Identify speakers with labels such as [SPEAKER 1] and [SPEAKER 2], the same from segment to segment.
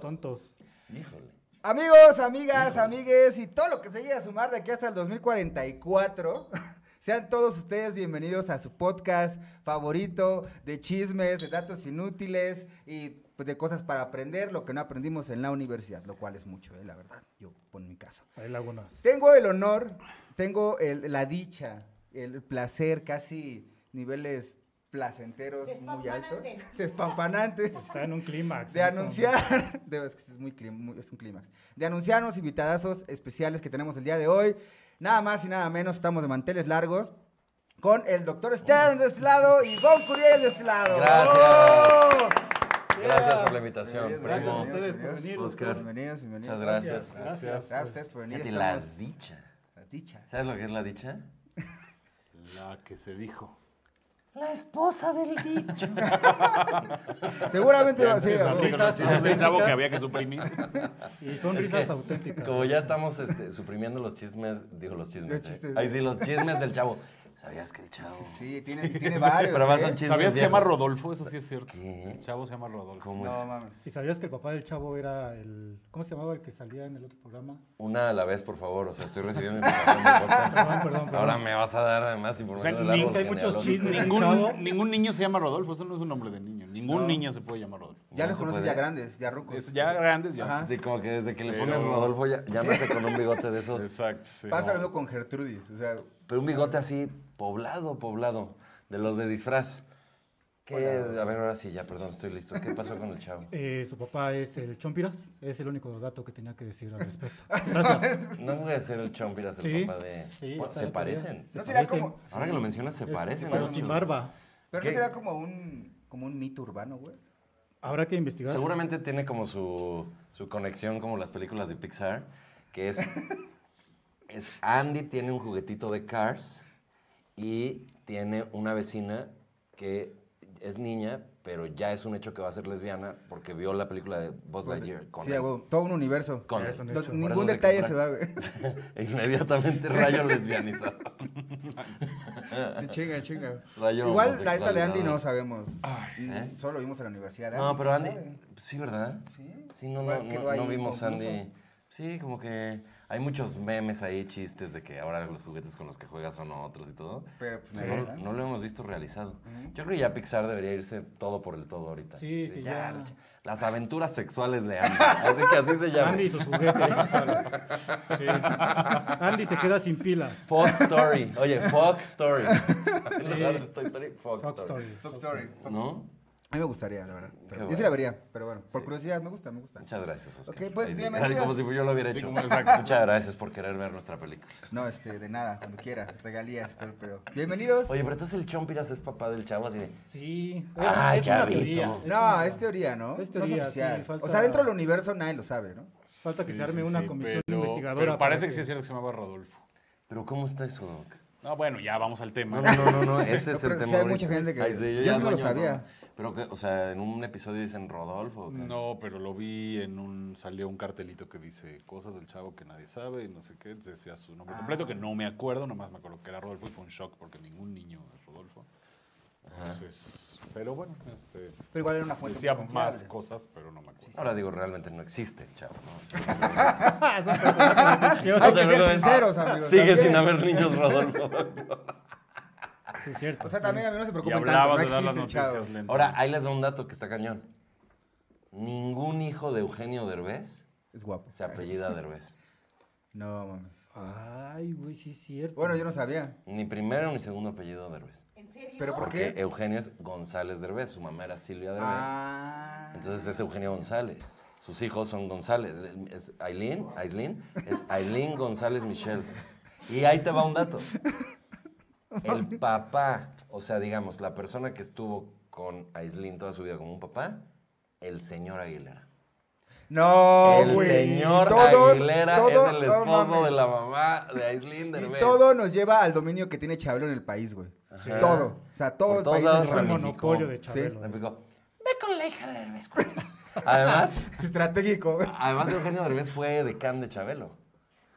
[SPEAKER 1] tontos.
[SPEAKER 2] Híjole.
[SPEAKER 3] Amigos, amigas, amigues y todo lo que se llegue a sumar de aquí hasta el 2044. Sean todos ustedes bienvenidos a su podcast favorito de chismes, de datos inútiles y pues de cosas para aprender, lo que no aprendimos en la universidad, lo cual es mucho, eh, la verdad. Yo por mi caso.
[SPEAKER 1] Hay lagunas.
[SPEAKER 3] Tengo el honor, tengo el- la dicha, el placer, casi niveles placenteros muy altos,
[SPEAKER 4] Despampanantes.
[SPEAKER 3] despampanantes
[SPEAKER 1] Está en un clímax.
[SPEAKER 3] de
[SPEAKER 1] en este momento.
[SPEAKER 3] anunciar, de- es que es, muy clim- muy- es un clímax, de anunciar los invitadazos especiales que tenemos el día de hoy. Nada más y nada menos, estamos de manteles largos con el doctor Stern de este lado y Gon Curiel de este lado.
[SPEAKER 2] Gracias.
[SPEAKER 1] ¡Oh!
[SPEAKER 2] Gracias por la
[SPEAKER 3] Bienvenidos,
[SPEAKER 2] invitación,
[SPEAKER 3] gracias,
[SPEAKER 2] primo.
[SPEAKER 1] a ustedes por
[SPEAKER 3] bienvenidos.
[SPEAKER 1] venir,
[SPEAKER 2] Oscar.
[SPEAKER 3] Bienvenidos, bienvenidos.
[SPEAKER 2] Muchas gracias.
[SPEAKER 1] Gracias.
[SPEAKER 3] Gracias a ustedes por venir.
[SPEAKER 2] Fíjate la
[SPEAKER 3] Estamos,
[SPEAKER 2] dicha.
[SPEAKER 3] la dicha.
[SPEAKER 2] ¿Sabes lo que es la dicha?
[SPEAKER 5] La que se dijo.
[SPEAKER 2] La esposa del dicho.
[SPEAKER 3] Seguramente va a ser.
[SPEAKER 1] Las
[SPEAKER 5] Digo,
[SPEAKER 1] risas
[SPEAKER 5] no, sí, este chavo que
[SPEAKER 1] auténticas.
[SPEAKER 5] había que suprimir.
[SPEAKER 1] Y son
[SPEAKER 2] Es
[SPEAKER 1] risas
[SPEAKER 2] que,
[SPEAKER 1] auténticas.
[SPEAKER 2] Como ya estamos este, suprimiendo los chismes, digo los chismes.
[SPEAKER 3] Los
[SPEAKER 2] eh.
[SPEAKER 3] chistes.
[SPEAKER 2] Ay, sí, los chismes del chavo. ¿Sabías que el chavo?
[SPEAKER 3] Sí, tiene, tiene varios.
[SPEAKER 2] Pero más
[SPEAKER 3] ¿eh?
[SPEAKER 2] son chismes.
[SPEAKER 5] ¿Sabías que se llama
[SPEAKER 2] viejos.
[SPEAKER 5] Rodolfo? Eso sí es cierto.
[SPEAKER 2] ¿Qué?
[SPEAKER 5] El chavo se llama Rodolfo.
[SPEAKER 2] ¿Cómo
[SPEAKER 3] No,
[SPEAKER 2] es?
[SPEAKER 3] mames.
[SPEAKER 1] ¿Y sabías que el papá del chavo era el. ¿Cómo se llamaba el que salía en el otro programa?
[SPEAKER 2] Una a la vez, por favor. O sea, estoy recibiendo información muy corta.
[SPEAKER 1] Perdón, perdón, perdón.
[SPEAKER 2] Ahora me vas a dar además
[SPEAKER 5] O sea,
[SPEAKER 2] información del
[SPEAKER 5] ni-
[SPEAKER 2] árbol
[SPEAKER 1] que hay muchos
[SPEAKER 2] genealógico.
[SPEAKER 1] chismes. Chavo.
[SPEAKER 5] Ningún, ningún niño se llama Rodolfo. Eso no es un nombre de niño. Ningún
[SPEAKER 3] No.
[SPEAKER 5] niño se puede llamar Rodolfo.
[SPEAKER 3] Ya
[SPEAKER 2] No
[SPEAKER 3] los
[SPEAKER 2] se
[SPEAKER 3] conoces
[SPEAKER 2] puede.
[SPEAKER 3] ya grandes, ya rucos.
[SPEAKER 5] Es ya grandes, ya.
[SPEAKER 3] Ajá.
[SPEAKER 2] Sí, como que desde que le
[SPEAKER 5] Pero-
[SPEAKER 2] pones Rodolfo ya, ya nace con un bigote de esos.
[SPEAKER 5] Exacto. sí,
[SPEAKER 3] Pasa
[SPEAKER 5] no.
[SPEAKER 3] lo mismo con Gertrudis. O sea,
[SPEAKER 2] Pero un bigote así, poblado, poblado, de los de disfraz. ¿Qué? A ver, ahora sí, ya, perdón, estoy listo. ¿Qué pasó con el chavo?
[SPEAKER 1] Eh, su papá es el Chompiras. Es el único dato que tenía que decir al respecto. Gracias.
[SPEAKER 2] No puede ser el Chompiras, el
[SPEAKER 1] Sí,
[SPEAKER 2] papá de.
[SPEAKER 1] sí,
[SPEAKER 2] Bueno,
[SPEAKER 1] está
[SPEAKER 2] se
[SPEAKER 1] la teoría.
[SPEAKER 2] parecen.
[SPEAKER 1] Se
[SPEAKER 3] no será
[SPEAKER 1] parecen.
[SPEAKER 3] como.
[SPEAKER 2] Ahora que
[SPEAKER 3] sí.
[SPEAKER 2] lo mencionas, se
[SPEAKER 1] Es-
[SPEAKER 2] parecen.
[SPEAKER 1] Pero
[SPEAKER 2] mucho.
[SPEAKER 1] sin barba.
[SPEAKER 3] Pero no
[SPEAKER 2] ¿Qué?
[SPEAKER 3] será como un, como un mito urbano, güey.
[SPEAKER 1] Habrá que investigar.
[SPEAKER 2] Seguramente tiene como su, su conexión como las películas de Pixar, que es, es Andy tiene un juguetito de Cars y tiene una vecina que es niña, pero ya es un hecho que va a ser lesbiana porque vio la película de Buzz Lightyear con
[SPEAKER 3] Sí,
[SPEAKER 2] él.
[SPEAKER 3] güey, todo un universo.
[SPEAKER 2] Con
[SPEAKER 1] Es un
[SPEAKER 2] él.
[SPEAKER 3] No-
[SPEAKER 1] hecho.
[SPEAKER 2] Por
[SPEAKER 3] ningún
[SPEAKER 2] eso se
[SPEAKER 3] detalle se
[SPEAKER 2] compra.
[SPEAKER 3] va, güey.
[SPEAKER 2] E Inmediatamente rayo lesbianizado.
[SPEAKER 3] chinga, chinga.
[SPEAKER 2] Rayo
[SPEAKER 3] Igual la neta de Andy
[SPEAKER 2] homosexualizado.
[SPEAKER 3] no sabemos. Mm,
[SPEAKER 2] ¿eh?
[SPEAKER 3] Solo lo vimos en la universidad.
[SPEAKER 2] No, pero Andy,
[SPEAKER 3] ¿sabe?
[SPEAKER 2] sí, ¿verdad?
[SPEAKER 3] Sí.
[SPEAKER 2] Sí, no,
[SPEAKER 3] Igual
[SPEAKER 2] no,
[SPEAKER 3] quedó
[SPEAKER 2] no,
[SPEAKER 3] ahí
[SPEAKER 2] no vimos
[SPEAKER 3] inconcluso.
[SPEAKER 2] Andy. Sí, como que hay muchos memes ahí, chistes de que ahora los juguetes con los que juegas son otros y todo.
[SPEAKER 3] Pero pues,
[SPEAKER 2] Pero
[SPEAKER 3] nadie
[SPEAKER 2] no,
[SPEAKER 3] sabe.
[SPEAKER 2] no lo hemos visto realizado.
[SPEAKER 3] Ujú.
[SPEAKER 2] Yo creo que ya Pixar debería irse todo por el todo ahorita.
[SPEAKER 1] Sí,
[SPEAKER 2] Así,
[SPEAKER 1] sí, ya.
[SPEAKER 2] la ch- Las aventuras sexuales de Andy. Así que así se llama.
[SPEAKER 1] Andy y sus juguetes. Sí. Andy se queda sin pilas.
[SPEAKER 2] Fox Story. Oye, Fox Story.
[SPEAKER 1] Sí.
[SPEAKER 2] Lugar de Toy Story, Fox,
[SPEAKER 1] Fox
[SPEAKER 2] Story.
[SPEAKER 1] Story.
[SPEAKER 3] Fox Story. Fox-
[SPEAKER 2] ¿No?
[SPEAKER 3] A mí me gustaría, la verdad.
[SPEAKER 2] Qué
[SPEAKER 3] Pero yo sí
[SPEAKER 2] bueno.
[SPEAKER 3] la vería, pero bueno. Por
[SPEAKER 2] Sí.
[SPEAKER 3] curiosidad, me gusta, me gusta.
[SPEAKER 2] Muchas gracias, Oscar.
[SPEAKER 3] Ok, pues,
[SPEAKER 2] Ahí sí,
[SPEAKER 3] bienvenidas.
[SPEAKER 2] Como si yo lo hubiera
[SPEAKER 5] Sí,
[SPEAKER 2] hecho.
[SPEAKER 5] como exacto.
[SPEAKER 2] Muchas gracias por querer ver nuestra película.
[SPEAKER 3] No, este, de nada, cuando quiera. Regalías, todo el pedo. Bienvenidos.
[SPEAKER 2] Oye, pero entonces el Chompiras es papá del chavo así de...
[SPEAKER 1] Sí.
[SPEAKER 2] Ah,
[SPEAKER 1] es
[SPEAKER 2] ya
[SPEAKER 1] una
[SPEAKER 2] vi,
[SPEAKER 1] teoría.
[SPEAKER 2] tú.
[SPEAKER 1] es
[SPEAKER 3] No, este
[SPEAKER 1] una-
[SPEAKER 3] es teoría, ¿no?
[SPEAKER 1] Es
[SPEAKER 3] no es
[SPEAKER 1] teoría,
[SPEAKER 3] oficial.
[SPEAKER 1] sí, falta-
[SPEAKER 3] O sea, dentro del universo nadie lo sabe, ¿no?
[SPEAKER 1] Falta que
[SPEAKER 5] Sí,
[SPEAKER 1] se arme
[SPEAKER 5] sí,
[SPEAKER 1] una
[SPEAKER 5] sí,
[SPEAKER 1] comisión
[SPEAKER 5] pero-
[SPEAKER 1] investigadora.
[SPEAKER 5] Pero
[SPEAKER 1] para
[SPEAKER 5] parece que sí es cierto que se llamaba Rodolfo.
[SPEAKER 2] ¿Pero cómo está eso, Doc?
[SPEAKER 5] No, bueno, ya vamos al tema.
[SPEAKER 2] No, no, no, no, no, este
[SPEAKER 3] No,
[SPEAKER 2] es el
[SPEAKER 3] pero sí
[SPEAKER 2] tema.
[SPEAKER 3] hay mucha
[SPEAKER 2] ahorita.
[SPEAKER 3] gente que- yo
[SPEAKER 2] ya
[SPEAKER 3] sí
[SPEAKER 2] al
[SPEAKER 3] no lo
[SPEAKER 2] baño,
[SPEAKER 3] sabía.
[SPEAKER 2] Pero que, o sea, en un episodio dicen Rodolfo. ¿o qué?
[SPEAKER 5] No, pero lo vi en un. Salió un cartelito que dice cosas del chavo que nadie sabe y no sé qué. Decía su nombre
[SPEAKER 2] Ah.
[SPEAKER 5] completo, que no me acuerdo, nomás me acuerdo que era Rodolfo y fue un shock porque ningún niño es Rodolfo. Entonces, pero bueno, este,
[SPEAKER 3] Pero igual era una fuente.
[SPEAKER 5] decía
[SPEAKER 3] muy
[SPEAKER 5] más
[SPEAKER 3] confiable.
[SPEAKER 5] cosas, pero no me acuerdo.
[SPEAKER 2] Ahora digo, realmente no existe el chavo. ¿no?
[SPEAKER 3] Ah, Hay que
[SPEAKER 2] No te
[SPEAKER 3] ser
[SPEAKER 2] preocupes.
[SPEAKER 3] sinceros, amigos.
[SPEAKER 2] Sigue
[SPEAKER 3] también.
[SPEAKER 2] sin haber niños Rodolfo.
[SPEAKER 1] Sí, es cierto.
[SPEAKER 3] O sea,
[SPEAKER 1] sí.
[SPEAKER 3] también a mí no se
[SPEAKER 5] Y
[SPEAKER 3] preocupen tanto,
[SPEAKER 5] hablabas
[SPEAKER 3] no
[SPEAKER 5] de dar las
[SPEAKER 3] existen,
[SPEAKER 5] noticias
[SPEAKER 3] chavos.
[SPEAKER 5] lentas.
[SPEAKER 2] Ahora, ahí les va un dato que está cañón. Ningún hijo de Eugenio Derbez
[SPEAKER 3] Es guapo.
[SPEAKER 2] se apellida Derbez.
[SPEAKER 3] No, mames.
[SPEAKER 1] Ay, güey, sí es cierto.
[SPEAKER 3] Bueno, yo no sabía.
[SPEAKER 2] Ni primero ni segundo apellido Derbez.
[SPEAKER 4] ¿En serio?
[SPEAKER 3] Pero por-
[SPEAKER 2] Porque
[SPEAKER 3] qué?
[SPEAKER 2] Eugenio es González Derbez, su mamá era Silvia Derbez.
[SPEAKER 3] Ah.
[SPEAKER 2] Entonces es Eugenio González. Sus hijos son González. Es Aileen, Aislinn, es Aileen González Michel. Y ahí te va un dato. El papá, o sea, digamos, la persona que estuvo con Aislinn toda su vida como un papá, el señor Aguilera.
[SPEAKER 3] No,
[SPEAKER 2] el
[SPEAKER 3] Oh, güey.
[SPEAKER 2] señor
[SPEAKER 3] Todos-
[SPEAKER 2] Aguilera
[SPEAKER 3] todo-
[SPEAKER 2] es el
[SPEAKER 3] no
[SPEAKER 2] esposo
[SPEAKER 3] mames.
[SPEAKER 2] de la mamá de Aislinn
[SPEAKER 3] Y
[SPEAKER 2] Derbez.
[SPEAKER 3] todo nos lleva al dominio que tiene Chabelo en el país, güey.
[SPEAKER 2] Ajá.
[SPEAKER 3] Todo. O sea, todo
[SPEAKER 2] Por
[SPEAKER 3] el
[SPEAKER 2] todos
[SPEAKER 3] país.
[SPEAKER 2] lados
[SPEAKER 3] es
[SPEAKER 1] es un
[SPEAKER 2] ramificó.
[SPEAKER 1] monopolio de Chabelo.
[SPEAKER 2] Le picó, Ve con la hija de Derbez. cuate". Además,
[SPEAKER 3] Estratégico, güey.
[SPEAKER 2] además Eugenio Derbez fue decán de Chabelo.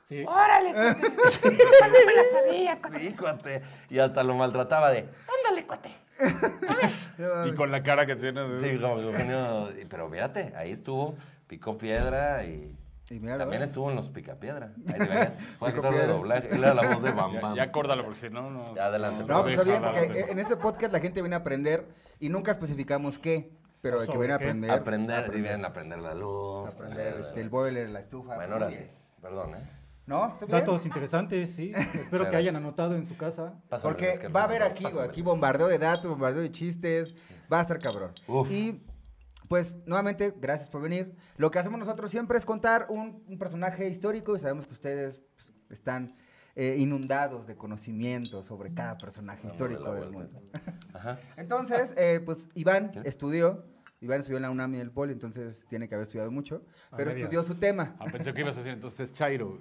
[SPEAKER 1] Sí.
[SPEAKER 6] ¡Órale, cuate! Esa no me la sabía, cuate.
[SPEAKER 2] Sí, cuate. Y hasta lo maltrataba de.
[SPEAKER 6] ¡Ándale, cuate!
[SPEAKER 3] No mames.
[SPEAKER 5] Y con la cara que tienes.
[SPEAKER 2] Sí, como que Eugenio. Pero fíjate, ahí estuvo Picó piedra y.
[SPEAKER 3] Y mira,
[SPEAKER 2] También
[SPEAKER 3] ¿verdad?
[SPEAKER 2] estuvo en los Picapiedra. Ahí te veía. Fue
[SPEAKER 3] Picó
[SPEAKER 2] actor de
[SPEAKER 3] piedra.
[SPEAKER 2] doblaje. Él era la voz de Bam
[SPEAKER 5] Ya,
[SPEAKER 2] Bam.
[SPEAKER 5] ya córtalo porque si no, no.
[SPEAKER 2] Ya adelante,
[SPEAKER 5] no
[SPEAKER 3] No, pues está bien,
[SPEAKER 5] deja
[SPEAKER 3] porque
[SPEAKER 5] hablar.
[SPEAKER 3] en este podcast la gente viene a aprender y nunca especificamos qué, pero de que
[SPEAKER 1] ¿Sobre
[SPEAKER 3] viene a
[SPEAKER 1] qué?
[SPEAKER 3] aprender.
[SPEAKER 2] Aprender, sí, bien, aprender la luz.
[SPEAKER 3] Aprender este, el boiler, la estufa.
[SPEAKER 2] Bueno,
[SPEAKER 3] muy
[SPEAKER 2] ahora sí.
[SPEAKER 3] bien.
[SPEAKER 2] Perdón, ¿eh?
[SPEAKER 3] ¿No? ¿Está bien?
[SPEAKER 1] Datos interesantes, sí. Espero que
[SPEAKER 2] Gracias.
[SPEAKER 1] hayan anotado en su casa.
[SPEAKER 2] Pásamelo, es
[SPEAKER 3] Porque
[SPEAKER 2] que
[SPEAKER 3] va a
[SPEAKER 2] no-
[SPEAKER 3] haber
[SPEAKER 2] no,
[SPEAKER 3] aquí, güey,
[SPEAKER 2] pásamelo.
[SPEAKER 3] aquí bombardeo de datos, bombardeo de chistes, va a estar cabrón.
[SPEAKER 2] Uf.
[SPEAKER 3] Y pues nuevamente, gracias por venir. Lo que hacemos nosotros siempre es contar un, un personaje histórico y sabemos que ustedes pues, están eh, inundados de conocimiento sobre cada personaje
[SPEAKER 2] Dándole
[SPEAKER 3] histórico
[SPEAKER 2] la
[SPEAKER 3] del
[SPEAKER 2] vuelta.
[SPEAKER 3] mundo.
[SPEAKER 2] Ajá.
[SPEAKER 3] Entonces, eh, pues Iván
[SPEAKER 2] ¿Qué?
[SPEAKER 3] estudió, Iván estudió en la UNAM y en el Poli, entonces tiene que haber estudiado mucho,
[SPEAKER 1] A
[SPEAKER 3] pero
[SPEAKER 1] medias.
[SPEAKER 3] estudió su tema.
[SPEAKER 5] Ah, pensé que ibas a decir, entonces es Chairo.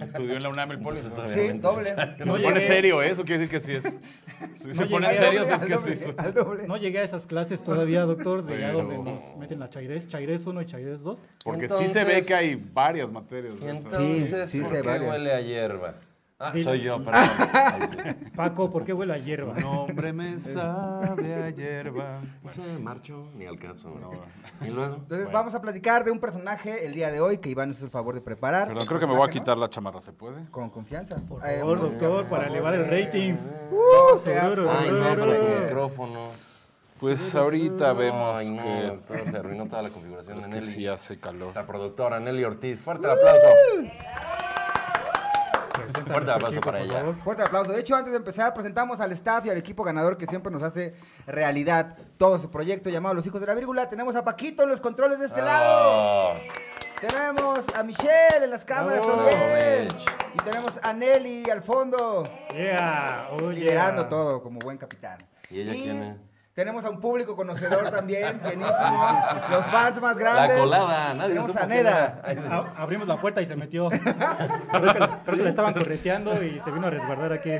[SPEAKER 5] Estudió en la UNAM el poli.
[SPEAKER 2] Entonces,
[SPEAKER 5] ¿no?
[SPEAKER 3] Sí,
[SPEAKER 2] Obviamente es
[SPEAKER 3] doble.
[SPEAKER 5] Que
[SPEAKER 1] No
[SPEAKER 5] se
[SPEAKER 1] llegué.
[SPEAKER 5] pone serio, ¿eh? eso quiere decir que sí es. Si se
[SPEAKER 1] No
[SPEAKER 5] pone
[SPEAKER 1] llegué.
[SPEAKER 5] en serio,
[SPEAKER 3] Al
[SPEAKER 5] es que sí.
[SPEAKER 3] doble,
[SPEAKER 5] es-
[SPEAKER 3] al doble.
[SPEAKER 1] No llegué a esas clases todavía, doctor, de a donde
[SPEAKER 5] Pero-
[SPEAKER 1] nos meten la chairés, chairés 1 y chairés 2.
[SPEAKER 5] Porque sí se ve
[SPEAKER 2] Entonces-
[SPEAKER 5] que hay varias materias.
[SPEAKER 2] Y
[SPEAKER 5] de esas.
[SPEAKER 1] eh,
[SPEAKER 2] entonces,
[SPEAKER 3] sí
[SPEAKER 2] ¿por
[SPEAKER 3] se
[SPEAKER 2] qué
[SPEAKER 3] vale.
[SPEAKER 2] huele a hierba? Ah,
[SPEAKER 1] Sí.
[SPEAKER 2] soy yo, perdón. Ay, sí.
[SPEAKER 1] Paco, ¿por qué huele a hierba?
[SPEAKER 5] Tu nombre me sabe a hierba.
[SPEAKER 2] No sé, marcho, ni al caso.
[SPEAKER 5] No, bueno.
[SPEAKER 2] Y luego,
[SPEAKER 3] Entonces
[SPEAKER 5] Bueno.
[SPEAKER 3] vamos a platicar de un personaje el día de hoy que Iván hizo el favor de preparar.
[SPEAKER 5] Perdón, creo que me voy a
[SPEAKER 3] Personaje, ¿no?
[SPEAKER 5] quitar la chamarra, ¿se puede?
[SPEAKER 3] Con confianza.
[SPEAKER 1] Por
[SPEAKER 3] Eh,
[SPEAKER 1] favor,
[SPEAKER 3] música,
[SPEAKER 1] doctor,
[SPEAKER 3] por
[SPEAKER 1] para
[SPEAKER 3] favor.
[SPEAKER 1] elevar el rating.
[SPEAKER 3] Uh,
[SPEAKER 1] Uh,
[SPEAKER 3] sea-
[SPEAKER 1] tururú,
[SPEAKER 2] ay, no, pero el
[SPEAKER 1] tururú.
[SPEAKER 2] micrófono.
[SPEAKER 5] Pues ahorita vemos
[SPEAKER 2] Ay, no,
[SPEAKER 5] que,
[SPEAKER 2] doctor, se arruinó toda la configuración
[SPEAKER 5] es
[SPEAKER 2] de
[SPEAKER 5] que
[SPEAKER 2] Nelly.
[SPEAKER 5] sí hace calor.
[SPEAKER 2] Nuestra productora Nelly Ortiz. Fuerte el aplauso.
[SPEAKER 1] Presenta a
[SPEAKER 2] Fuerte
[SPEAKER 1] nuestro
[SPEAKER 2] aplauso
[SPEAKER 1] equipo,
[SPEAKER 2] para
[SPEAKER 1] por
[SPEAKER 2] ella.
[SPEAKER 1] favor.
[SPEAKER 3] Fuerte aplauso. De hecho, antes de empezar, presentamos al staff y al equipo ganador que siempre nos hace realidad todo su proyecto llamado Los Hijos de la Vírgula. Tenemos a Paquito en los controles de
[SPEAKER 2] Ah.
[SPEAKER 3] este lado.
[SPEAKER 2] Bravo.
[SPEAKER 3] Tenemos a Michelle en las cámaras
[SPEAKER 1] Bravo.
[SPEAKER 3] también.
[SPEAKER 2] Mitch.
[SPEAKER 3] Y tenemos a Nelly al fondo,
[SPEAKER 1] Yeah, oh, yeah.
[SPEAKER 3] liderando todo como buen capitán.
[SPEAKER 2] ¿Y ella quién es?
[SPEAKER 3] Tenemos a un público conocedor también, bienísimo. Los fans más
[SPEAKER 2] La
[SPEAKER 3] grandes.
[SPEAKER 2] colada, nadie
[SPEAKER 3] Tenemos
[SPEAKER 2] supo
[SPEAKER 3] a
[SPEAKER 2] quién era.
[SPEAKER 3] Neda.
[SPEAKER 2] Ay, sí.
[SPEAKER 1] A- abrimos la puerta y se metió. Creo que, la- creo que la estaban correteando y se vino a resguardar aquí.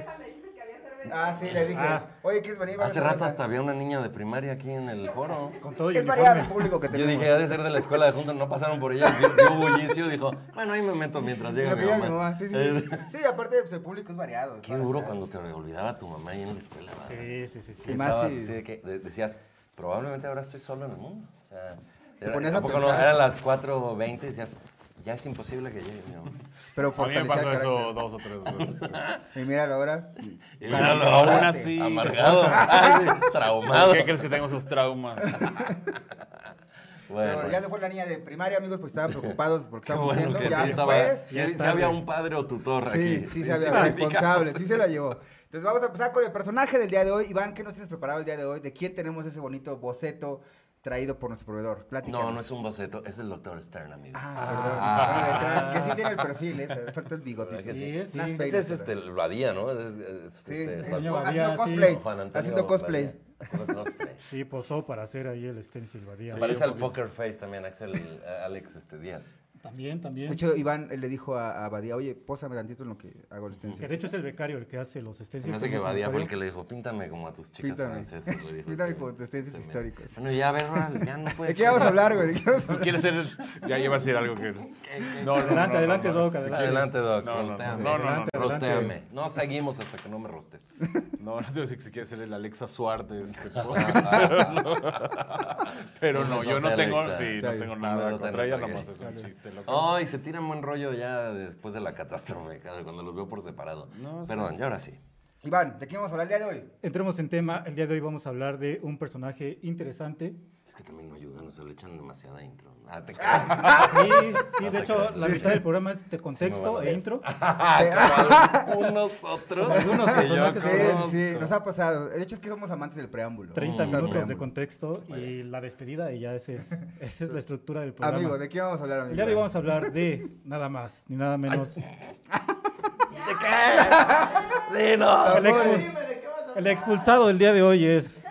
[SPEAKER 3] Ah, sí, le dije.
[SPEAKER 1] Ah.
[SPEAKER 3] Oye, ¿quieres venir? Vamos
[SPEAKER 2] Hace
[SPEAKER 3] a-
[SPEAKER 2] rato hasta había una niña de primaria aquí en el foro.
[SPEAKER 1] Con todo y
[SPEAKER 3] Es variado el
[SPEAKER 1] uniforme.
[SPEAKER 3] público que
[SPEAKER 2] Yo
[SPEAKER 3] tenemos.
[SPEAKER 2] dije, ha de ser de la escuela de juntos, no pasaron por ella. Dio, dio bullicio, dijo, bueno, ahí me meto mientras
[SPEAKER 3] Y
[SPEAKER 2] llega
[SPEAKER 3] lo
[SPEAKER 2] mi
[SPEAKER 3] que diga
[SPEAKER 2] mamá.
[SPEAKER 3] mi mamá, Sí, sí.
[SPEAKER 2] Eh,
[SPEAKER 3] Sí, aparte, pues, el público es variado. es
[SPEAKER 2] Qué
[SPEAKER 3] para
[SPEAKER 2] duro
[SPEAKER 3] saber.
[SPEAKER 2] cuando te olvidaba tu mamá ahí en la escuela. ¿verdad?
[SPEAKER 1] Sí, sí, sí.
[SPEAKER 2] Que
[SPEAKER 1] sí.
[SPEAKER 3] Y más
[SPEAKER 2] estabas
[SPEAKER 3] si-
[SPEAKER 2] así de que de- decías, probablemente ahora estoy solo en el mundo. O sea,
[SPEAKER 3] Te
[SPEAKER 2] era,
[SPEAKER 3] ponías a
[SPEAKER 2] tampoco no,
[SPEAKER 3] pensar.
[SPEAKER 2] eran las 4.20 y decías, ya es imposible que llegue mi mamá.
[SPEAKER 3] Pero
[SPEAKER 5] A mí me
[SPEAKER 3] fortalecía
[SPEAKER 5] pasó
[SPEAKER 3] el
[SPEAKER 5] eso
[SPEAKER 3] carácter.
[SPEAKER 5] dos o tres veces.
[SPEAKER 3] Y míralo ahora.
[SPEAKER 2] Y
[SPEAKER 5] Pero
[SPEAKER 2] míralo
[SPEAKER 5] aún
[SPEAKER 2] ahora,
[SPEAKER 5] así-
[SPEAKER 2] amargado, ay, sí, traumado.
[SPEAKER 5] ¿Qué crees que tengo esos traumas?
[SPEAKER 2] Bueno,
[SPEAKER 3] Pero ya se fue la niña de primaria, amigos, porque estaban preocupados porque
[SPEAKER 2] qué
[SPEAKER 3] estaban diciendo.
[SPEAKER 2] bueno que
[SPEAKER 3] ya
[SPEAKER 2] sí
[SPEAKER 3] se
[SPEAKER 2] estaba,
[SPEAKER 3] fue.
[SPEAKER 2] sí,
[SPEAKER 1] ya
[SPEAKER 2] sí
[SPEAKER 1] está,
[SPEAKER 2] había
[SPEAKER 1] güey.
[SPEAKER 2] un padre o tutor
[SPEAKER 3] Sí,
[SPEAKER 2] aquí.
[SPEAKER 3] sí, se había
[SPEAKER 2] sí,
[SPEAKER 3] responsable, sí se la llevó. Entonces vamos a empezar con el personaje del día de hoy. Iván, ¿qué nos tienes preparado el día de hoy? ¿De quién tenemos ese bonito boceto traído por nuestro proveedor? Platícanos.
[SPEAKER 2] No, no es Ah. un boceto, es el doctor Stern, amigo.
[SPEAKER 3] Ah, perdón. Detrás, que sí tiene el perfil, ¿eh? Te falta el bigotito.
[SPEAKER 2] ¿Verdad que
[SPEAKER 1] sí? Sí, sí.
[SPEAKER 3] Unas
[SPEAKER 2] Ese
[SPEAKER 3] peinas,
[SPEAKER 2] es este, lo Badía, ¿no? Es, es- es,
[SPEAKER 3] Sí,
[SPEAKER 2] este,
[SPEAKER 3] es
[SPEAKER 2] Juan-
[SPEAKER 1] Antonio
[SPEAKER 3] co- haciendo
[SPEAKER 1] Badía, sí.
[SPEAKER 3] cosplay.
[SPEAKER 2] Juan Antonio
[SPEAKER 3] Haciendo
[SPEAKER 2] Badía,
[SPEAKER 3] cosplay.
[SPEAKER 2] Haciendo cosplay.
[SPEAKER 1] Sí, posó para hacer ahí el stencil, Badía.
[SPEAKER 2] Se parece
[SPEAKER 5] un
[SPEAKER 2] al
[SPEAKER 5] poquito.
[SPEAKER 2] Poker Face también, Axel, eh, Alex este, Díaz.
[SPEAKER 1] También,
[SPEAKER 3] De
[SPEAKER 1] también.
[SPEAKER 3] hecho, Iván eh, le dijo a, a Badía, oye, pósame tantito en lo que hago el stencil.
[SPEAKER 1] Que de hecho es el becario el que hace los stencils.
[SPEAKER 2] Se me hace que
[SPEAKER 1] Somos
[SPEAKER 2] Badía
[SPEAKER 1] un
[SPEAKER 2] fue el que
[SPEAKER 1] becario.
[SPEAKER 2] le dijo, píntame como a tus chicas
[SPEAKER 3] Píntame.
[SPEAKER 2] francesas. le dijo
[SPEAKER 3] Píntame
[SPEAKER 2] este
[SPEAKER 3] como
[SPEAKER 2] güey.
[SPEAKER 3] tus tesis
[SPEAKER 2] También.
[SPEAKER 3] históricos.
[SPEAKER 2] Bueno, ya, a ver, Ral, ya no puedes.
[SPEAKER 3] ¿De qué vamos a hablar, güey? ¿De qué vamos a
[SPEAKER 5] ¿Tú
[SPEAKER 3] hablar?
[SPEAKER 5] quieres ser.? el- Ya llevas a decir algo que. No,
[SPEAKER 1] Adelante, adelante, Doc,
[SPEAKER 5] Si
[SPEAKER 1] adelante.
[SPEAKER 2] Adelante, Doc,
[SPEAKER 5] No, no,
[SPEAKER 2] rosteame.
[SPEAKER 5] no, no, no, no.
[SPEAKER 2] Rosteame. No seguimos hasta que no me rostes.
[SPEAKER 5] quieres- No, no te voy a decir que si quieres ser el Alexa Suárez de este podcast, pero no. Pero no, yo no
[SPEAKER 2] besote,
[SPEAKER 5] tengo.
[SPEAKER 2] Alexa.
[SPEAKER 5] Sí,
[SPEAKER 3] Está
[SPEAKER 5] no
[SPEAKER 3] bien.
[SPEAKER 5] tengo
[SPEAKER 2] Un
[SPEAKER 5] nada
[SPEAKER 2] besote
[SPEAKER 5] contra ella,
[SPEAKER 2] a nuestra
[SPEAKER 5] nomás es un chiste loco.
[SPEAKER 2] Ay, se tiran buen rollo ya después de la catástrofe, cada- cuando los veo por separado.
[SPEAKER 5] No, sí.
[SPEAKER 2] Perdón, y ahora sí.
[SPEAKER 3] Iván, ¿de qué vamos a hablar el día de hoy?
[SPEAKER 1] Entremos en tema. El día de hoy vamos a hablar de un personaje interesante.
[SPEAKER 2] Es que también no ayudan, o sea, le echan demasiada intro. Ah, te creas.
[SPEAKER 1] Sí, sí,
[SPEAKER 2] No
[SPEAKER 1] de
[SPEAKER 2] te
[SPEAKER 1] hecho,
[SPEAKER 2] creas,
[SPEAKER 1] la
[SPEAKER 2] sí.
[SPEAKER 1] mitad del programa es de contexto
[SPEAKER 2] vale.
[SPEAKER 1] e intro.
[SPEAKER 2] Unos otros.
[SPEAKER 1] Algunos
[SPEAKER 2] que
[SPEAKER 1] personajes,
[SPEAKER 2] yo
[SPEAKER 3] Pues, Sí,
[SPEAKER 2] conozco.
[SPEAKER 3] sí, nos ha pasado. De hecho, es que somos amantes del preámbulo.
[SPEAKER 1] 30
[SPEAKER 3] Vamos al
[SPEAKER 1] minutos de
[SPEAKER 3] preámbulo.
[SPEAKER 1] contexto y la despedida y ya ese es, esa es la estructura del programa.
[SPEAKER 3] Amigo, ¿de qué vamos a hablar, amigo?
[SPEAKER 1] El día de hoy vamos a hablar de nada más, ni nada menos.
[SPEAKER 2] Sí, no.
[SPEAKER 1] El, expul- el expulsado del día de hoy es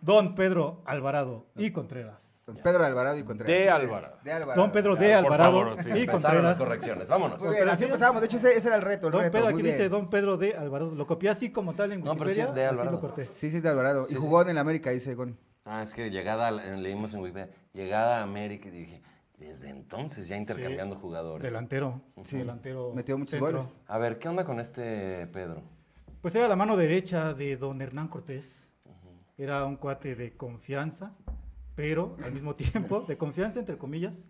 [SPEAKER 1] Don Pedro Alvarado y Contreras.
[SPEAKER 3] Don Pedro Alvarado y Contreras.
[SPEAKER 5] De Alvarado.
[SPEAKER 3] De Alvarado.
[SPEAKER 1] Don Pedro
[SPEAKER 5] Ya,
[SPEAKER 1] de
[SPEAKER 5] por
[SPEAKER 1] Alvarado
[SPEAKER 5] favor, sí,
[SPEAKER 1] y
[SPEAKER 2] Empezaron
[SPEAKER 1] Contreras.
[SPEAKER 2] las correcciones, vámonos.
[SPEAKER 5] Pues
[SPEAKER 3] Muy bien, así empezamos. De hecho, ese, ese era el reto, el
[SPEAKER 1] Don
[SPEAKER 3] reto.
[SPEAKER 1] Pedro, aquí
[SPEAKER 3] muy bien.
[SPEAKER 1] dice Don Pedro de Alvarado. Lo copié así como tal en
[SPEAKER 2] No, pero sí
[SPEAKER 1] Wikipedia.
[SPEAKER 2] es de
[SPEAKER 1] así
[SPEAKER 2] Alvarado.
[SPEAKER 1] lo corté.
[SPEAKER 3] Sí, sí, es de Alvarado. y jugó en el América, dice Gon.
[SPEAKER 2] Ah, es que llegada, a- leímos en Wikipedia, llegada a América y dije, desde entonces ya intercambiando jugadores.
[SPEAKER 1] Delantero.
[SPEAKER 3] Sí.
[SPEAKER 1] delantero
[SPEAKER 3] Metió muchos goles.
[SPEAKER 2] A ver, ¿qué onda con este Pedro?
[SPEAKER 1] Pues era la mano derecha de don Hernán Cortés. Era un cuate de confianza, pero al mismo tiempo, de confianza entre comillas,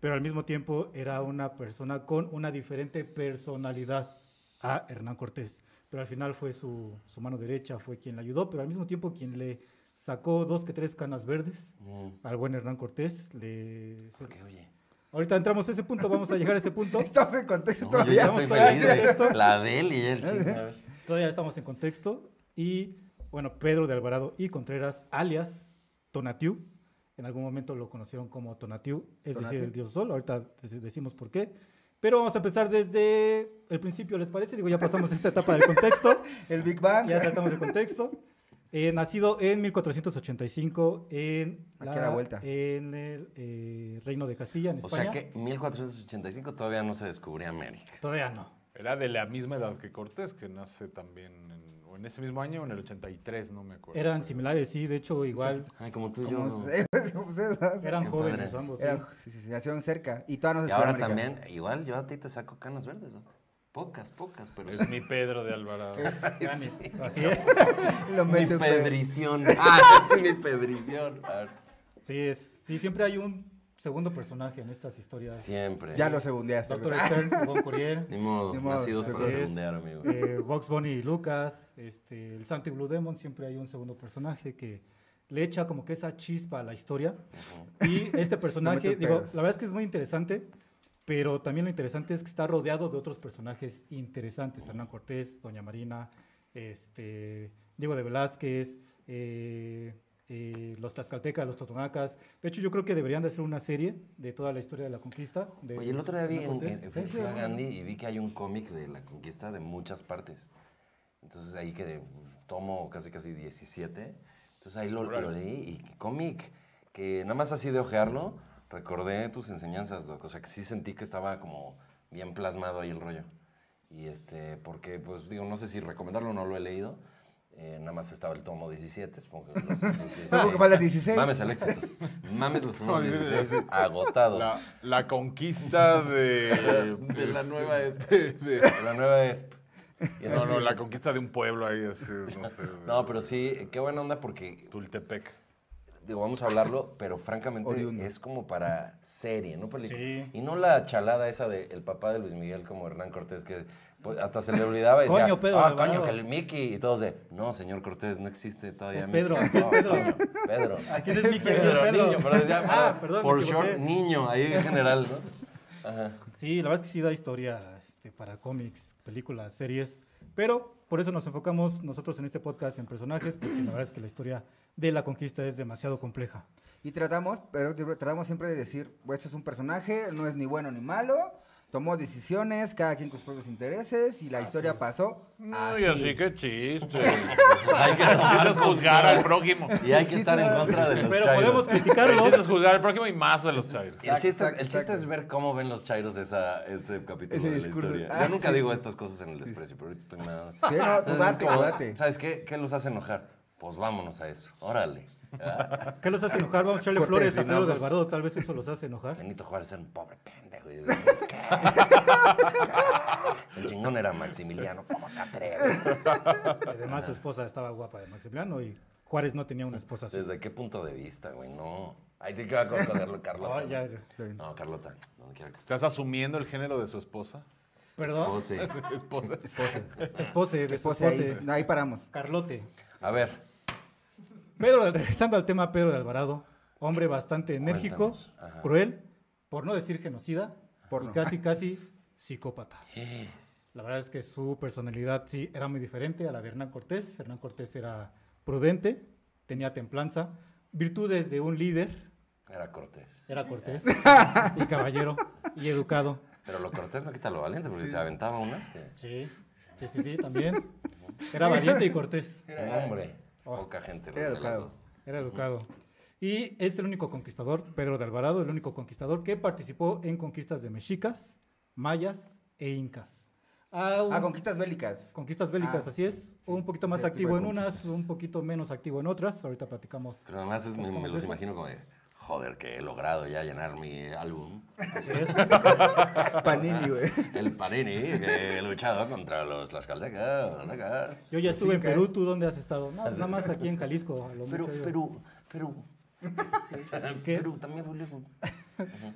[SPEAKER 1] pero al mismo tiempo era una persona con una diferente personalidad a Hernán Cortés. Pero al final fue su, su mano derecha, fue quien le ayudó, pero al mismo tiempo quien le sacó dos que tres canas verdes
[SPEAKER 2] Mm,
[SPEAKER 1] al buen Hernán Cortés. Le, se-
[SPEAKER 2] ok, oye.
[SPEAKER 1] Ahorita entramos a ese punto, vamos a llegar a ese punto.
[SPEAKER 3] Estamos en contexto
[SPEAKER 2] No, yo
[SPEAKER 3] todavía.
[SPEAKER 2] ya
[SPEAKER 1] estamos
[SPEAKER 2] estoy
[SPEAKER 1] todavía
[SPEAKER 2] feliz
[SPEAKER 1] haciendo
[SPEAKER 2] de
[SPEAKER 1] esto.
[SPEAKER 2] la de él y el chisme. a ver.
[SPEAKER 1] Todavía estamos en contexto. Y bueno, Pedro de Alvarado y Contreras, alias Tonatiu, en algún momento lo conocieron como Tonatiu, es
[SPEAKER 3] Tonatiu.
[SPEAKER 1] decir, el dios sol. Ahorita dec- decimos por qué. Pero vamos a empezar desde el principio, ¿les parece? Digo, ya pasamos esta etapa del contexto,
[SPEAKER 3] El Big Bang.
[SPEAKER 1] ya saltamos el contexto. Eh, nacido en 1485 en,
[SPEAKER 3] Aquí a la vuelta.
[SPEAKER 1] en el eh, Reino de Castilla, en
[SPEAKER 2] O
[SPEAKER 1] España.
[SPEAKER 2] sea que 1485 todavía no se descubría América.
[SPEAKER 1] Todavía no.
[SPEAKER 5] Era de la misma edad que Cortés, que nace también en, o en ese mismo año o en el 83, no me acuerdo.
[SPEAKER 1] Eran similares, sí, de hecho, igual
[SPEAKER 2] Ay, como tú y yo.
[SPEAKER 3] Como-
[SPEAKER 2] ¿no?
[SPEAKER 3] pues, esas-
[SPEAKER 1] eran
[SPEAKER 2] Qué padre.
[SPEAKER 1] jóvenes ambos. sí.
[SPEAKER 3] eran- Pues sí, sí, sí, nacieron cerca. Y todas nos
[SPEAKER 2] Y ahora
[SPEAKER 3] Hispanoamérica.
[SPEAKER 2] también, igual yo a ti te saco canas verdes. ¿no? Pocas, pocas, pero...
[SPEAKER 5] Es mi Pedro de Alvarado.
[SPEAKER 2] Sí.
[SPEAKER 1] Así es.
[SPEAKER 3] Lo
[SPEAKER 2] Mi
[SPEAKER 3] metes, pero-
[SPEAKER 2] pedrición. Ah, sí, mi pedrición. A ver.
[SPEAKER 1] Sí, es, sí, siempre hay un segundo personaje en estas historias.
[SPEAKER 2] Siempre.
[SPEAKER 3] Ya lo segundeaste.
[SPEAKER 1] Doctor
[SPEAKER 3] güey. Ah,
[SPEAKER 1] Stern, Von Curiel,
[SPEAKER 2] Ni modo,
[SPEAKER 3] Ni modo,
[SPEAKER 2] nacidos
[SPEAKER 3] así
[SPEAKER 2] para
[SPEAKER 1] es.
[SPEAKER 2] segundear, amigo.
[SPEAKER 1] eh, Box Bunny y Lucas, este, el Santo y Blue Demon, siempre hay un segundo personaje que le echa como que esa chispa a la historia. Y este personaje,
[SPEAKER 3] metes
[SPEAKER 1] digo,
[SPEAKER 3] pedos.
[SPEAKER 1] la verdad es que es muy interesante, pero también lo interesante es que está rodeado de otros personajes interesantes. Hernán Cortés, Doña Marina, este, Diego de Velázquez, eh, eh, los tlaxcaltecas, los totonacas. De hecho, yo creo que deberían de hacer una serie de toda la historia de la conquista. de
[SPEAKER 2] Oye, el otro día vi
[SPEAKER 1] Hernán
[SPEAKER 2] en,
[SPEAKER 1] Cortés.
[SPEAKER 2] en- en- fui a Gandhi y vi que hay un cómic de la conquista de muchas partes. Entonces ahí quedé, tomo casi casi 17. Entonces ahí lo, lo
[SPEAKER 5] Órale.
[SPEAKER 2] leí y cómic, que nada más así de ojearlo, recordé tus enseñanzas, Doc. O sea, que sí sentí que estaba como bien plasmado ahí el rollo. Y este, porque pues digo, no sé si recomendarlo, no lo he leído. Eh, nada más estaba el tomo 17, supongo que los 16.
[SPEAKER 3] Supongo que falta 16.
[SPEAKER 2] Mames el éxito. Mames los tomos
[SPEAKER 5] No, sí, sí, sí.
[SPEAKER 2] 16 agotados.
[SPEAKER 5] La, la conquista de... este,
[SPEAKER 2] De la nueva es-
[SPEAKER 5] de- de-
[SPEAKER 2] La nueva E es...
[SPEAKER 1] Ah,
[SPEAKER 5] No, no, la conquista de un pueblo ahí, así, no sé.
[SPEAKER 2] No, pero sí, qué buena onda porque,
[SPEAKER 5] Tultepec.
[SPEAKER 2] digo, vamos a hablarlo, pero francamente
[SPEAKER 3] Oriundo.
[SPEAKER 2] es como para serie, no película.
[SPEAKER 1] Sí.
[SPEAKER 2] Y no la chalada esa de el papá de Luis Miguel como Hernán Cortés, que pues, hasta se le olvidaba y decía,
[SPEAKER 1] Coño, Pedro
[SPEAKER 2] ah,
[SPEAKER 1] Alvarado".
[SPEAKER 2] coño, que el Mickey, y todos de, no, señor Cortés, no existe todavía
[SPEAKER 1] Es
[SPEAKER 2] Mickey".
[SPEAKER 1] Pues Pedro,
[SPEAKER 2] No,
[SPEAKER 1] es Pedro.
[SPEAKER 2] coño, Pedro.
[SPEAKER 1] Aquí es mi querido
[SPEAKER 2] Pedro,
[SPEAKER 1] Pedro.
[SPEAKER 2] niño, pero decía,
[SPEAKER 1] Ah,
[SPEAKER 2] por-
[SPEAKER 1] perdón, me
[SPEAKER 2] por
[SPEAKER 1] equivoqué.
[SPEAKER 2] short, niño, ahí en general, ¿no? Ajá.
[SPEAKER 1] Sí, la verdad es que sí da historia este, para cómics, películas, series, pero por eso nos enfocamos nosotros en este podcast en personajes, porque la verdad es que la historia de la conquista es demasiado compleja.
[SPEAKER 3] Y tratamos, pero tr- tratamos siempre de decir, "Bueno, esto es un personaje, no es ni bueno ni malo, tomó decisiones, cada quien con sus propios intereses y la historia pasó.
[SPEAKER 5] Ay, así que chiste.
[SPEAKER 2] Ah, Hay que
[SPEAKER 5] Necesitas juzgar al prójimo.
[SPEAKER 2] Y hay que estar en contra de los
[SPEAKER 1] Pero
[SPEAKER 2] chairos.
[SPEAKER 1] podemos criticarlo.
[SPEAKER 5] Necesitas juzgar al prójimo y más de los chairos.
[SPEAKER 2] El chiste, es-
[SPEAKER 3] Exacto,
[SPEAKER 2] el chiste
[SPEAKER 3] exacto.
[SPEAKER 2] es ver cómo ven los chairos esa, ese capítulo
[SPEAKER 3] Ese
[SPEAKER 2] de la
[SPEAKER 3] discurso.
[SPEAKER 2] historia.
[SPEAKER 3] Ah,
[SPEAKER 2] Yo nunca
[SPEAKER 3] sí,
[SPEAKER 2] digo
[SPEAKER 3] sí.
[SPEAKER 2] estas cosas en el desprecio, pero ahorita estoy nada.
[SPEAKER 3] Sí, no, tú date, tú date.
[SPEAKER 2] ¿Sabes qué? ¿Qué los hace enojar? Pues vámonos a eso. Órale. Ah,
[SPEAKER 1] ¿Qué los hace enojar? Vamos a echarle
[SPEAKER 3] Cortés,
[SPEAKER 1] flores a
[SPEAKER 3] sí,
[SPEAKER 1] Pedro
[SPEAKER 3] no,
[SPEAKER 1] de
[SPEAKER 3] pues-
[SPEAKER 1] Alvarado, tal vez eso los hace enojar.
[SPEAKER 2] Benito Juárez era un pobre pendejo. Y es de, ¿qué? El chingón era Maximiliano. ¿Cómo te atreves?
[SPEAKER 1] Además, su esposa estaba guapa de Maximiliano y Juárez no tenía una esposa así.
[SPEAKER 2] ¿Desde qué punto de vista, güey? No. Ahí sí que va a cogerlo Carlota.
[SPEAKER 1] Ah, ya,
[SPEAKER 2] güey. No, Carlota. Donde quiera que Oh, estés.
[SPEAKER 5] ¿Estás asumiendo el género de su esposa?
[SPEAKER 1] Perdón,
[SPEAKER 2] José.
[SPEAKER 5] Esposa.
[SPEAKER 1] esposa de su
[SPEAKER 3] Después Pues, ahí,
[SPEAKER 1] espose,
[SPEAKER 3] ahí paramos.
[SPEAKER 1] Carlote.
[SPEAKER 2] A ver.
[SPEAKER 1] Pedro, regresando al tema Pedro de Alvarado, hombre bastante enérgico,
[SPEAKER 2] Cuéntanos, ajá.
[SPEAKER 1] cruel, por no decir genocida,
[SPEAKER 3] Porno.
[SPEAKER 1] y casi casi psicópata.
[SPEAKER 2] Eh,
[SPEAKER 1] La verdad es que su personalidad sí era muy diferente a la de Hernán Cortés. Hernán Cortés era prudente, tenía templanza, virtudes de un líder,
[SPEAKER 2] Era Cortés.
[SPEAKER 1] era Cortés, y caballero, y educado.
[SPEAKER 2] Pero lo Cortés no quita lo valiente, porque se aventaba unas que...
[SPEAKER 1] Sí, sí, sí, sí, también. Era valiente y cortés,
[SPEAKER 2] Un hombre.
[SPEAKER 1] Oh.
[SPEAKER 2] Poca gente.
[SPEAKER 3] Era
[SPEAKER 2] de las
[SPEAKER 3] educado.
[SPEAKER 2] dos.
[SPEAKER 1] era educado. Y es el único conquistador, Pedro de Alvarado, el único conquistador que participó en conquistas de mexicas, mayas e incas. Ah, un-
[SPEAKER 3] Ah, conquistas bélicas.
[SPEAKER 1] Conquistas bélicas,
[SPEAKER 3] Ah,
[SPEAKER 1] así es. Un poquito más
[SPEAKER 3] Ese tipo de
[SPEAKER 1] activo en unas,
[SPEAKER 3] conquistas.
[SPEAKER 1] un poquito menos activo en otras. Ahorita platicamos.
[SPEAKER 2] Pero además es- me,
[SPEAKER 1] ¿Cómo
[SPEAKER 2] me
[SPEAKER 1] es
[SPEAKER 2] los
[SPEAKER 1] eso?
[SPEAKER 2] imagino como de, joder, que he logrado ya llenar mi álbum.
[SPEAKER 1] Así es.
[SPEAKER 3] Panini, güey.
[SPEAKER 2] El Panini, que he luchado contra los tlaxcaltecas. tlaxcaltecas.
[SPEAKER 1] Yo ya estuve en
[SPEAKER 3] Incas.
[SPEAKER 1] Perú, ¿tú dónde has estado? No, nada más aquí en Jalisco. a lo
[SPEAKER 2] Pero,
[SPEAKER 1] mucho yo.
[SPEAKER 2] pero, pero...
[SPEAKER 1] ¿Qué?
[SPEAKER 2] Perú, también fue lejos.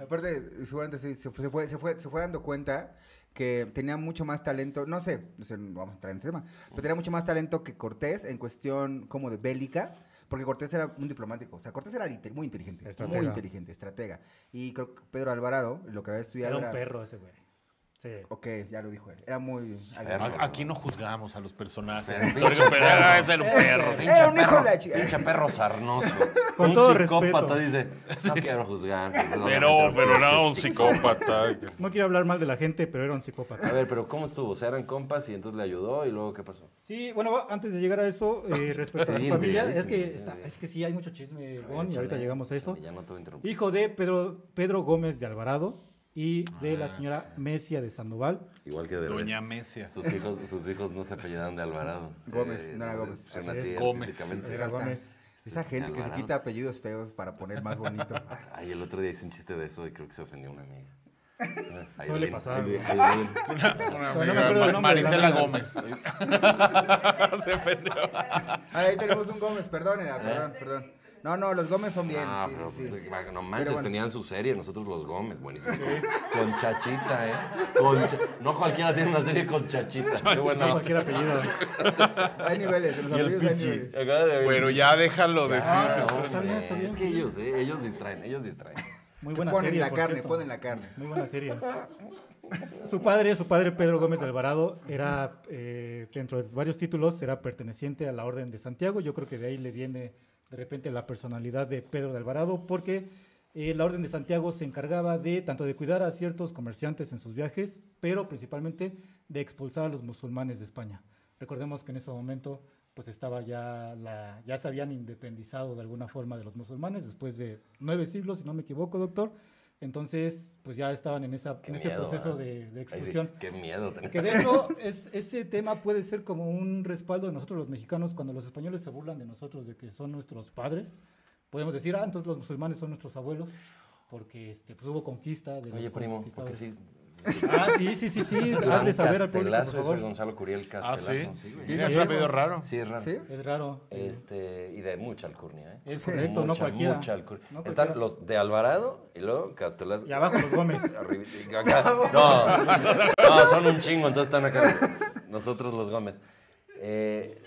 [SPEAKER 3] Aparte, seguramente sí, se, fue, se, fue, se, fue, se fue dando cuenta que tenía mucho más talento, no sé, no sé, no vamos a entrar en ese tema, pero tenía mucho más talento que Cortés en cuestión como de bélica, porque Cortés era un diplomático, o sea, Cortés era inte- muy inteligente, muy
[SPEAKER 1] Estratega.
[SPEAKER 3] inteligente, estratega. Y creo que Pedro Alvarado, lo que había estudiado
[SPEAKER 1] Era un
[SPEAKER 3] era...
[SPEAKER 1] perro ese güey. Sí.
[SPEAKER 3] Ok, ya lo dijo él, era muy...
[SPEAKER 2] Perro.
[SPEAKER 5] A- Aquí no juzgamos a los personajes.
[SPEAKER 2] Pero
[SPEAKER 5] Lo único que-
[SPEAKER 2] pinche perro.
[SPEAKER 5] ah, es el perro.
[SPEAKER 3] Era
[SPEAKER 2] Pinche
[SPEAKER 3] un hijo
[SPEAKER 2] perro-
[SPEAKER 3] de la chica.
[SPEAKER 2] Pinche perro sarnoso.
[SPEAKER 1] Con
[SPEAKER 2] un
[SPEAKER 1] todo
[SPEAKER 2] psicópata
[SPEAKER 1] respeto.
[SPEAKER 2] dice, no quiero juzgar.
[SPEAKER 5] Pero,
[SPEAKER 2] perdóname,
[SPEAKER 5] pero era un
[SPEAKER 2] sí.
[SPEAKER 5] psicópata.
[SPEAKER 1] No quiero hablar mal de la gente, pero era un
[SPEAKER 2] A
[SPEAKER 1] psicópata.
[SPEAKER 2] ver, pero ¿cómo estuvo? O sea, eran compas y entonces le ayudó y luego ¿qué pasó?
[SPEAKER 1] Sí, bueno, va, antes de llegar a eso, eh, respecto a
[SPEAKER 2] Sí,
[SPEAKER 1] su familia,
[SPEAKER 2] interesante,
[SPEAKER 1] es que, está-
[SPEAKER 2] interesante.
[SPEAKER 1] es que sí hay mucho chisme,
[SPEAKER 2] ver,
[SPEAKER 1] Gon, y ahorita
[SPEAKER 2] échale.
[SPEAKER 1] llegamos a eso.
[SPEAKER 2] Ya no te voy a interrumpir.
[SPEAKER 1] Hijo de Pedro, Pedro Gómez de Alvarado y de la
[SPEAKER 5] Ah,
[SPEAKER 1] señora Mesia de Sandoval.
[SPEAKER 2] Igual que de
[SPEAKER 5] Doña Mesia.
[SPEAKER 2] Sus hijos, sus hijos no se apellidan de Alvarado.
[SPEAKER 3] Gómez, no era
[SPEAKER 2] se
[SPEAKER 3] Gómez.
[SPEAKER 2] pusieron
[SPEAKER 1] Así
[SPEAKER 2] así
[SPEAKER 1] es.
[SPEAKER 5] Gómez.
[SPEAKER 2] artísticamente.
[SPEAKER 1] Era Gómez.
[SPEAKER 3] Esa gente que se
[SPEAKER 2] Alvarado.
[SPEAKER 3] quita apellidos feos para poner más bonito.
[SPEAKER 2] Ay, el otro día hice un chiste de eso y creo que se ofendió una amiga. Aislin,
[SPEAKER 1] Suele pasar,
[SPEAKER 2] Aislin,
[SPEAKER 1] ¿no?
[SPEAKER 2] Aislin.
[SPEAKER 5] Una
[SPEAKER 1] me
[SPEAKER 5] amiga,
[SPEAKER 1] acuerdo el
[SPEAKER 5] Ma-
[SPEAKER 1] nombre de la
[SPEAKER 5] Marisela
[SPEAKER 1] amiga.
[SPEAKER 5] Gómez. Se ofendió.
[SPEAKER 3] Ahí tenemos un Gómez, perdón, perdón, perdón. No, no, los Gómez son bien,
[SPEAKER 2] Ah,
[SPEAKER 3] sí,
[SPEAKER 2] pero
[SPEAKER 3] sí,
[SPEAKER 2] pues,
[SPEAKER 3] sí.
[SPEAKER 2] va- no
[SPEAKER 3] Pero
[SPEAKER 2] manches,
[SPEAKER 3] bueno.
[SPEAKER 2] tenían su serie, nosotros los Gómez, buenísimo. Con Chachita, ¿eh? Con Cha- No cualquiera tiene una serie con Chachita. Qué
[SPEAKER 1] No,
[SPEAKER 2] buena.
[SPEAKER 1] cualquier apellido.
[SPEAKER 3] Hay niveles, en los
[SPEAKER 2] Y el
[SPEAKER 3] apellidos hay
[SPEAKER 2] Pichi.
[SPEAKER 3] niveles.
[SPEAKER 2] Acaba de-
[SPEAKER 5] Pero ya déjalo decir.
[SPEAKER 2] Ah,
[SPEAKER 5] sus-
[SPEAKER 1] está
[SPEAKER 2] hombre,
[SPEAKER 1] bien, está bien,
[SPEAKER 2] Es que
[SPEAKER 1] sí.
[SPEAKER 2] ellos, eh, ellos distraen, ellos distraen.
[SPEAKER 1] Muy buena
[SPEAKER 3] Ponen
[SPEAKER 1] serie,
[SPEAKER 3] la
[SPEAKER 1] por
[SPEAKER 3] carne,
[SPEAKER 1] cierto.
[SPEAKER 3] ponen la carne.
[SPEAKER 1] Muy buena serie. Su padre, su padre Pedro Gómez de Alvarado, era, eh, dentro de varios títulos, era perteneciente a la Orden de Santiago. Yo creo que de ahí le viene de repente la personalidad de Pedro de Alvarado, porque eh, la Orden de Santiago se encargaba de tanto de cuidar a ciertos comerciantes en sus viajes, pero principalmente de expulsar a los musulmanes de España. Recordemos que en ese momento pues estaba ya, la, ya se habían independizado de alguna forma de los musulmanes después de nueve siglos, si no me equivoco, doctor. Entonces, pues ya estaban en, esa,
[SPEAKER 2] Qué
[SPEAKER 1] en ese
[SPEAKER 2] miedo,
[SPEAKER 1] proceso
[SPEAKER 2] ¿eh?
[SPEAKER 1] de, de
[SPEAKER 2] Ay, sí,
[SPEAKER 1] expulsión.
[SPEAKER 2] qué miedo tener.
[SPEAKER 1] Que de hecho, es, ese tema puede ser como un respaldo de nosotros los mexicanos cuando los españoles se burlan de nosotros, de que son nuestros padres. Podemos decir, ah, entonces los musulmanes son nuestros abuelos, porque este, pues, hubo conquista de los
[SPEAKER 2] Oye, primo, porque
[SPEAKER 1] conquistadores.
[SPEAKER 2] sí.
[SPEAKER 1] Ah, sí, sí, sí, sí, haz de
[SPEAKER 2] Gran
[SPEAKER 1] saber al público, por
[SPEAKER 2] Castelazo, yo soy
[SPEAKER 1] favor.
[SPEAKER 2] Gonzalo Curiel
[SPEAKER 5] Ah,
[SPEAKER 2] Castelazo.
[SPEAKER 5] sí.
[SPEAKER 2] güey.
[SPEAKER 5] Mira,
[SPEAKER 1] Sí,
[SPEAKER 5] es un
[SPEAKER 1] sí.
[SPEAKER 5] apellido raro.
[SPEAKER 2] Sí, es raro.
[SPEAKER 3] ¿Sí?
[SPEAKER 1] Es raro.
[SPEAKER 2] Este, y de mucha alcurnia, ¿eh?
[SPEAKER 1] Es correcto, no
[SPEAKER 2] Mucha,
[SPEAKER 1] cualquiera.
[SPEAKER 2] mucha alcurnia.
[SPEAKER 1] No
[SPEAKER 2] Están
[SPEAKER 1] cualquiera.
[SPEAKER 2] los de Alvarado y luego Castelazo.
[SPEAKER 1] Y abajo los Gómez.
[SPEAKER 2] Arriba- y acá. No, no, son un chingo, entonces están acá. Nosotros los Gómez. Eh,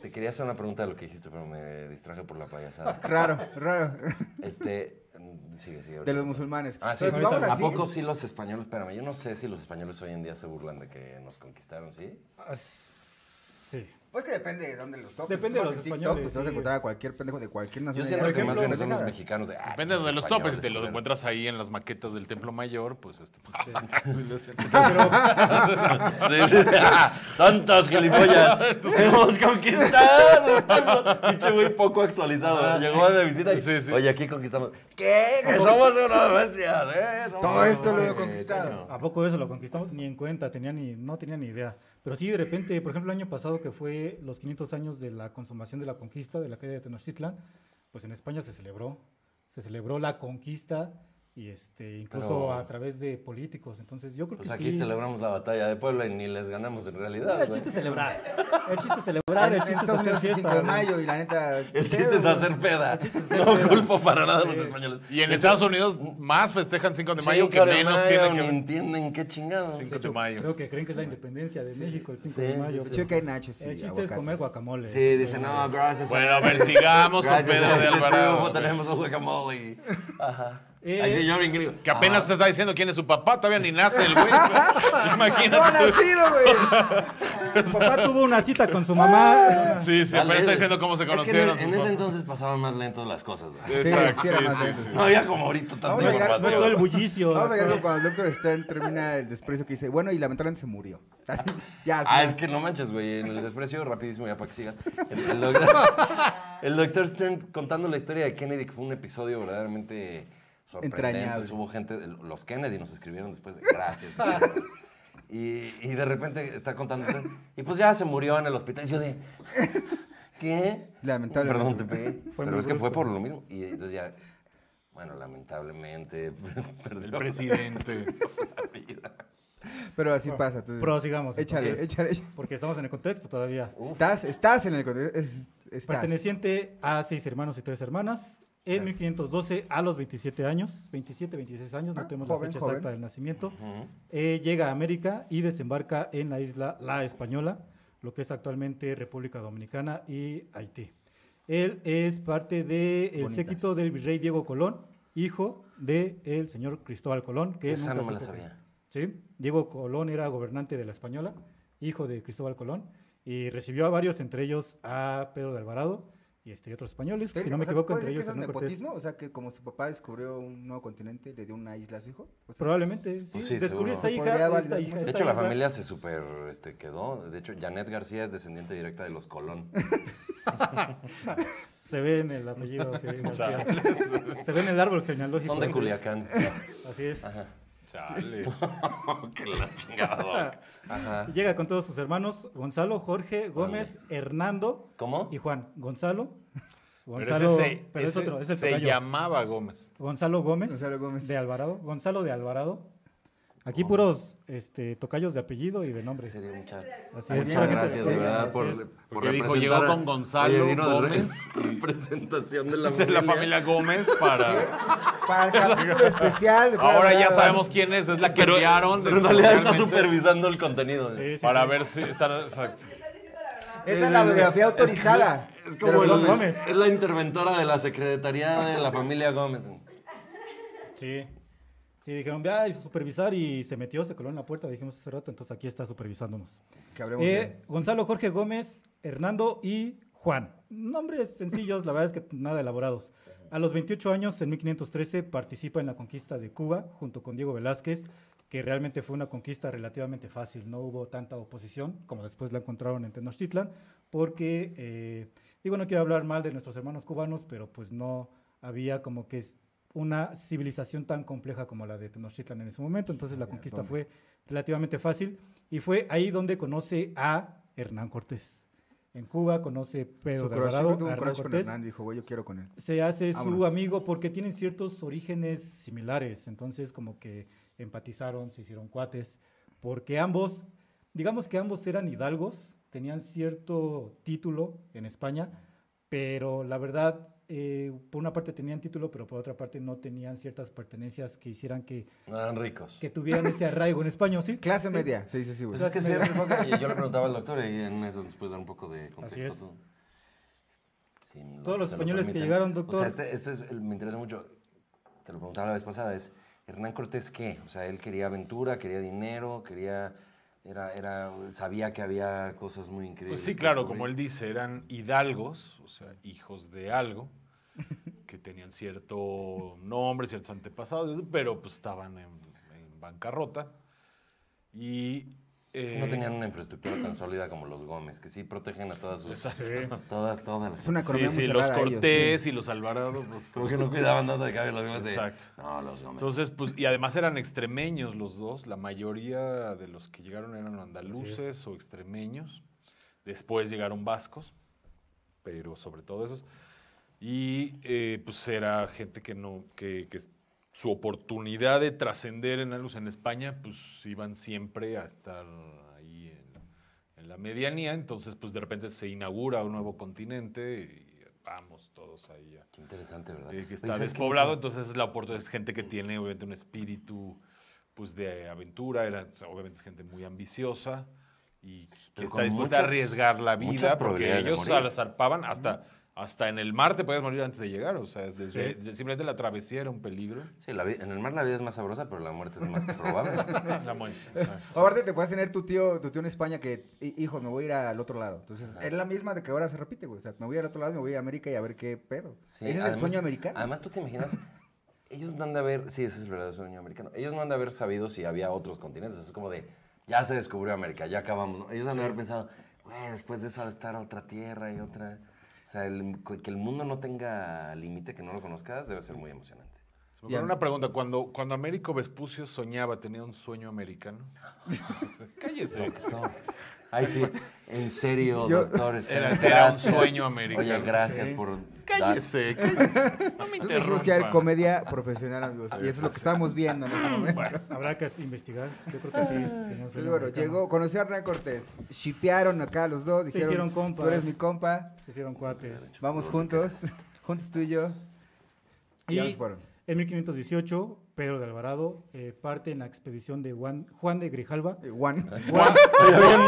[SPEAKER 2] te quería hacer una pregunta de lo que dijiste, pero me distraje por la
[SPEAKER 1] Ah,
[SPEAKER 2] payasada.
[SPEAKER 3] Raro, raro.
[SPEAKER 2] Este, mm, sigue, sigue.
[SPEAKER 3] De
[SPEAKER 2] ahorita.
[SPEAKER 3] los musulmanes.
[SPEAKER 2] Ah, sí,
[SPEAKER 3] Entonces, vamos
[SPEAKER 2] ¿A
[SPEAKER 3] así.
[SPEAKER 2] poco sí los españoles? Espérame, yo no sé si los españoles hoy en día se burlan de que nos conquistaron, ¿sí?
[SPEAKER 1] Ah, sí.
[SPEAKER 3] Pues que depende de dónde los topes.
[SPEAKER 1] Depende de
[SPEAKER 3] Si tomas
[SPEAKER 1] los
[SPEAKER 3] en
[SPEAKER 1] españoles,
[SPEAKER 3] pues, vas a
[SPEAKER 1] sí.
[SPEAKER 3] encontrar a cualquier pendejo de cualquier
[SPEAKER 2] Yo
[SPEAKER 3] nacionalidad.
[SPEAKER 2] siento que más bien
[SPEAKER 1] ejemplo,
[SPEAKER 2] son los
[SPEAKER 3] Nada.
[SPEAKER 2] mexicanos. De, ah,
[SPEAKER 5] Depende de
[SPEAKER 2] pinches
[SPEAKER 5] los topes. Si
[SPEAKER 2] españoles,
[SPEAKER 5] te los
[SPEAKER 2] culeros.
[SPEAKER 5] encuentras ahí en las maquetas del Templo Mayor, pues este.
[SPEAKER 2] Sí, sí. Ah, Tantas gilipollas. Hemos conquistado. Pinche güey poco actualizado. ¿no? Llegó de visita y.
[SPEAKER 5] Ah, Sí, sí.
[SPEAKER 2] Oye, aquí conquistamos. ¿Qué? Que somos unos bestias, ¿eh? Somos
[SPEAKER 3] Todo esto
[SPEAKER 2] unos
[SPEAKER 3] lo he
[SPEAKER 2] bestias,
[SPEAKER 3] conquistado.
[SPEAKER 2] coño.
[SPEAKER 1] ¿A poco eso lo conquistamos? Ni en cuenta, tenía ni, no tenía ni idea. Pero sí, de repente, por ejemplo, el año pasado que fue los 500 años de la consumación de la conquista de la caída de Tenochtitlan, pues en España se celebró. Se celebró la conquista y este, incluso
[SPEAKER 2] Pero-
[SPEAKER 1] a través de políticos. Entonces yo creo
[SPEAKER 2] Pues
[SPEAKER 1] que
[SPEAKER 2] aquí
[SPEAKER 1] sí.
[SPEAKER 2] celebramos ¿eh? la batalla de Puebla y ni les ganamos en realidad.
[SPEAKER 1] El
[SPEAKER 2] güey.
[SPEAKER 1] chiste es celebrar. El chiste es celebrar, el
[SPEAKER 3] En
[SPEAKER 1] chiste es
[SPEAKER 3] Estados
[SPEAKER 1] hacer
[SPEAKER 3] Unidos es 5
[SPEAKER 1] fiesta.
[SPEAKER 3] de
[SPEAKER 1] ¿no?
[SPEAKER 3] mayo y la neta.
[SPEAKER 2] El chiste es hacer peda.
[SPEAKER 1] es hacer
[SPEAKER 2] No
[SPEAKER 1] peda.
[SPEAKER 2] culpo para nada a los
[SPEAKER 1] Sí.
[SPEAKER 2] españoles.
[SPEAKER 5] Y en
[SPEAKER 2] De hecho,
[SPEAKER 5] Estados Unidos más festejan 5 de
[SPEAKER 2] sí,
[SPEAKER 5] mayo que
[SPEAKER 2] claro, en
[SPEAKER 5] menos
[SPEAKER 2] mayo
[SPEAKER 5] tiene
[SPEAKER 2] ni
[SPEAKER 5] que.
[SPEAKER 2] entienden qué chingados.
[SPEAKER 5] 5 de
[SPEAKER 1] Yo
[SPEAKER 5] mayo.
[SPEAKER 1] Creo que creen que es la independencia de México el 5
[SPEAKER 2] sí,
[SPEAKER 1] de
[SPEAKER 2] sí,
[SPEAKER 1] mayo.
[SPEAKER 2] sí.
[SPEAKER 3] El chiste hay nachos. y
[SPEAKER 1] El chiste es
[SPEAKER 3] aguacate.
[SPEAKER 1] comer guacamole.
[SPEAKER 2] Sí, dicen, no, gracias.
[SPEAKER 5] Bueno, a ver,
[SPEAKER 2] gracias.
[SPEAKER 5] sigamos con
[SPEAKER 2] Gracias
[SPEAKER 5] Pedro
[SPEAKER 2] a
[SPEAKER 5] de
[SPEAKER 2] ese triunfo
[SPEAKER 5] Alvarado.
[SPEAKER 2] tenemos un guacamole. Ajá.
[SPEAKER 1] Eh,
[SPEAKER 2] Así yo en gringo.
[SPEAKER 5] Que apenas te
[SPEAKER 2] Ajá.
[SPEAKER 5] está diciendo quién es su papá, todavía ni nace el güey.
[SPEAKER 3] ¡No ha
[SPEAKER 5] Imagínate.
[SPEAKER 3] nacido, güey!
[SPEAKER 1] Su papá tuvo una cita con su mamá.
[SPEAKER 5] Sí, sí,
[SPEAKER 2] Tal
[SPEAKER 5] apenas está
[SPEAKER 2] vez.
[SPEAKER 5] diciendo cómo se
[SPEAKER 2] Es que en- e-
[SPEAKER 5] conocieron.
[SPEAKER 2] en,
[SPEAKER 5] sus
[SPEAKER 2] ese
[SPEAKER 5] papás.
[SPEAKER 2] entonces pasaban más lentos las cosas. güey.
[SPEAKER 5] Exacto,
[SPEAKER 3] sí, era más
[SPEAKER 5] sí,
[SPEAKER 3] denso.
[SPEAKER 5] sí, sí.
[SPEAKER 2] No había como ahorita tanta
[SPEAKER 3] Vamos a llegar-
[SPEAKER 1] No es todo el
[SPEAKER 2] información.
[SPEAKER 1] bullicio.
[SPEAKER 3] Vamos a
[SPEAKER 1] todo-
[SPEAKER 3] llegar cuando el Dr. Stern termina el desprecio que dice, bueno, y lamentablemente se murió. Así, ya, al
[SPEAKER 2] Ah,
[SPEAKER 3] final.
[SPEAKER 2] es que no manches, güey. En el desprecio, rapidísimo, ya para que sigas. El, el doctor, el doctor Stern contando la historia de Kennedy, que fue un episodio verdaderamente sorprendente.
[SPEAKER 3] Entrañable.
[SPEAKER 2] Hubo gente, los Kennedy nos escribieron después de gracias. y, y de repente está contando. Y pues ya se murió en el hospital. Yo de. ¿Qué?
[SPEAKER 3] Lamentablemente.
[SPEAKER 2] Perdón, te pegué.
[SPEAKER 1] Fue
[SPEAKER 2] pero
[SPEAKER 1] muy
[SPEAKER 2] es que fue
[SPEAKER 1] brusco.
[SPEAKER 2] por lo mismo. Y entonces ya. Bueno, lamentablemente. Perdió
[SPEAKER 5] El presidente.
[SPEAKER 2] la vida.
[SPEAKER 3] Pero así pasa. Entonces,
[SPEAKER 1] Prosigamos,
[SPEAKER 3] Échale,
[SPEAKER 1] entonces.
[SPEAKER 3] échale, échale.
[SPEAKER 1] Porque estamos en el contexto todavía.
[SPEAKER 3] Estás, estás en el contexto. es- estás.
[SPEAKER 1] Perteneciente a seis hermanos y tres hermanas. en 1512 a los 27 años, 27, 26 años, no
[SPEAKER 3] Ah,
[SPEAKER 1] tenemos
[SPEAKER 3] joven,
[SPEAKER 1] la fecha
[SPEAKER 3] joven.
[SPEAKER 1] exacta del nacimiento,
[SPEAKER 2] Ujú.
[SPEAKER 1] eh, llega a América y desembarca en la isla La Española, lo que es actualmente República Dominicana y Haití. Él es parte del
[SPEAKER 3] Bonitas.
[SPEAKER 1] séquito del virrey Diego Colón, hijo del el señor Cristóbal Colón, que nunca
[SPEAKER 2] Esa no me la
[SPEAKER 1] supo que-
[SPEAKER 2] sabía.
[SPEAKER 1] ¿sí? Diego Colón era gobernante de la Española, hijo de Cristóbal Colón, y recibió a varios, entre ellos a Pedro de Alvarado y este, y otros españoles, si no me
[SPEAKER 3] O sea,
[SPEAKER 1] equivoco,
[SPEAKER 3] ¿puede
[SPEAKER 1] entre
[SPEAKER 3] ser que
[SPEAKER 1] ellos
[SPEAKER 3] es un
[SPEAKER 1] Hernán Cortés.
[SPEAKER 3] nepotismo? O sea, que como su papá descubrió un nuevo continente, le dio una isla a su hijo. O sea,
[SPEAKER 1] Probablemente, sí.
[SPEAKER 2] Pues sí,
[SPEAKER 1] Descubrió
[SPEAKER 2] seguro.
[SPEAKER 1] esta hija,
[SPEAKER 3] Podría
[SPEAKER 1] esta
[SPEAKER 3] validar
[SPEAKER 1] hija,
[SPEAKER 3] mucho.
[SPEAKER 2] De
[SPEAKER 1] esta
[SPEAKER 2] hecho, la
[SPEAKER 1] isla.
[SPEAKER 2] familia se super este, quedó. De hecho, Janet García es descendiente directa de los Colón.
[SPEAKER 1] Se ve en el apellido, se ve, García. Se ve en el árbol genealógico.
[SPEAKER 2] Son de Culiacán.
[SPEAKER 1] Así es.
[SPEAKER 5] Chale.
[SPEAKER 2] Qué la chingada, Doc. Ajá.
[SPEAKER 1] Y Llega con todos sus hermanos, Gonzalo, Jorge, Gómez, Hernando
[SPEAKER 2] ¿Cómo?
[SPEAKER 1] y Juan. Gonzalo,
[SPEAKER 5] Pero
[SPEAKER 1] Gonzalo,
[SPEAKER 5] ese, se,
[SPEAKER 1] pero
[SPEAKER 5] ese
[SPEAKER 1] es otro, es el
[SPEAKER 5] se
[SPEAKER 1] tocayo.
[SPEAKER 5] llamaba Gómez.
[SPEAKER 1] Gonzalo Gómez,
[SPEAKER 3] Gonzalo Gómez.
[SPEAKER 1] de Alvarado. Gonzalo de Alvarado. Aquí
[SPEAKER 2] Gómez.
[SPEAKER 1] puros este, tocayos de apellido y de nombre.
[SPEAKER 2] En serio, mucha-
[SPEAKER 1] Así es,
[SPEAKER 2] muchas
[SPEAKER 1] mucha gente
[SPEAKER 2] gracias,
[SPEAKER 1] lo
[SPEAKER 2] de
[SPEAKER 1] conoce,
[SPEAKER 2] verdad,
[SPEAKER 1] así
[SPEAKER 2] por,
[SPEAKER 1] es.
[SPEAKER 2] por
[SPEAKER 5] Porque dijo,
[SPEAKER 2] representar
[SPEAKER 5] llegó
[SPEAKER 2] a-
[SPEAKER 5] con Gonzalo
[SPEAKER 2] Oye, vino de re-
[SPEAKER 5] Gómez y-
[SPEAKER 2] Presentación de la
[SPEAKER 5] de
[SPEAKER 2] familia.
[SPEAKER 5] la familia Gómez para...
[SPEAKER 3] Para el capítulo especial. de
[SPEAKER 5] Ahora
[SPEAKER 3] Puebla,
[SPEAKER 5] ya
[SPEAKER 3] ¿verdad?
[SPEAKER 5] sabemos quién es, es la que
[SPEAKER 2] Pero,
[SPEAKER 5] enviaron.
[SPEAKER 2] pero en realidad está
[SPEAKER 5] especialmente
[SPEAKER 2] supervisando el contenido. ¿eh?
[SPEAKER 1] Sí, sí,
[SPEAKER 5] Para
[SPEAKER 1] sí.
[SPEAKER 5] ver si están... exacto.
[SPEAKER 3] Esta es la biografía autorizada.
[SPEAKER 2] Es
[SPEAKER 3] de
[SPEAKER 2] como
[SPEAKER 3] los
[SPEAKER 2] el-
[SPEAKER 3] Gómez.
[SPEAKER 1] Gómez.
[SPEAKER 2] Es la interventora de la Secretaría de la familia Gómez.
[SPEAKER 1] Sí. Sí, dijeron, vea, y supervisar y se metió, se coló en la puerta, dijimos hace rato, entonces aquí está supervisándonos.
[SPEAKER 3] Que hablemos
[SPEAKER 1] Eh,
[SPEAKER 3] bien.
[SPEAKER 1] Gonzalo, Jorge Gómez, Hernando y Juan. Nombres sencillos, la verdad es que nada elaborados. A los 28 años, en 1513, participa en la conquista de Cuba junto con Diego Velázquez, que realmente fue una conquista relativamente fácil. No hubo tanta oposición como después la encontraron en Tenochtitlan, porque, eh, digo, no quiero hablar mal de nuestros hermanos cubanos, pero pues no había como que es una civilización tan compleja como la de Tenochtitlan en ese momento. Entonces la
[SPEAKER 3] Mira,
[SPEAKER 1] conquista
[SPEAKER 3] ¿dónde?
[SPEAKER 1] fue relativamente fácil y fue ahí donde conoce a Hernán Cortés. En Cuba conoce Pedro
[SPEAKER 3] Su
[SPEAKER 1] de
[SPEAKER 3] crush,
[SPEAKER 1] Alvarado,
[SPEAKER 3] siempre tuvo
[SPEAKER 1] a
[SPEAKER 3] un
[SPEAKER 1] Hernán
[SPEAKER 3] crush con
[SPEAKER 1] Cortés
[SPEAKER 3] Hernán, dijo, güey, yo quiero con él.
[SPEAKER 1] se hace su
[SPEAKER 3] Vámonos.
[SPEAKER 1] amigo porque tienen ciertos orígenes similares, entonces como que empatizaron, se hicieron cuates, porque ambos, digamos que ambos eran hidalgos, tenían cierto título en España, pero la verdad, eh, por una parte tenían título, pero por otra parte no tenían ciertas pertenencias que hicieran que,
[SPEAKER 2] No eran ricos.
[SPEAKER 1] que tuvieran ese arraigo en España, ¿o ¿sí?
[SPEAKER 3] Clase
[SPEAKER 1] Sí.
[SPEAKER 3] media. Sí, sí, sí, güey.
[SPEAKER 2] Pues es que sí, era un poco- y yo le preguntaba al doctor y en eso nos puedes dar un poco de contexto.
[SPEAKER 1] es.
[SPEAKER 2] tú. Si me lo-
[SPEAKER 1] Todos los
[SPEAKER 2] me lo
[SPEAKER 1] españoles que
[SPEAKER 2] permiten.
[SPEAKER 1] llegaron, doctor.
[SPEAKER 2] O sea, este, este es el- me interesa mucho. Te lo preguntaba la vez pasada, es Hernán Cortés qué? O sea, él quería aventura, quería dinero, quería era era sabía que había cosas muy increíbles.
[SPEAKER 5] Pues sí,
[SPEAKER 2] que
[SPEAKER 5] claro,
[SPEAKER 2] descubrir.
[SPEAKER 5] como él dice, eran hidalgos, o sea, hijos de algo, que tenían cierto nombre, ciertos antepasados, pero pues estaban en, en bancarrota. Y...
[SPEAKER 2] Es que
[SPEAKER 5] eh,
[SPEAKER 2] no tenían una infraestructura tan sólida como los Gómez, que sí protegen a todas sus
[SPEAKER 5] Exacto.
[SPEAKER 2] toda toda la
[SPEAKER 3] Es una
[SPEAKER 5] Sí,
[SPEAKER 3] economía muy
[SPEAKER 5] sí, los
[SPEAKER 3] cerrada a ellos,
[SPEAKER 5] Cortés
[SPEAKER 3] sí.
[SPEAKER 5] y los Alvarado. pues,
[SPEAKER 2] Como que no cuidaban tanto de que había los Gómez de-
[SPEAKER 5] Exacto.
[SPEAKER 2] No, los Gómez.
[SPEAKER 5] Entonces, pues, y además eran extremeños los dos. La mayoría de los que llegaron eran andaluces o extremeños. Después llegaron vascos, pero sobre todo esos. Y eh, pues era gente que no, que, que su oportunidad de trascender en la luz en España, pues iban siempre a estar ahí en, en la medianía. Entonces, pues de repente se inaugura un nuevo continente y vamos todos ahí a
[SPEAKER 2] Qué interesante, ¿verdad?
[SPEAKER 5] eh, que
[SPEAKER 2] Oye,
[SPEAKER 5] está
[SPEAKER 2] ¿sabes qué?
[SPEAKER 5] despoblado, entonces es la oportunidad, es gente que tiene obviamente un espíritu pues de aventura, era o sea, obviamente es gente muy ambiciosa y que
[SPEAKER 2] Pero
[SPEAKER 5] está
[SPEAKER 2] con
[SPEAKER 5] dispuesta a
[SPEAKER 2] muchas-
[SPEAKER 5] arriesgar la
[SPEAKER 2] muchas
[SPEAKER 5] vida porque
[SPEAKER 2] probabilidades de
[SPEAKER 5] ellos
[SPEAKER 2] morir.
[SPEAKER 5] a- zarpaban hasta hasta en el mar te podías morir antes de llegar, o sea, desde-
[SPEAKER 1] Sí.
[SPEAKER 5] de- simplemente la travesía era un peligro.
[SPEAKER 2] Sí, la vi- en el mar la vida es más sabrosa, pero la muerte es más que probable.
[SPEAKER 5] La muerte, o sea.
[SPEAKER 3] Aparte, te puedes tener tu tío, tu tío en España que, hi- hijo, me voy a ir al otro lado. Entonces, es la misma de que ahora se repite, güey. O sea, me voy a ir al otro lado, me voy a América y a ver qué pedo.
[SPEAKER 2] Sí,
[SPEAKER 3] Ese es el
[SPEAKER 2] además-
[SPEAKER 3] sueño americano.
[SPEAKER 2] Además, tú te imaginas, ellos no han de haber, sí, ese es el verdadero sueño americano, ellos no han de haber sabido si había otros continentes, es como de, ya se descubrió América, ya acabamos, ¿no? ellos han de haber pensado, güey, después de eso ha de estar otra tierra y otra, o sea, el- que el mundo no tenga límite, que no lo conozcas, debe ser muy emocionante.
[SPEAKER 5] Se me
[SPEAKER 3] Y a-
[SPEAKER 5] ocurre una pregunta, cuando, cuando Américo Vespucio soñaba, ¿tenía un sueño americano? Cállese.
[SPEAKER 2] Doctor. Ay, sí, en serio,
[SPEAKER 3] Yo-
[SPEAKER 2] doctor. está-
[SPEAKER 5] Era- era un
[SPEAKER 2] gracias.
[SPEAKER 5] sueño americano.
[SPEAKER 2] Oye, gracias
[SPEAKER 1] Sí.
[SPEAKER 2] por...
[SPEAKER 5] Cállese, cállese. No me
[SPEAKER 3] Nosotros dijimos que era
[SPEAKER 5] interrumpa.
[SPEAKER 3] comedia profesional, amigos. Y eso es lo que estábamos viendo en este ese momento.
[SPEAKER 1] Habrá que investigar, yo creo que sí. tenían sueño
[SPEAKER 3] Entonces, bueno,
[SPEAKER 1] americano.
[SPEAKER 3] llegó, conoció a Hernán Cortés. Shipearon acá los dos. Dijeron,
[SPEAKER 1] hicieron
[SPEAKER 3] Tú
[SPEAKER 1] compas.
[SPEAKER 3] eres mi compa.
[SPEAKER 1] Se hicieron cuates.
[SPEAKER 3] Vamos juntos. juntos tú y yo. Ya
[SPEAKER 1] Y
[SPEAKER 3] se fueron.
[SPEAKER 1] en 1518, Pedro de Alvarado eh, parte en la expedición de Juan, Juan de Grijalva.
[SPEAKER 3] Eh, Juan.
[SPEAKER 2] Juan,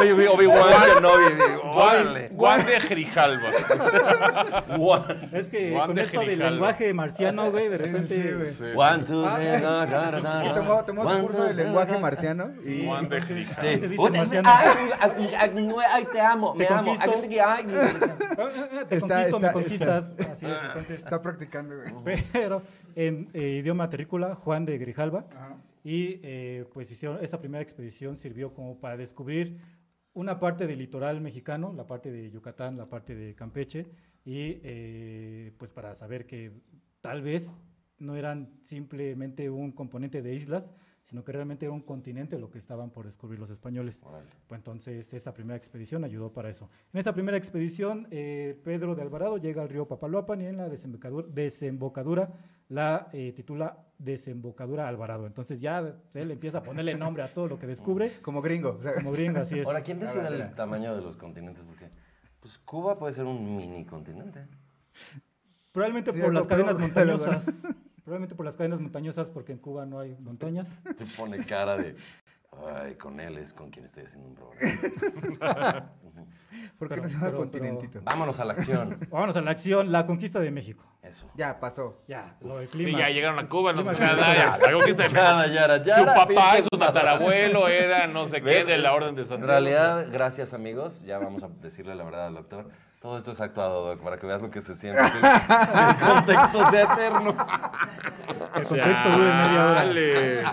[SPEAKER 2] yo vi Obi-Wan Kenobi, digo,
[SPEAKER 5] Guan,
[SPEAKER 2] órale.
[SPEAKER 5] Guan de Grijalva.
[SPEAKER 2] Juan.
[SPEAKER 1] Es que
[SPEAKER 5] Juan
[SPEAKER 1] con
[SPEAKER 5] de
[SPEAKER 1] esto del
[SPEAKER 5] Grijalva.
[SPEAKER 1] lenguaje marciano, güey, de
[SPEAKER 3] Sí, sí,
[SPEAKER 1] repente...
[SPEAKER 3] güey.
[SPEAKER 5] Sí.
[SPEAKER 2] One, two,
[SPEAKER 3] Ah,
[SPEAKER 2] three, da, da, da,
[SPEAKER 3] Es que
[SPEAKER 2] da.
[SPEAKER 3] tomó, tomó
[SPEAKER 2] One,
[SPEAKER 3] su curso
[SPEAKER 2] two,
[SPEAKER 3] de
[SPEAKER 2] three,
[SPEAKER 3] lenguaje
[SPEAKER 2] da, da.
[SPEAKER 3] marciano. Y
[SPEAKER 5] Juan de
[SPEAKER 1] Sí.
[SPEAKER 5] Grijalva.
[SPEAKER 1] Se
[SPEAKER 2] Sí.
[SPEAKER 1] dice
[SPEAKER 2] Puta,
[SPEAKER 1] marciano.
[SPEAKER 3] ah.
[SPEAKER 1] Ah,
[SPEAKER 2] ay, ay, ay, ay, te amo,
[SPEAKER 1] Te
[SPEAKER 2] me amo.
[SPEAKER 1] conquisto.
[SPEAKER 2] Ay, ay, ay.
[SPEAKER 1] Ah, Te
[SPEAKER 3] Está-
[SPEAKER 1] conquisto, me
[SPEAKER 3] está-
[SPEAKER 1] conquistas. Así
[SPEAKER 5] Ah.
[SPEAKER 1] es, entonces...
[SPEAKER 3] está practicando, güey.
[SPEAKER 1] Pero en eh, idioma terrícola, Juan de Grijalva.
[SPEAKER 3] Ajá.
[SPEAKER 1] Y eh, pues hicieron, esa primera expedición sirvió como para descubrir una parte del litoral mexicano, la parte de Yucatán, la parte de Campeche, y eh, pues para saber que tal vez no eran simplemente un componente de islas, sino que realmente era un continente lo que estaban por descubrir los españoles. Pues entonces esa primera expedición ayudó para eso. En esa primera expedición, eh, Pedro de Alvarado llega al río Papaloapan y en la desembocadura, desembocadura la eh, titula Desembocadura Alvarado. Entonces ya él empieza a ponerle nombre a todo lo que descubre,
[SPEAKER 3] Como gringo. o sea,
[SPEAKER 1] como gringo, así es.
[SPEAKER 2] Ahora, ¿quién decide
[SPEAKER 3] Ahora,
[SPEAKER 2] el
[SPEAKER 3] mira.
[SPEAKER 2] tamaño de los continentes? Porque, pues, Cuba puede ser un mini continente.
[SPEAKER 1] Probablemente
[SPEAKER 3] Sí,
[SPEAKER 1] por
[SPEAKER 3] lo
[SPEAKER 1] las
[SPEAKER 3] compró,
[SPEAKER 1] cadenas
[SPEAKER 3] güey, lo compró.
[SPEAKER 1] montañosas. Probablemente por las cadenas montañosas, porque en Cuba no hay montañas.
[SPEAKER 2] Te pone cara de, ay, con él es con quien estoy haciendo un programa.
[SPEAKER 3] ¿Por qué
[SPEAKER 1] Pero-
[SPEAKER 3] no se llama
[SPEAKER 1] pero-
[SPEAKER 3] continentito?
[SPEAKER 2] Vámonos a la acción.
[SPEAKER 1] Vámonos a la acción, la conquista de México.
[SPEAKER 2] Eso.
[SPEAKER 3] Ya, pasó.
[SPEAKER 1] Ya, lo del
[SPEAKER 5] Sí,
[SPEAKER 1] clima.
[SPEAKER 5] ya llegaron a Cuba, no
[SPEAKER 1] Clima-
[SPEAKER 5] o sea, ya, la conquista de
[SPEAKER 2] Yara, Yara,
[SPEAKER 5] Su
[SPEAKER 2] Yara,
[SPEAKER 5] papá y
[SPEAKER 2] pinche
[SPEAKER 5] su
[SPEAKER 2] madre.
[SPEAKER 5] tatarabuelo era no sé qué
[SPEAKER 2] ¿Ves?
[SPEAKER 5] de la Orden de
[SPEAKER 2] En
[SPEAKER 5] Santiago.
[SPEAKER 2] realidad, gracias amigos, ya vamos a decirle la verdad al doctor. Todo esto es actuado, Doc, para que veas lo que se siente. Que el contexto sea eterno.
[SPEAKER 1] El contexto dure media hora.
[SPEAKER 5] Chale.
[SPEAKER 1] Es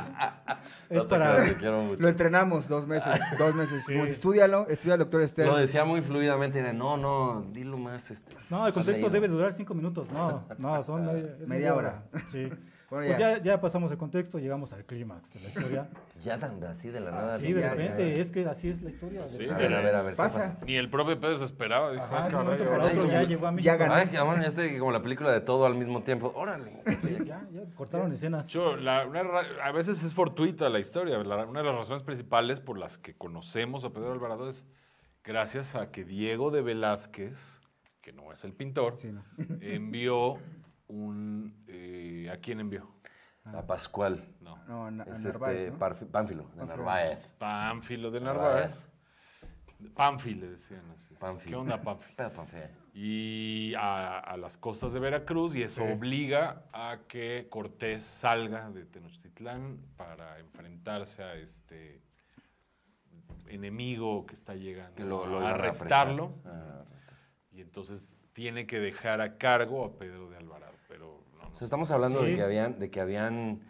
[SPEAKER 2] No te
[SPEAKER 1] para...
[SPEAKER 2] creas, te quiero mucho.
[SPEAKER 3] Lo entrenamos dos meses. Dos meses.
[SPEAKER 1] Sí.
[SPEAKER 3] Dijimos, estúdialo, estudia al doctor Esther.
[SPEAKER 2] Lo decía muy fluidamente, era, no, no, dilo más. Este,
[SPEAKER 1] No, el
[SPEAKER 2] más
[SPEAKER 1] contexto
[SPEAKER 2] leído".
[SPEAKER 1] debe durar cinco minutos. No, no, son media, es
[SPEAKER 3] Ah, Media hora.
[SPEAKER 1] Sí.
[SPEAKER 3] Bueno,
[SPEAKER 1] Pues
[SPEAKER 3] ya.
[SPEAKER 1] ya, ya pasamos el contexto, llegamos al clímax de la historia.
[SPEAKER 2] Ya tan así de la nada.
[SPEAKER 1] Sí, de
[SPEAKER 3] ya, ya,
[SPEAKER 1] repente,
[SPEAKER 3] ya.
[SPEAKER 1] es que así es la historia.
[SPEAKER 5] Sí,
[SPEAKER 1] De-
[SPEAKER 2] A ver, a ver, a ver. ¿qué
[SPEAKER 3] Pasa.
[SPEAKER 5] Ni el propio Pedro se esperaba. Dijo,
[SPEAKER 1] Ajá,
[SPEAKER 5] "Ah,
[SPEAKER 1] de un momento
[SPEAKER 5] caray,
[SPEAKER 1] para
[SPEAKER 5] ahora
[SPEAKER 1] otro
[SPEAKER 5] sí".
[SPEAKER 1] ya llegó a México.
[SPEAKER 3] gané.
[SPEAKER 2] Ay, cabrón, ya estoy como la película de todo al mismo tiempo. Órale.
[SPEAKER 1] Sí, ya, ya cortaron escenas.
[SPEAKER 5] Yo, la- una ra- a veces es fortuita la historia. La- una de las razones principales por las que conocemos a Pedro Alvarado es gracias a que Diego de Velázquez, que no es el pintor,
[SPEAKER 3] Sí, no.
[SPEAKER 5] envió un... eh, ¿A quién envió?
[SPEAKER 2] A Pascual.
[SPEAKER 5] No.
[SPEAKER 3] No, na-
[SPEAKER 2] Es
[SPEAKER 3] Narváez,
[SPEAKER 2] este,
[SPEAKER 3] ¿no?
[SPEAKER 2] Parfi- Pánfilo, de Narváez.
[SPEAKER 5] Pánfilo de
[SPEAKER 2] Narváez.
[SPEAKER 5] Narváez. Pánfi le decían así.
[SPEAKER 2] Pánfilo.
[SPEAKER 5] ¿Qué onda Pánfilo?
[SPEAKER 2] Pero Pánfilo.
[SPEAKER 5] y a, a las costas de Veracruz y eso obliga a que Cortés salga de Tenochtitlán para enfrentarse a este enemigo que está llegando
[SPEAKER 2] Que lo, lo
[SPEAKER 5] a
[SPEAKER 2] iban a
[SPEAKER 5] arrestarlo
[SPEAKER 2] apresar. Ah.
[SPEAKER 5] y entonces tiene que dejar a cargo a Pedro de Alvarado, pero no,
[SPEAKER 2] O
[SPEAKER 5] no.
[SPEAKER 2] sea, estamos hablando de,
[SPEAKER 1] Sí.
[SPEAKER 2] que habían, de que habían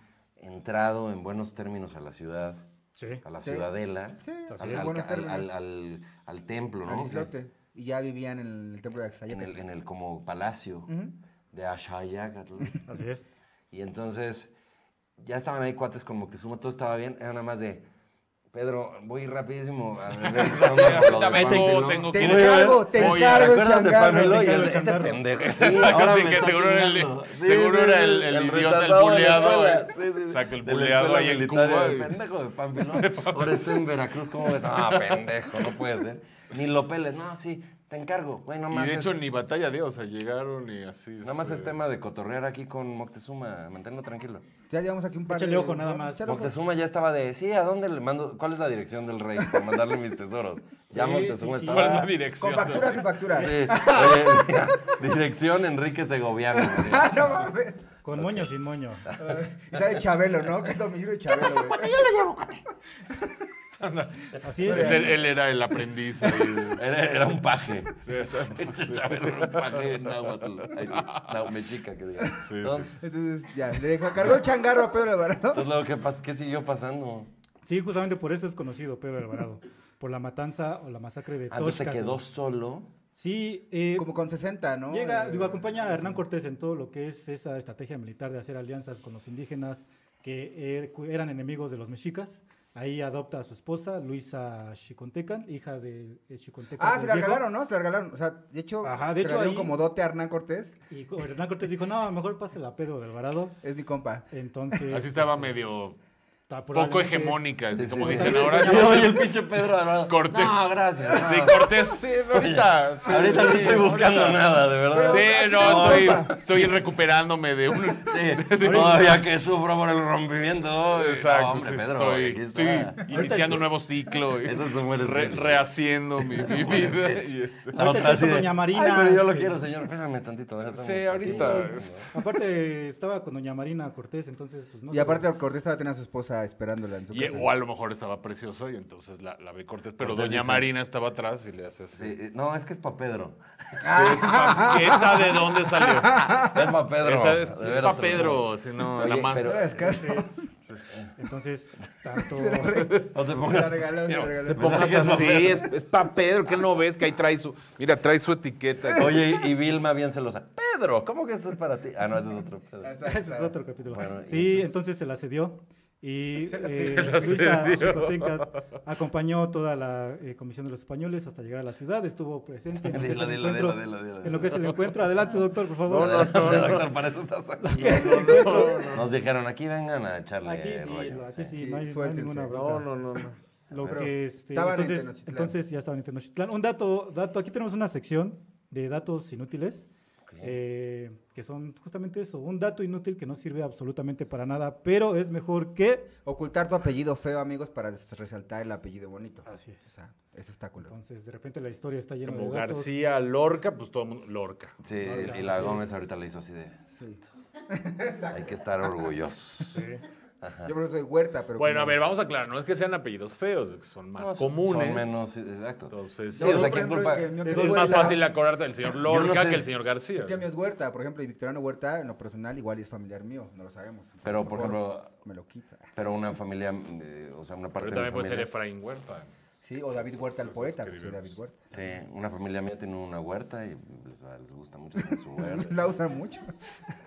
[SPEAKER 2] entrado en buenos términos a la ciudad,
[SPEAKER 1] Sí.
[SPEAKER 2] a la
[SPEAKER 3] Sí.
[SPEAKER 2] ciudadela,
[SPEAKER 3] Sí,
[SPEAKER 1] Así
[SPEAKER 2] al,
[SPEAKER 1] es.
[SPEAKER 2] al-
[SPEAKER 3] buenos
[SPEAKER 2] al-
[SPEAKER 3] términos.
[SPEAKER 2] al- al- al templo,
[SPEAKER 3] Al
[SPEAKER 2] ¿no?
[SPEAKER 3] islote. Y ya vivían en el templo de Axayacatl.
[SPEAKER 2] En el, en el como palacio
[SPEAKER 3] Ujú.
[SPEAKER 2] de Ashayacatl.
[SPEAKER 1] Así es.
[SPEAKER 2] y entonces ya estaban ahí cuates con Moctezuma, todo estaba bien, era nada más de... Pedro, voy rapidísimo. a ver, lo de
[SPEAKER 5] Ahorita vengo,
[SPEAKER 2] Pánfilo".
[SPEAKER 5] tengo
[SPEAKER 3] Te
[SPEAKER 5] que ir.
[SPEAKER 3] encargo, te
[SPEAKER 5] Oye,
[SPEAKER 2] ¿Te
[SPEAKER 3] encargo.
[SPEAKER 2] acuerdas de
[SPEAKER 3] changarro,
[SPEAKER 2] Pamelo? Y
[SPEAKER 1] changarro,
[SPEAKER 2] el- ese
[SPEAKER 1] changarro.
[SPEAKER 2] pendejo.
[SPEAKER 5] Exacto, sí,
[SPEAKER 2] me
[SPEAKER 5] que
[SPEAKER 2] está
[SPEAKER 5] seguro era el-
[SPEAKER 2] chingando.
[SPEAKER 5] seguro era el- el idiota, el
[SPEAKER 2] rechazado de la
[SPEAKER 5] buleado,
[SPEAKER 2] escuela.
[SPEAKER 5] eh. Exacto, el buleado
[SPEAKER 2] escuela
[SPEAKER 5] ahí en
[SPEAKER 2] militar,
[SPEAKER 5] Cuba,
[SPEAKER 2] El
[SPEAKER 5] eh.
[SPEAKER 2] pendejo de Pamelo. Ahora estoy en Veracruz, ¿cómo ves? Ah, pendejo, no puede ser. Ni lo peles. No, sí, te encargo. Güey, nada
[SPEAKER 5] Y
[SPEAKER 2] más
[SPEAKER 5] de
[SPEAKER 2] es,
[SPEAKER 5] hecho ni batalla de, o sea, llegaron y así.
[SPEAKER 2] nada más
[SPEAKER 5] este,
[SPEAKER 2] es tema de cotorrear aquí con Moctezuma. Manténlo tranquilo.
[SPEAKER 3] Ya llevamos aquí un par
[SPEAKER 1] Échale
[SPEAKER 3] de...
[SPEAKER 1] ojo, nada más.
[SPEAKER 3] Échale ojo.
[SPEAKER 2] Moctezuma ya estaba de, sí, ¿a dónde le mando? ¿Cuál es la dirección del rey para mandarle mis tesoros? Ya
[SPEAKER 1] Sí,
[SPEAKER 2] Moctezuma
[SPEAKER 1] sí, sí.
[SPEAKER 2] estaba...
[SPEAKER 5] ¿Cuál es la dirección?
[SPEAKER 3] Con facturas y facturas.
[SPEAKER 2] Sí, oye, mira, dirección Enrique Segoviano. güey.
[SPEAKER 3] no mames.
[SPEAKER 1] Con moño sin moño.
[SPEAKER 3] Y sale Chabelo, ¿no? Que es domicilio de Chabelo, güey.
[SPEAKER 6] Yo lo llevo, cuate.
[SPEAKER 1] Así
[SPEAKER 5] Pues
[SPEAKER 1] es.
[SPEAKER 5] él, él era el aprendiz. ahí de-
[SPEAKER 2] Era, era un paje.
[SPEAKER 5] Sí, exacto.
[SPEAKER 2] Pinche Chabelo era un paje en náhuatl. Ahí sí, nahua- mexica, que diga.
[SPEAKER 5] sí.
[SPEAKER 2] Entonces,
[SPEAKER 3] Entonces, ya, le dejó, cargó el changarro a Pedro Alvarado.
[SPEAKER 2] entonces luego, ¿qué, pas- ¿qué siguió pasando?
[SPEAKER 1] Sí, justamente por eso es conocido Pedro de Alvarado. Por la matanza o la masacre de
[SPEAKER 2] Ah, Entonces se
[SPEAKER 1] Toxtla.
[SPEAKER 2] quedó solo.
[SPEAKER 1] Sí, eh,
[SPEAKER 3] Como con 60, ¿no?
[SPEAKER 1] Llega,
[SPEAKER 3] Eh,
[SPEAKER 1] digo, acompaña a Hernán Cortés en todo lo que es esa estrategia militar de hacer alianzas con los indígenas que er- cu- eran enemigos de los mexicas. Ahí adopta a su esposa, Luisa Xicontecan, hija de eh, Xicontecan.
[SPEAKER 3] Ah,
[SPEAKER 1] del
[SPEAKER 3] se la
[SPEAKER 1] Viejo.
[SPEAKER 3] regalaron, ¿no? Se la regalaron. O sea, de hecho,
[SPEAKER 1] Ajá, de hecho,
[SPEAKER 3] se la dieron
[SPEAKER 1] ahí-
[SPEAKER 3] como dote a Hernán Cortés.
[SPEAKER 1] Y co- Hernán Cortés dijo, no, mejor pásela a Pedro de Alvarado.
[SPEAKER 3] Es mi compa.
[SPEAKER 1] Entonces...
[SPEAKER 5] Así estaba
[SPEAKER 1] este,
[SPEAKER 5] medio
[SPEAKER 1] ta-
[SPEAKER 5] Poco
[SPEAKER 1] probablemente-
[SPEAKER 5] hegemónica, así
[SPEAKER 2] Sí,
[SPEAKER 5] como
[SPEAKER 2] sí, sí.
[SPEAKER 5] dicen ahora.
[SPEAKER 2] Yo y el pinche Pedro Alvarado.
[SPEAKER 5] Corté.
[SPEAKER 2] No, gracias. no.
[SPEAKER 5] Sí, Cortés, sí, ahorita. sí,
[SPEAKER 2] Ahorita no estoy buscando
[SPEAKER 5] ahorita.
[SPEAKER 2] nada, de verdad.
[SPEAKER 5] Sí, no, estoy, estoy recuperándome de un.
[SPEAKER 2] Sí, todavía que sufro por el rompimiento. Exacto.
[SPEAKER 5] Exacto,
[SPEAKER 2] hombre,
[SPEAKER 5] sí,
[SPEAKER 2] Pedro, aquí
[SPEAKER 5] estoy, estoy
[SPEAKER 2] está.
[SPEAKER 5] iniciando un nuevo ciclo. y
[SPEAKER 2] Eso es un buen
[SPEAKER 5] re-
[SPEAKER 2] sketch.
[SPEAKER 5] rehaciendo mi, mi
[SPEAKER 2] un buen
[SPEAKER 5] vida.
[SPEAKER 2] sketch.
[SPEAKER 5] y este-
[SPEAKER 2] La
[SPEAKER 1] Ahorita
[SPEAKER 2] otra
[SPEAKER 1] estoy
[SPEAKER 2] así
[SPEAKER 1] con
[SPEAKER 2] de,
[SPEAKER 1] Doña Marina. este".
[SPEAKER 2] "Ay, pero yo lo
[SPEAKER 1] Sí.
[SPEAKER 2] quiero, señor. Espérame tantito. déjame
[SPEAKER 5] Sí,
[SPEAKER 2] un
[SPEAKER 5] ahorita. este,
[SPEAKER 2] poquito".
[SPEAKER 1] Aparte, estaba con doña Marina Cortés, entonces, pues no
[SPEAKER 3] Y
[SPEAKER 1] sé.
[SPEAKER 3] aparte Cortés estaba teniendo a su esposa esperándola en su
[SPEAKER 5] Y- e,
[SPEAKER 3] casa.
[SPEAKER 5] o a lo mejor estaba preciosa y entonces la, la ve Cortés, pero
[SPEAKER 2] Cortés
[SPEAKER 5] Doña
[SPEAKER 2] dice-
[SPEAKER 5] Marina estaba atrás y le hace así.
[SPEAKER 2] Sí, eh, no, es que es para Pedro.
[SPEAKER 5] "Es pa- ¿Esta de dónde salió?
[SPEAKER 2] Es para Pedro.
[SPEAKER 5] Esta es,
[SPEAKER 2] de
[SPEAKER 5] es
[SPEAKER 2] veras,
[SPEAKER 5] pa'
[SPEAKER 2] te lo juro.
[SPEAKER 5] Pedro, si no,
[SPEAKER 2] Oye,
[SPEAKER 5] la más.
[SPEAKER 2] pero-
[SPEAKER 1] Entonces, entonces, tanto.
[SPEAKER 2] No te
[SPEAKER 3] Se la
[SPEAKER 2] pongas.
[SPEAKER 3] regaló, se la regaló.
[SPEAKER 5] Te pongas
[SPEAKER 2] Es pa'
[SPEAKER 5] así,
[SPEAKER 2] Pedro.
[SPEAKER 5] es, es pa' Pedro, que no ves que ahí trae su. Mira, trae su etiqueta.
[SPEAKER 2] Oye, y y Vilma bien celosa. Pedro, ¿cómo que esto es para ti? Ah, no, ese es otro Pedro.
[SPEAKER 3] Ahí está, ahí
[SPEAKER 1] Ese es
[SPEAKER 3] está.
[SPEAKER 1] otro capítulo.
[SPEAKER 2] Bueno,
[SPEAKER 1] sí,
[SPEAKER 2] y entonces-
[SPEAKER 1] entonces se la cedió. Y
[SPEAKER 3] Se la
[SPEAKER 1] eh,
[SPEAKER 5] cedió.
[SPEAKER 1] Luisa
[SPEAKER 5] Se la cedió.
[SPEAKER 1] Chicotenca acompañó toda la eh, Comisión de los Españoles hasta llegar a la ciudad, estuvo presente en lo que es
[SPEAKER 2] Dilo,
[SPEAKER 1] el
[SPEAKER 2] dilo,
[SPEAKER 1] encuentro.
[SPEAKER 2] dilo, dilo, dilo,
[SPEAKER 1] En lo que es el
[SPEAKER 2] dilo.
[SPEAKER 1] encuentro. Adelante, doctor, por favor.
[SPEAKER 2] Este Doctor, para eso estás aquí. Nos dijeron, aquí vengan a echarle
[SPEAKER 1] Aquí sí,
[SPEAKER 2] rollo.
[SPEAKER 1] aquí sí,
[SPEAKER 3] Sí,
[SPEAKER 1] no hay- no hay,
[SPEAKER 3] suéltense.
[SPEAKER 1] ninguna
[SPEAKER 5] No,
[SPEAKER 1] bronca.
[SPEAKER 5] no, no, no.
[SPEAKER 1] Lo
[SPEAKER 2] Pero
[SPEAKER 1] que este,
[SPEAKER 3] estaban en
[SPEAKER 1] entonces,
[SPEAKER 3] Tenochtitlán.
[SPEAKER 1] entonces ya estaban en Tenochtitlán. Un dato, dato, aquí tenemos una sección de datos inútiles,
[SPEAKER 2] Ok.
[SPEAKER 1] eh, que son justamente eso, un dato inútil que no sirve absolutamente para nada, pero es mejor que...
[SPEAKER 3] Ocultar tu apellido feo, amigos, para des- resaltar el apellido bonito.
[SPEAKER 1] Así es.
[SPEAKER 3] O sea, eso está cool.
[SPEAKER 1] Entonces, de repente la historia está llena
[SPEAKER 5] Como
[SPEAKER 1] de datos.
[SPEAKER 5] García, Lorca, pues todo el mundo. Lorca.
[SPEAKER 2] Sí, y la Gómez ahorita le hizo así de.
[SPEAKER 3] Sí.
[SPEAKER 2] Hay que estar orgullosos.
[SPEAKER 1] Sí.
[SPEAKER 2] Ah.
[SPEAKER 3] Yo por eso soy huerta, pero.
[SPEAKER 5] Bueno, a
[SPEAKER 3] como-
[SPEAKER 5] ver, vamos a aclarar. No es que sean apellidos feos, es que son más
[SPEAKER 2] No, son-
[SPEAKER 5] comunes.
[SPEAKER 2] Son menos, sí, exacto.
[SPEAKER 5] Entonces,
[SPEAKER 2] Sí,
[SPEAKER 3] No,
[SPEAKER 2] o
[SPEAKER 3] yo,
[SPEAKER 2] sea,
[SPEAKER 3] por
[SPEAKER 2] ¿quién
[SPEAKER 3] ejemplo,
[SPEAKER 2] culpa?
[SPEAKER 3] que el mío que
[SPEAKER 1] Es
[SPEAKER 5] es más
[SPEAKER 3] huerta-
[SPEAKER 5] fácil acordarte del señor
[SPEAKER 2] no
[SPEAKER 5] Lorca
[SPEAKER 2] sé.
[SPEAKER 5] que el señor García.
[SPEAKER 3] Es que el mío es huerta, por ejemplo, y Victoriano Huerta, en lo personal, igual es familiar mío, no lo sabemos. Entonces,
[SPEAKER 2] Pero,
[SPEAKER 3] a lo
[SPEAKER 2] por
[SPEAKER 3] mejor
[SPEAKER 2] ejemplo,
[SPEAKER 3] Me lo quita.
[SPEAKER 2] pero una familia, eh, o sea, una parte
[SPEAKER 5] Pero
[SPEAKER 2] de mi
[SPEAKER 5] también puede
[SPEAKER 2] familia.
[SPEAKER 5] ser Efraín Huerta.
[SPEAKER 3] Sí, o David Huerta, el
[SPEAKER 5] Entonces,
[SPEAKER 3] poeta.
[SPEAKER 5] escribimos.
[SPEAKER 3] soy David Huerta.
[SPEAKER 2] Sí, una familia mía tiene una huerta y les, va- les gusta mucho tener su huerta.
[SPEAKER 3] La usan mucho.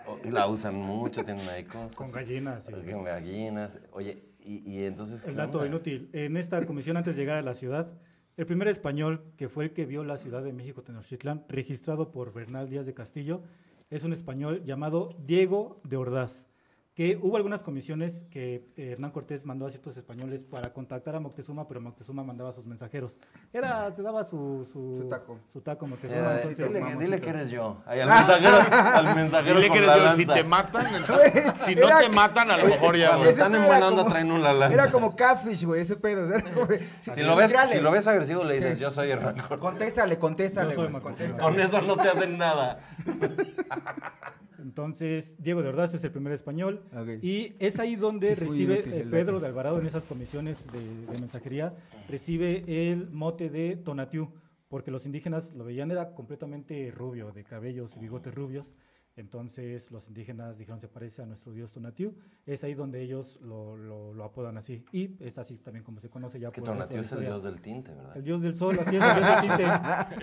[SPEAKER 2] O- La usan mucho, tienen ahí cosas.
[SPEAKER 1] Con gallinas. sí.
[SPEAKER 2] Con gallinas. Oye, y, y entonces.
[SPEAKER 1] El
[SPEAKER 2] ¿qué
[SPEAKER 1] dato
[SPEAKER 2] onda?
[SPEAKER 1] inútil. En esta comisión, antes de llegar a la ciudad, el primer español que fue el que vio la ciudad de México, Tenochtitlán, registrado por Bernal Díaz de Castillo, es un español llamado Diego de Ordaz, que hubo algunas comisiones que eh, Hernán Cortés mandó a ciertos españoles para contactar a Moctezuma, pero Moctezuma mandaba a sus mensajeros. Era, se daba su, su,
[SPEAKER 3] Su taco.
[SPEAKER 1] Su taco
[SPEAKER 2] Sí,
[SPEAKER 1] Moctezuma.
[SPEAKER 2] era de-
[SPEAKER 1] entonces,
[SPEAKER 2] Eh, dile, que,
[SPEAKER 1] vamos,
[SPEAKER 2] dile
[SPEAKER 1] sí,
[SPEAKER 2] que eres yo. Ay, al mensajero, al mensajero
[SPEAKER 5] Dile
[SPEAKER 2] con
[SPEAKER 5] que eres
[SPEAKER 2] la
[SPEAKER 5] yo, si
[SPEAKER 2] lanza.
[SPEAKER 5] te matan, entonces, si no
[SPEAKER 3] Era-
[SPEAKER 5] te matan, a lo mejor ya.
[SPEAKER 2] Cuando
[SPEAKER 5] güey.
[SPEAKER 2] están en
[SPEAKER 3] Era
[SPEAKER 2] buena onda
[SPEAKER 3] como-
[SPEAKER 2] traen una lanza.
[SPEAKER 3] Era como catfish, güey, ese pedo. ¿sabes? Como-
[SPEAKER 2] Si lo ves,
[SPEAKER 3] Gírale.
[SPEAKER 2] si lo ves agresivo, le dices,
[SPEAKER 3] Sí.
[SPEAKER 2] yo soy Hernán Cortés.
[SPEAKER 3] Contéstale, contéstale,
[SPEAKER 1] Yo soy
[SPEAKER 3] güey,
[SPEAKER 1] Macro.
[SPEAKER 3] contéstale.
[SPEAKER 2] Con eso no te hacen nada.
[SPEAKER 1] Entonces, Diego de Ordaz es el primer español.
[SPEAKER 3] Ok.
[SPEAKER 1] Y es ahí donde
[SPEAKER 3] Sí, es muy
[SPEAKER 1] recibe
[SPEAKER 3] inútil
[SPEAKER 1] eh,
[SPEAKER 3] el
[SPEAKER 1] Pedro
[SPEAKER 3] dato.
[SPEAKER 1] de Alvarado en esas comisiones de, de mensajería, recibe el mote de Tonatiuh, porque los indígenas lo veían, era completamente rubio, de cabellos y bigotes rubios. Entonces los indígenas dijeron, se parece a nuestro dios Tonatiuh. Es ahí donde ellos lo, lo- lo apodan así. Y es así también como se conoce ya
[SPEAKER 2] Es que
[SPEAKER 1] por el resto
[SPEAKER 2] Tonatiuh
[SPEAKER 1] de la
[SPEAKER 2] es el
[SPEAKER 1] historia.
[SPEAKER 2] dios del tinte, ¿verdad?
[SPEAKER 1] El dios del sol, así es, el dios del tinte.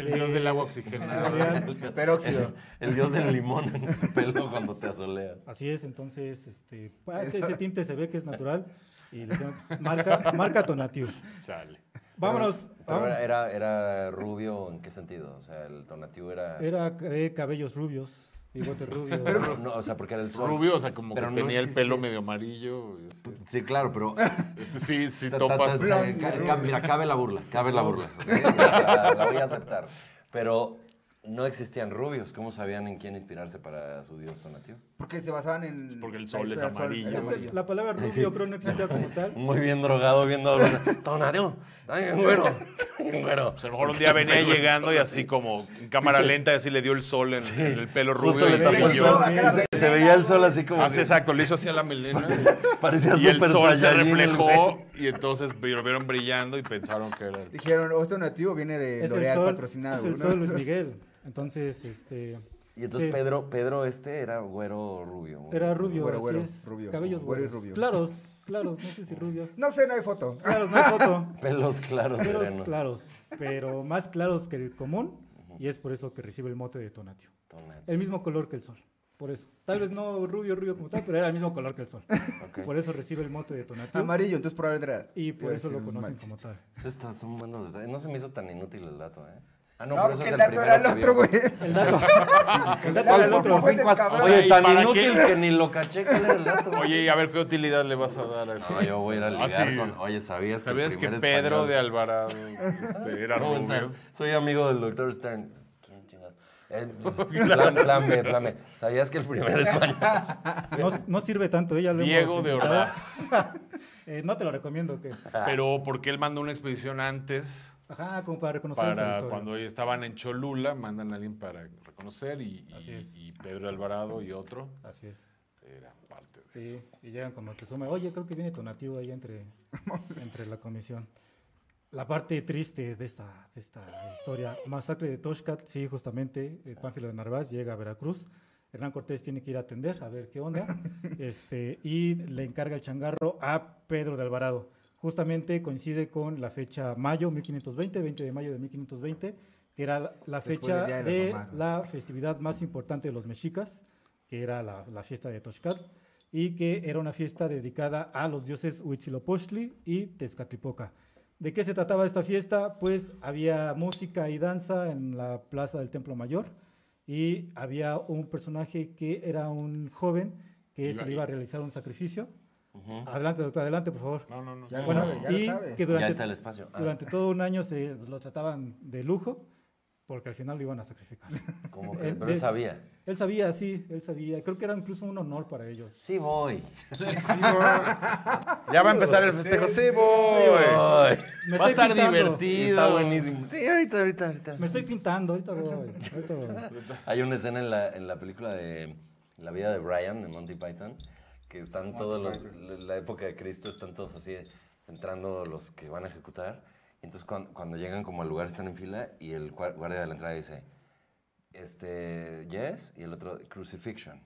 [SPEAKER 5] El dios
[SPEAKER 1] Eh,
[SPEAKER 5] del agua oxigenada.
[SPEAKER 1] real.
[SPEAKER 3] Peróxido.
[SPEAKER 2] El dios del limón en el pelo cuando te asoleas.
[SPEAKER 1] Así es, entonces, este, pues, ese, ese tinte se ve que es natural y le llaman marca, marca Tonatiuh.
[SPEAKER 5] Sale.
[SPEAKER 1] Vámonos.
[SPEAKER 2] Pero
[SPEAKER 1] vámonos.
[SPEAKER 2] era, era, era rubio, ¿en qué sentido? O sea, el Tonatiuh era...
[SPEAKER 1] Era de cabellos rubios, bigotes rubios.
[SPEAKER 2] No, o sea, porque era el sol.
[SPEAKER 5] Rubio, o sea, como
[SPEAKER 2] Pero
[SPEAKER 5] que
[SPEAKER 2] no
[SPEAKER 5] tenía
[SPEAKER 2] existe-
[SPEAKER 5] el pelo medio amarillo. y así.
[SPEAKER 2] Sí, claro, pero...
[SPEAKER 5] Este, sí, sí,
[SPEAKER 2] Ta- ta-
[SPEAKER 5] topas.
[SPEAKER 2] ta- sí, ca- ca- Mira, cabe la burla, cabe la burla. ¿ok? La, la voy a aceptar. Pero no existían rubios. ¿Cómo sabían en quién inspirarse para su dios Tonatiuh?
[SPEAKER 3] Porque se basaban en.
[SPEAKER 5] Porque el sol
[SPEAKER 3] o
[SPEAKER 5] es
[SPEAKER 3] sea,
[SPEAKER 5] amarillo.
[SPEAKER 3] el
[SPEAKER 5] Es que
[SPEAKER 3] amarillo.
[SPEAKER 1] La palabra rubio creo no existía como tal.
[SPEAKER 2] Muy bien drogado, viendo Tonatiuh, está bien güero, está bien güero.
[SPEAKER 5] Pues a lo mejor un día venía llegando y así como en cámara lenta y así le dio el sol en, en el pelo
[SPEAKER 2] Justo
[SPEAKER 5] rubio
[SPEAKER 2] le
[SPEAKER 5] y
[SPEAKER 2] tapó el
[SPEAKER 5] brilló.
[SPEAKER 2] sol.
[SPEAKER 3] Acá
[SPEAKER 2] Se-
[SPEAKER 3] la
[SPEAKER 2] Se veía el sol así como...
[SPEAKER 5] Ah, sí,
[SPEAKER 2] que
[SPEAKER 5] exacto, le hizo así a la melena
[SPEAKER 2] Parecía
[SPEAKER 5] y el
[SPEAKER 2] Super
[SPEAKER 5] sol se
[SPEAKER 2] Saiyajin, el güey.
[SPEAKER 5] reflejó y entonces vi- lo vieron brillando y pensaron que era... el-
[SPEAKER 3] Dijeron, oh, este nativo viene de
[SPEAKER 1] Es el
[SPEAKER 3] L'Oreal
[SPEAKER 1] sol,
[SPEAKER 3] patrocinado.
[SPEAKER 1] es el
[SPEAKER 3] ¿no? Pues
[SPEAKER 1] sol Luis
[SPEAKER 3] Entonces,
[SPEAKER 1] Miguel. Entonces, este,
[SPEAKER 2] Y entonces
[SPEAKER 1] Sí.
[SPEAKER 2] Pedro, Pedro este era güero rubio. güey.
[SPEAKER 1] era rubio,
[SPEAKER 3] Güero,
[SPEAKER 1] así
[SPEAKER 3] güero,
[SPEAKER 1] es.
[SPEAKER 3] rubio,
[SPEAKER 1] cabellos
[SPEAKER 3] güero y
[SPEAKER 1] güeros.
[SPEAKER 3] rubio.
[SPEAKER 1] Claros, claros, no sé si rubios.
[SPEAKER 3] No sé, no hay foto.
[SPEAKER 1] Claros, no hay foto.
[SPEAKER 2] Pelos claros.
[SPEAKER 1] Pelos
[SPEAKER 2] serenos.
[SPEAKER 1] claros, pero más claros que el común y es por eso que recibe el mote de Tonatio.
[SPEAKER 2] Tonatiuh,
[SPEAKER 1] El mismo color que el sol, por eso. Tal vez no rubio, rubio como tal, pero era el mismo color que el sol.
[SPEAKER 2] ok.
[SPEAKER 1] Por eso recibe el mote de Tonatio
[SPEAKER 3] Amarillo, entonces probablemente era.
[SPEAKER 1] y por
[SPEAKER 3] iba a
[SPEAKER 1] eso
[SPEAKER 3] decir
[SPEAKER 1] lo
[SPEAKER 3] un
[SPEAKER 1] conocen
[SPEAKER 3] mal
[SPEAKER 1] como tal.
[SPEAKER 2] Eso está, son buenos detalles. No se me hizo tan inútil el dato, ¿eh? Ah, no,
[SPEAKER 3] No,
[SPEAKER 2] pero eso
[SPEAKER 3] porque el
[SPEAKER 2] es el
[SPEAKER 3] dato
[SPEAKER 2] primero
[SPEAKER 3] era el
[SPEAKER 2] que
[SPEAKER 3] otro, güey.
[SPEAKER 2] vio.
[SPEAKER 1] El dato. El dato
[SPEAKER 3] Por
[SPEAKER 1] era el otro.
[SPEAKER 3] favor,
[SPEAKER 1] güey.
[SPEAKER 3] del cabrón.
[SPEAKER 2] Oye,
[SPEAKER 5] ¿y
[SPEAKER 2] tan
[SPEAKER 5] para
[SPEAKER 2] inútil
[SPEAKER 5] qué?
[SPEAKER 2] que ni lo caché. ¿Cuál era el dato?
[SPEAKER 5] Oye, y a ver qué utilidad le vas a dar a eso.
[SPEAKER 2] No, yo voy a ir a
[SPEAKER 5] Ah,
[SPEAKER 2] ligar
[SPEAKER 5] sí.
[SPEAKER 2] con... Oye, ¿sabías,
[SPEAKER 5] ¿Sabías
[SPEAKER 2] el
[SPEAKER 5] que
[SPEAKER 2] primer
[SPEAKER 5] Pedro
[SPEAKER 2] español-
[SPEAKER 5] de Alvarado este, era
[SPEAKER 2] ¿Cómo estás?
[SPEAKER 5] rubio?
[SPEAKER 2] Soy amigo del doctor Stern. ¿Quién chingado? Eh, plan, plan B, plan B. ¿Sabías que el primer español...
[SPEAKER 1] No, no sirve tanto, ella lo hemos
[SPEAKER 5] Diego de
[SPEAKER 1] invitado.
[SPEAKER 5] Ordaz.
[SPEAKER 1] Eh, no te lo recomiendo que.
[SPEAKER 5] Pero porque él mandó una expedición antes
[SPEAKER 1] Ajá, como para reconocer el
[SPEAKER 5] para
[SPEAKER 1] territorio.
[SPEAKER 5] cuando estaban en Cholula, mandan a alguien para reconocer y, y-
[SPEAKER 1] Así es.
[SPEAKER 5] y Pedro Alvarado y otro
[SPEAKER 1] Así es.
[SPEAKER 5] eran parte de
[SPEAKER 1] Sí,
[SPEAKER 5] eso.
[SPEAKER 1] y llegan con Moctezuma. Oye, creo que viene tu nativo ahí entre, entre la comisión. La parte triste de esta, de esta historia, masacre de Toshkat, sí, justamente, eh, Pánfilo de Narváez llega a Veracruz, Hernán Cortés tiene que ir a atender, a ver qué onda, este, y le encarga el changarro a Pedro de Alvarado. Justamente coincide con la fecha mayo 1520, 20 de mayo de 1520, que era la- la
[SPEAKER 3] Después
[SPEAKER 1] fecha
[SPEAKER 3] del Día de las
[SPEAKER 1] de
[SPEAKER 3] Mamás, ¿no?
[SPEAKER 1] la festividad más importante de los mexicas, que era la, la fiesta de Toshkat, y que era una fiesta dedicada a los dioses Huitzilopochtli y Tezcatlipoca. ¿De qué se trataba esta fiesta? Pues había música y danza en la plaza del Templo Mayor y había un personaje que era un joven que se
[SPEAKER 5] Iba-
[SPEAKER 1] le iba a realizar un sacrificio.
[SPEAKER 2] Ujú.
[SPEAKER 1] Adelante, doctor, adelante, por favor.
[SPEAKER 5] No, no, no.
[SPEAKER 3] Ya lo
[SPEAKER 1] Bueno,
[SPEAKER 3] sabe, ya lo
[SPEAKER 1] y
[SPEAKER 3] sabe.
[SPEAKER 1] que
[SPEAKER 2] Ya
[SPEAKER 1] durante,
[SPEAKER 2] está el espacio. Ah,
[SPEAKER 1] durante todo un año se pues, lo trataban de lujo porque al final lo iban a sacrificar.
[SPEAKER 2] ¿cómo que?
[SPEAKER 1] el-
[SPEAKER 2] Pero
[SPEAKER 1] de-
[SPEAKER 2] él sabía.
[SPEAKER 1] él sabía, sí, él sabía. Creo que era incluso un honor para ellos.
[SPEAKER 2] Sí voy.
[SPEAKER 5] Ya va a empezar el festejo. Sí, voy.
[SPEAKER 1] Me
[SPEAKER 2] Voy.
[SPEAKER 5] Va a
[SPEAKER 1] estoy
[SPEAKER 5] estar
[SPEAKER 1] pintando.
[SPEAKER 5] divertido.
[SPEAKER 2] Está buenísimo. Sí, ahorita, ahorita, ahorita.
[SPEAKER 1] Me estoy pintando, ahorita voy. ahorita voy.
[SPEAKER 2] Hay una escena en la, en la película de La vida de Brian, de Monty Python, que están todos los, la- la época de Cristo, están todos así entrando los que van a ejecutar. Y entonces cuan- cuando, llegan como al lugar están en fila y el cua- guardia de la entrada dice, este, yes, y el otro, crucifixion.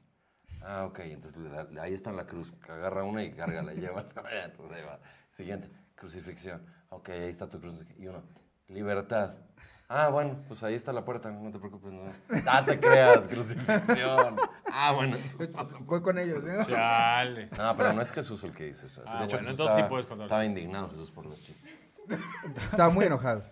[SPEAKER 2] Ah, ok, entonces le da- le- ahí está la cruz, que agarra una y carga, la lleva, entonces ahí va. Siguiente, crucifixión. Ok, ahí está tu cruz. Y uno, libertad. Ah, bueno, pues ahí está la puerta, no te preocupes. No, ah, te creas, crucifixión. Ah, bueno. eso pasa.
[SPEAKER 3] Voy con ellos, ¿no?
[SPEAKER 5] Chale.
[SPEAKER 2] No, pero no es Jesús el que dice eso.
[SPEAKER 5] Ah, bueno,
[SPEAKER 2] Jesús
[SPEAKER 5] entonces sí
[SPEAKER 2] estaba-
[SPEAKER 5] puedes contar.
[SPEAKER 2] Estaba indignado Jesús por los chistes.
[SPEAKER 3] Estaba muy enojado.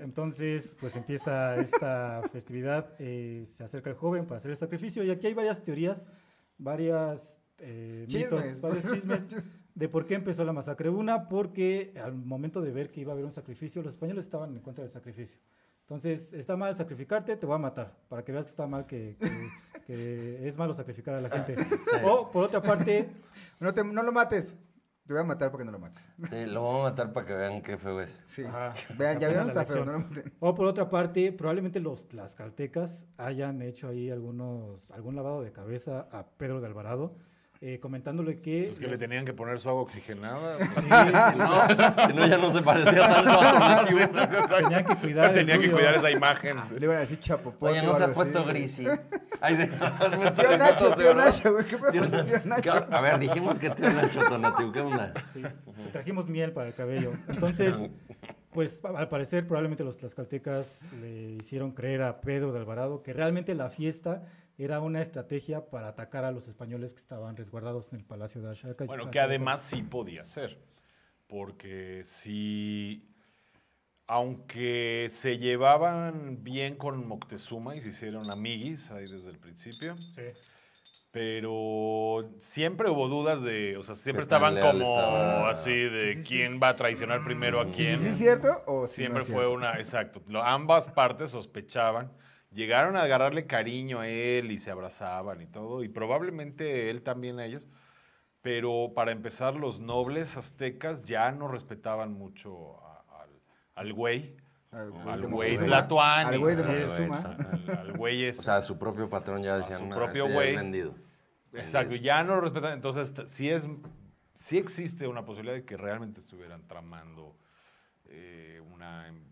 [SPEAKER 1] Entonces, pues empieza esta festividad, eh, se acerca el joven para hacer el sacrificio y aquí hay varias teorías, varias eh, mitos,
[SPEAKER 3] Chismes.
[SPEAKER 1] varios chismes de por qué empezó la masacre. Una, porque al momento de ver que iba a haber un sacrificio, los españoles estaban en contra del sacrificio. Entonces, está mal sacrificarte, te voy a matar, para que veas que está mal, que, que- que es malo sacrificar a la gente. O, por otra parte,
[SPEAKER 3] No, te- no lo mates. Te voy a matar porque no lo mates.
[SPEAKER 2] Sí, lo vamos a matar para que vean qué feo es.
[SPEAKER 3] Sí.
[SPEAKER 1] Ajá.
[SPEAKER 3] Vean,
[SPEAKER 1] Aprende
[SPEAKER 3] ya vieron,
[SPEAKER 1] la
[SPEAKER 3] está feo,
[SPEAKER 1] lección.
[SPEAKER 3] no lo maten.
[SPEAKER 1] O por otra parte, probablemente los tlaxcaltecas hayan hecho ahí algunos, algún lavado de cabeza a Pedro de Alvarado, eh, comentándole que...
[SPEAKER 5] Los que le
[SPEAKER 1] los-
[SPEAKER 5] tenían que poner su agua oxigenada. pues,
[SPEAKER 1] Sí,
[SPEAKER 2] No, si no, ya no se parecía tanto a tu nativo.
[SPEAKER 1] tenían que cuidar el
[SPEAKER 5] Tenía que
[SPEAKER 1] ruido.
[SPEAKER 5] cuidar esa imagen.
[SPEAKER 3] Le iban a decir chapopote.
[SPEAKER 2] Oye,
[SPEAKER 3] o
[SPEAKER 2] ¿no te
[SPEAKER 3] algo
[SPEAKER 2] has puesto
[SPEAKER 3] así.
[SPEAKER 2] grisi? Ahí se. has puesto
[SPEAKER 3] Tío Nacho,
[SPEAKER 2] grisi,
[SPEAKER 3] tío
[SPEAKER 2] ¿verdad?
[SPEAKER 3] Nacho, güey. ¿Qué pedo
[SPEAKER 2] Tío
[SPEAKER 3] con el tío
[SPEAKER 2] Nacho.
[SPEAKER 3] Nacho?
[SPEAKER 2] A ver, dijimos que tío Nacho, Tonatiuh, ¿qué onda?
[SPEAKER 1] Sí, te trajimos miel para el cabello. Entonces, pues pa- al parecer probablemente los tlaxcaltecas le hicieron creer a Pedro de Alvarado que realmente la fiesta era una estrategia para atacar a los españoles que estaban resguardados en el Palacio de Axaca.
[SPEAKER 3] Pues,
[SPEAKER 5] Bueno, que además sí podía ser. Porque si. Aunque se llevaban bien con Moctezuma y se hicieron amiguis ahí desde el principio,
[SPEAKER 1] Sí.
[SPEAKER 5] pero siempre hubo dudas de, o sea, siempre
[SPEAKER 2] ¿Qué tan
[SPEAKER 5] estaban
[SPEAKER 2] leal
[SPEAKER 5] como
[SPEAKER 2] estaba?
[SPEAKER 5] así de
[SPEAKER 3] Sí, sí, sí,
[SPEAKER 5] quién
[SPEAKER 3] sí.
[SPEAKER 5] va a traicionar primero a
[SPEAKER 2] Sí,
[SPEAKER 3] Sí,
[SPEAKER 5] quién.
[SPEAKER 3] sí, sí, es cierto o sí, no
[SPEAKER 5] Siempre
[SPEAKER 3] es
[SPEAKER 5] fue
[SPEAKER 3] cierto?
[SPEAKER 5] una, exacto. lo- ambas partes sospechaban. Llegaron a agarrarle cariño a él y se abrazaban y todo, y probablemente él también a ellos. Pero para empezar, los nobles aztecas ya no respetaban mucho a- al, al güey, al
[SPEAKER 3] de
[SPEAKER 5] güey
[SPEAKER 3] Moctezuma.
[SPEAKER 5] Tlatoani.
[SPEAKER 3] Al güey de
[SPEAKER 5] o sea,
[SPEAKER 3] Moctezuma.
[SPEAKER 5] al- Al güey
[SPEAKER 2] O
[SPEAKER 5] este. ese.
[SPEAKER 2] sea, su propio patrón ya
[SPEAKER 5] A
[SPEAKER 2] decían.
[SPEAKER 5] su
[SPEAKER 2] "No,
[SPEAKER 5] propio
[SPEAKER 2] este ya
[SPEAKER 5] güey".
[SPEAKER 2] Es vendido.
[SPEAKER 5] Exacto,
[SPEAKER 3] eh,
[SPEAKER 5] ya no lo respetan. Entonces, t- sí, es, sí existe una posibilidad de que realmente estuvieran tramando eh, una em-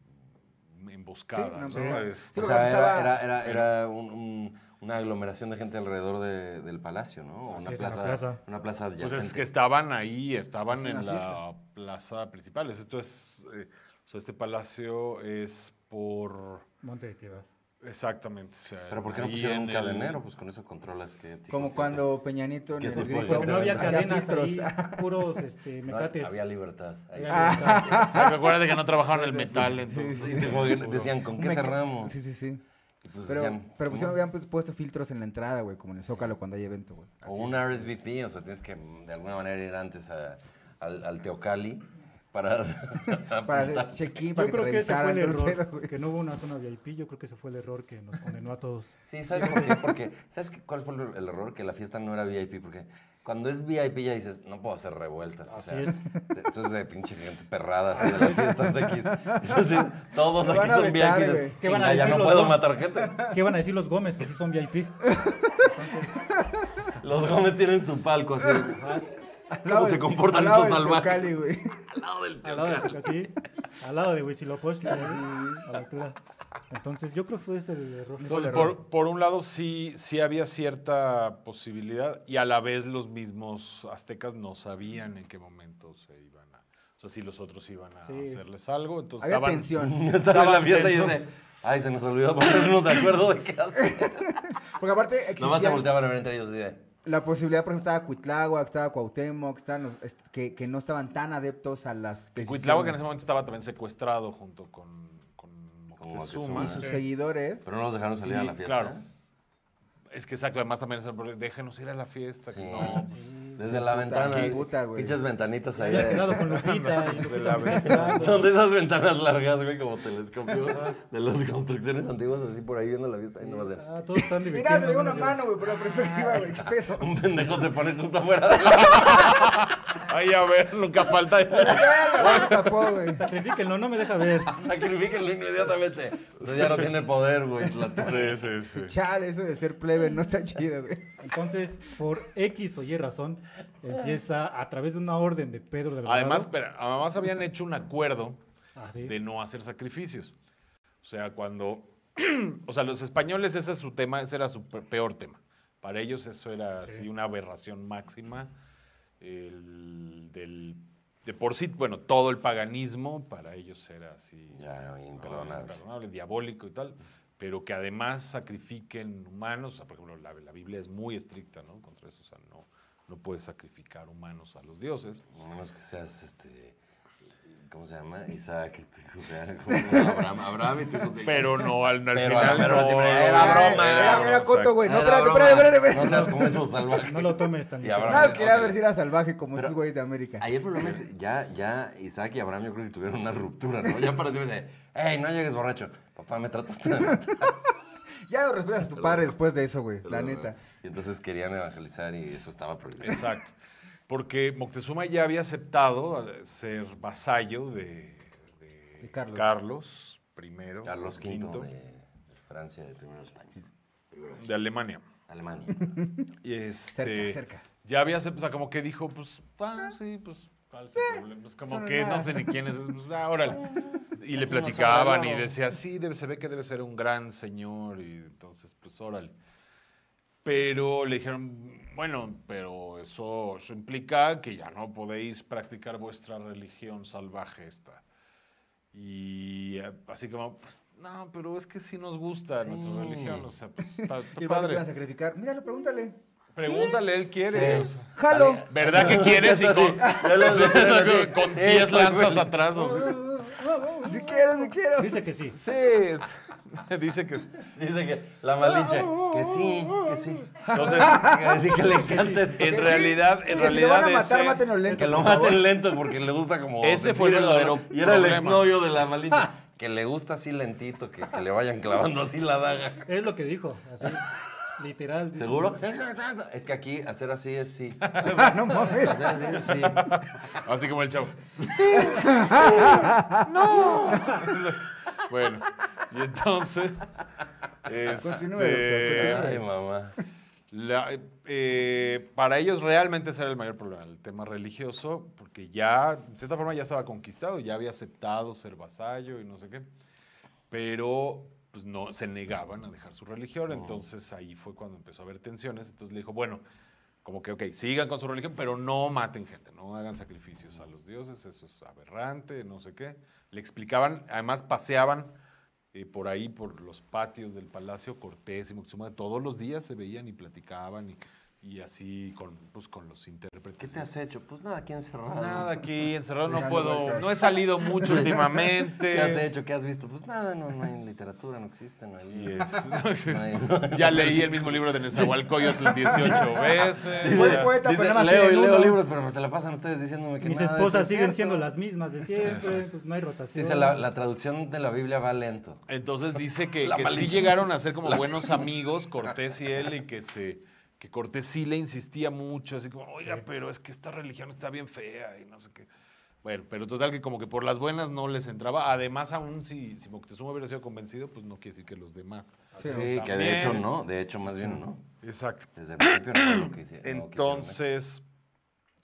[SPEAKER 5] emboscada.
[SPEAKER 3] una
[SPEAKER 5] ¿no?
[SPEAKER 3] emboscada.
[SPEAKER 5] Este,
[SPEAKER 3] Sí,
[SPEAKER 2] O
[SPEAKER 3] porque
[SPEAKER 2] sea,
[SPEAKER 3] estaba-
[SPEAKER 2] era, era, era, era un- un- una aglomeración de gente alrededor de- del palacio, ¿no? O
[SPEAKER 3] Ah,
[SPEAKER 1] Así
[SPEAKER 2] Una
[SPEAKER 1] es, una
[SPEAKER 2] plaza,
[SPEAKER 1] plaza.
[SPEAKER 2] Una plaza
[SPEAKER 5] Pues
[SPEAKER 2] adyacente.
[SPEAKER 5] es que estaban ahí, estaban
[SPEAKER 3] Es una
[SPEAKER 5] en la plaza principal. Es- Esto es, eh, o sea, este palacio es por
[SPEAKER 1] Monte de Piedad.
[SPEAKER 5] Exactamente. o sea,
[SPEAKER 2] Pero ¿por qué no
[SPEAKER 5] ahí
[SPEAKER 2] pusieron
[SPEAKER 5] en
[SPEAKER 2] un
[SPEAKER 5] el-
[SPEAKER 2] cadenero? Pues con eso controlas que... tipo,
[SPEAKER 3] Como
[SPEAKER 2] que-
[SPEAKER 3] cuando Peñanito en
[SPEAKER 2] ¿Qué
[SPEAKER 3] el
[SPEAKER 2] tipo de
[SPEAKER 3] grito.
[SPEAKER 1] Porque no había
[SPEAKER 2] Hacía
[SPEAKER 1] cadenas ahí,
[SPEAKER 3] filtros.
[SPEAKER 1] puros este,
[SPEAKER 2] No,
[SPEAKER 1] mecates.
[SPEAKER 2] había libertad. Ahí sí.
[SPEAKER 3] Ah.
[SPEAKER 5] O sea, que acuérdate que no trabajaron en el metal, entonces.
[SPEAKER 2] Sí, sí, como que decían, ¿con qué
[SPEAKER 3] Meca-
[SPEAKER 2] cerramos?
[SPEAKER 3] Sí, sí, sí.
[SPEAKER 2] Y pues
[SPEAKER 3] Pero,
[SPEAKER 2] decían,
[SPEAKER 3] pero
[SPEAKER 2] ¿cómo?
[SPEAKER 3] pusieron, habían pues, puesto filtros en la entrada, güey, como en el Zócalo cuando hay evento, güey.
[SPEAKER 2] O
[SPEAKER 3] Así
[SPEAKER 2] un
[SPEAKER 3] es.
[SPEAKER 2] RSVP, o sea, tienes que mm, de alguna manera ir antes a- al, al Teocali para...
[SPEAKER 3] Para hacer
[SPEAKER 2] apuntar.
[SPEAKER 3] check-in, para
[SPEAKER 1] Yo
[SPEAKER 3] que
[SPEAKER 1] creo
[SPEAKER 3] te
[SPEAKER 1] que ese fue
[SPEAKER 3] revisaran
[SPEAKER 1] el
[SPEAKER 3] todo el
[SPEAKER 1] error,
[SPEAKER 3] pedo, güey.
[SPEAKER 1] que no hubo una zona VIP, yo creo que ese fue el error que nos condenó a todos.
[SPEAKER 2] Sí, ¿sabes por qué? Porque, ¿sabes qué- cuál fue el el error? Que la fiesta no era VIP, porque cuando es VIP ya dices, no puedo hacer revueltas. o
[SPEAKER 1] Así
[SPEAKER 2] sea,
[SPEAKER 1] es.
[SPEAKER 2] de- Eso es de pinche gente perrada, así de las fiestas X. Entonces, todos
[SPEAKER 3] Me
[SPEAKER 2] aquí
[SPEAKER 3] van a
[SPEAKER 2] son
[SPEAKER 3] vetar,
[SPEAKER 2] VIP.
[SPEAKER 3] güey.
[SPEAKER 2] dices,
[SPEAKER 1] ¿Qué van a
[SPEAKER 2] "Chinga, ya
[SPEAKER 1] decir
[SPEAKER 2] no
[SPEAKER 1] los
[SPEAKER 2] puedo
[SPEAKER 1] dos?"
[SPEAKER 2] matar gente.
[SPEAKER 1] ¿Qué van a decir los Gómez que sí son VIP?
[SPEAKER 2] Los Gómez tienen su palco, así.
[SPEAKER 3] Al lado
[SPEAKER 2] ¿Cómo se
[SPEAKER 3] del-
[SPEAKER 2] comportan
[SPEAKER 3] al lado
[SPEAKER 2] estos
[SPEAKER 3] del Tecali,
[SPEAKER 2] salvajes?
[SPEAKER 3] güey.
[SPEAKER 2] Al lado del
[SPEAKER 1] al lado
[SPEAKER 2] Teocali.
[SPEAKER 1] de, sí, al lado de Huitzilopochtli, ahí, a la altura. Entonces, yo creo que fue ese el error.
[SPEAKER 5] Entonces, por, por un lado, sí, sí había cierta posibilidad y a la vez los mismos aztecas no sabían en qué momento se iban a... O sea, si los otros iban a
[SPEAKER 1] Sí.
[SPEAKER 5] hacerles algo, entonces
[SPEAKER 3] Había
[SPEAKER 5] estaban-
[SPEAKER 3] tensión.
[SPEAKER 2] Estaba en la
[SPEAKER 5] Estaban
[SPEAKER 2] fiesta y
[SPEAKER 5] tensos.
[SPEAKER 2] dice, ay, se nos olvidó ponernos de acuerdo de qué hacer.
[SPEAKER 3] Porque aparte existía
[SPEAKER 2] Nomás se volteaban a ver entre ellos y de,
[SPEAKER 3] la posibilidad, por ejemplo, estaba Cuitláhuac, estaba Cuauhtémoc, estaban los- est- que, que no estaban tan adeptos a las
[SPEAKER 5] Y
[SPEAKER 3] decisiones.
[SPEAKER 5] Cuitláhuac en ese momento estaba también secuestrado junto con, con
[SPEAKER 2] Moctezuma.
[SPEAKER 5] Moctezuma.
[SPEAKER 3] Y sus
[SPEAKER 1] Sí.
[SPEAKER 3] seguidores.
[SPEAKER 2] pero no nos dejaron salir a
[SPEAKER 5] Sí,
[SPEAKER 2] la fiesta.
[SPEAKER 5] claro. Es que exacto, además también es el problema. Déjenos ir a la fiesta. que
[SPEAKER 2] Sí.
[SPEAKER 5] no.
[SPEAKER 2] Desde la ventana.
[SPEAKER 3] qué puta, güey.
[SPEAKER 2] Pinches ventanitas ahí.
[SPEAKER 1] Había
[SPEAKER 2] de-
[SPEAKER 1] quedado con Lupita y
[SPEAKER 5] De la
[SPEAKER 1] Lupita me está esperando.
[SPEAKER 2] Son de esas ventanas largas, güey, como telescopio de las construcciones antiguas, así por ahí viendo la vista. Y nomás de-
[SPEAKER 1] Ah, todos están divirtiendo.
[SPEAKER 3] Mira, se me dio una
[SPEAKER 1] menos yo.
[SPEAKER 3] mano, güey, por la perspectiva, güey. Qué pedo.
[SPEAKER 2] Un pendejo se pone justo afuera. de la-
[SPEAKER 5] Ay, a ver, nunca falta.
[SPEAKER 3] Verga, se tapó, güey.
[SPEAKER 1] Sacrifíquenlo, no me deja ver.
[SPEAKER 2] Sacrifíquenlo inmediatamente. Usted ya no tiene poder, güey. La-
[SPEAKER 5] Sí, sí, sí.
[SPEAKER 3] Chale, eso de ser plebe no está chido, güey.
[SPEAKER 1] Entonces, por X o Y razón, empieza a través de una orden de Pedro de Alvarado.
[SPEAKER 5] Además, espera, además habían hecho un acuerdo
[SPEAKER 1] Ah, sí.
[SPEAKER 5] de no hacer sacrificios. O sea, cuando... o sea, los españoles ese es su tema, ese era su pe- peor tema. Para ellos eso era
[SPEAKER 1] Sí.
[SPEAKER 5] así una aberración máxima. El, del, de por sí, bueno, todo el paganismo para ellos era así...
[SPEAKER 2] Ya,
[SPEAKER 5] ¿no?
[SPEAKER 2] imperdonable.
[SPEAKER 5] imperdonable, diabólico y tal, pero que además sacrifiquen humanos. O sea, por ejemplo, la, la Biblia es muy estricta, ¿no? Contra eso, o sea, no, no puedes sacrificar humanos a los dioses.
[SPEAKER 2] A menos que seas este. ¿Cómo se llama? Isaac. y tú, O sea, como Abraham, Abraham y tú, José.
[SPEAKER 5] Pero no, al, al
[SPEAKER 2] Pero,
[SPEAKER 5] final
[SPEAKER 2] pero
[SPEAKER 5] no,
[SPEAKER 2] siempre
[SPEAKER 5] no,
[SPEAKER 2] era
[SPEAKER 5] no,
[SPEAKER 2] broma,
[SPEAKER 5] era
[SPEAKER 2] era
[SPEAKER 5] broma,
[SPEAKER 3] Era
[SPEAKER 5] exacto.
[SPEAKER 3] coto, güey. No,
[SPEAKER 2] Era
[SPEAKER 3] espérate,
[SPEAKER 2] broma.
[SPEAKER 3] espérate, espérate, espérate.
[SPEAKER 2] No seas como esos salvajes.
[SPEAKER 1] No lo tomes tan
[SPEAKER 2] Y
[SPEAKER 1] ligero.
[SPEAKER 2] Abraham.
[SPEAKER 3] Nada más quería
[SPEAKER 2] Ok.
[SPEAKER 3] ver si era salvaje como
[SPEAKER 2] Pero-
[SPEAKER 3] esos güeyes de América.
[SPEAKER 2] Ahí el problema es, ya, ya Isaac y Abraham yo creo que tuvieron una ruptura, ¿no? Ya para decirme de, hey, no llegues borracho. Papá, me trataste de matar".
[SPEAKER 3] Ya no respetas a tu padre después de eso, güey. La
[SPEAKER 2] Perdón,
[SPEAKER 3] neta.
[SPEAKER 2] güey. Y entonces querían evangelizar y eso estaba prohibido.
[SPEAKER 5] Exacto. Porque Moctezuma ya había aceptado eh, ser vasallo de, de
[SPEAKER 3] De Carlos.
[SPEAKER 5] Carlos primero,
[SPEAKER 2] Carlos V
[SPEAKER 5] quinto,
[SPEAKER 2] de, de Francia, de primero de España,
[SPEAKER 5] de Alemania.
[SPEAKER 2] Alemania.
[SPEAKER 5] Y este,
[SPEAKER 3] cerca.
[SPEAKER 5] Ya había aceptado, o sea, como que dijo, pues, ah, sí, pues, ¿cuál es el problema? Pues como
[SPEAKER 3] Eso
[SPEAKER 5] que
[SPEAKER 3] no
[SPEAKER 5] no sé ni quién es, pues, ah, órale. Y le
[SPEAKER 2] Aquí no
[SPEAKER 5] platicaban
[SPEAKER 2] sobra
[SPEAKER 5] y
[SPEAKER 2] nada.
[SPEAKER 5] decía, sí, debe, se ve que debe ser un gran señor, y entonces, pues, órale. Pero le dijeron, bueno, pero eso, eso implica que ya no podéis practicar vuestra religión salvaje esta. Y eh, así como, pues, no, pero es que sí nos gusta nuestra
[SPEAKER 2] Sí.
[SPEAKER 5] religión, o sea, pues, está, está
[SPEAKER 3] Y el padre te
[SPEAKER 5] padre.
[SPEAKER 3] iban a sacrificar. Míralo, pregúntale.
[SPEAKER 5] Pregúntale, él quiere.
[SPEAKER 2] Sí.
[SPEAKER 3] Jalo.
[SPEAKER 5] ¿Verdad que quieres? Y
[SPEAKER 2] Sí,
[SPEAKER 5] con
[SPEAKER 2] ya lo sé, ya lo sé.
[SPEAKER 5] con
[SPEAKER 2] Sí,
[SPEAKER 5] 10
[SPEAKER 2] soy
[SPEAKER 5] lanzas
[SPEAKER 2] bueno.
[SPEAKER 5] atrás. o sea.
[SPEAKER 3] Si quiero, si quiero.
[SPEAKER 1] Dice que sí.
[SPEAKER 5] Sí, es- dice que...
[SPEAKER 2] Dice que la malinche, que sí, que sí.
[SPEAKER 5] Entonces,
[SPEAKER 2] Que sí, Ah, que le encanta este esto.
[SPEAKER 5] en realidad, en
[SPEAKER 3] Que si lo van
[SPEAKER 5] realidad
[SPEAKER 3] a matar,
[SPEAKER 5] ese-
[SPEAKER 3] mátenlo lento. Ah,
[SPEAKER 2] Que lo
[SPEAKER 3] por favor.
[SPEAKER 2] maten lento porque le gusta como...
[SPEAKER 5] Ese
[SPEAKER 2] sentir
[SPEAKER 5] fue el verdadero
[SPEAKER 2] dolor. Y era el
[SPEAKER 5] problema.
[SPEAKER 2] exnovio de la malinche. Que le gusta así lentito, que, que le vayan clavando así la daga.
[SPEAKER 1] Es lo que dijo, así, literal. dice.
[SPEAKER 2] ¿Seguro? Es que aquí hacer así es sí.
[SPEAKER 3] Ah, no mames.
[SPEAKER 2] Hacer así es sí.
[SPEAKER 5] Así como el chavo. Sí, no. Bueno, y entonces...
[SPEAKER 3] Continúe,
[SPEAKER 5] este,
[SPEAKER 3] doctor,
[SPEAKER 2] Ay, mamá.
[SPEAKER 5] La- eh, para ellos realmente ese era el mayor problema, el tema religioso, porque ya, de cierta forma, ya estaba conquistado, ya había aceptado ser vasallo y no sé qué, pero pues no, se negaban a dejar su religión, entonces ahí fue cuando empezó a haber tensiones, entonces le dijo, bueno, como que, ok, sigan con su religión, pero no maten gente, no hagan sacrificios a los dioses, eso es aberrante, no sé qué. Le explicaban, además paseaban eh, por ahí, por los patios del Palacio Cortés y Moctezuma, todos los días se veían y platicaban y, y así con, pues, con los intérpretes.
[SPEAKER 2] ¿Qué te has hecho? Pues nada, aquí encerrado.
[SPEAKER 5] Nada, aquí encerrado no
[SPEAKER 3] Dejando
[SPEAKER 5] puedo,
[SPEAKER 3] vueltas.
[SPEAKER 5] no he salido mucho últimamente.
[SPEAKER 2] ¿Qué has hecho? ¿Qué has visto? Pues nada, no, no hay literatura, no existe, no hay
[SPEAKER 5] Y
[SPEAKER 2] libros.
[SPEAKER 5] es-
[SPEAKER 2] No hay-
[SPEAKER 5] ya leí el mismo libro de Nezahualcóyotl 18 veces.
[SPEAKER 3] Buen
[SPEAKER 5] ya-
[SPEAKER 3] poeta,
[SPEAKER 2] Dice,
[SPEAKER 3] pero nada más
[SPEAKER 2] leo y
[SPEAKER 3] tienen
[SPEAKER 2] leo
[SPEAKER 3] uno".
[SPEAKER 2] libros, pero se la pasan ustedes diciéndome que
[SPEAKER 1] Mis
[SPEAKER 2] nada de
[SPEAKER 1] esposas
[SPEAKER 2] eso es
[SPEAKER 1] siguen
[SPEAKER 2] cierto.
[SPEAKER 1] siendo las mismas de siempre, entonces no hay rotación.
[SPEAKER 2] Dice, la, la traducción de la Biblia va lento.
[SPEAKER 5] Entonces dice que,
[SPEAKER 2] La
[SPEAKER 5] que sí
[SPEAKER 2] maldita.
[SPEAKER 5] llegaron a ser como buenos amigos, Cortés y él, y que se que Cortés sí le insistía mucho, así como, oiga,
[SPEAKER 1] Sí.
[SPEAKER 5] pero es que esta religión está bien fea y no sé qué. Bueno, pero total que como que por las buenas no les entraba. Además, aún si, si Moctezuma hubiera sido convencido, pues no quiere decir que los demás.
[SPEAKER 3] Sí,
[SPEAKER 2] Sí,
[SPEAKER 3] no,
[SPEAKER 2] que
[SPEAKER 5] también.
[SPEAKER 2] de hecho no, de hecho más bien no.
[SPEAKER 5] Exacto.
[SPEAKER 2] Desde el principio no fue lo que hici- no quisieron hacer.
[SPEAKER 5] Entonces,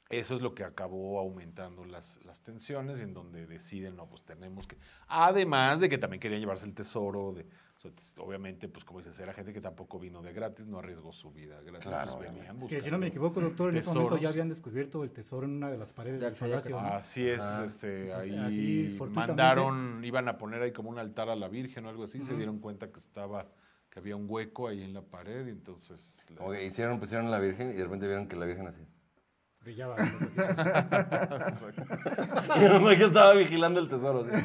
[SPEAKER 5] eso es lo que acabó aumentando las, las tensiones y en donde deciden, no, pues tenemos que... Además de que también querían llevarse el tesoro, de, o sea, t- obviamente, pues como dices, era gente que tampoco vino de gratis, no arriesgó su vida gratis,
[SPEAKER 2] Claro,
[SPEAKER 5] pues, venían
[SPEAKER 1] Que si
[SPEAKER 5] buscando.
[SPEAKER 1] no me equivoco, doctor, en ese momento
[SPEAKER 5] tesoros.
[SPEAKER 1] ya habían descubierto el tesoro en una de las paredes
[SPEAKER 3] Ya
[SPEAKER 1] del
[SPEAKER 3] que ya
[SPEAKER 1] palacio.
[SPEAKER 2] Ah.
[SPEAKER 1] ¿no?
[SPEAKER 5] Así es,
[SPEAKER 2] Ajá.
[SPEAKER 5] este,
[SPEAKER 1] Entonces, así,
[SPEAKER 5] ahí
[SPEAKER 1] fortuitamente.
[SPEAKER 5] mandaron, iban a poner ahí como un altar a la Virgen o algo así, se dieron cuenta que estaba, que había un hueco ahí en la pared y entonces... la-
[SPEAKER 2] Como que hicieron, pusieron a la Virgen y de repente vieron que la Virgen así.
[SPEAKER 1] Brillaba. no sé qué.
[SPEAKER 2] Y el güey que estaba vigilando el tesoro. así.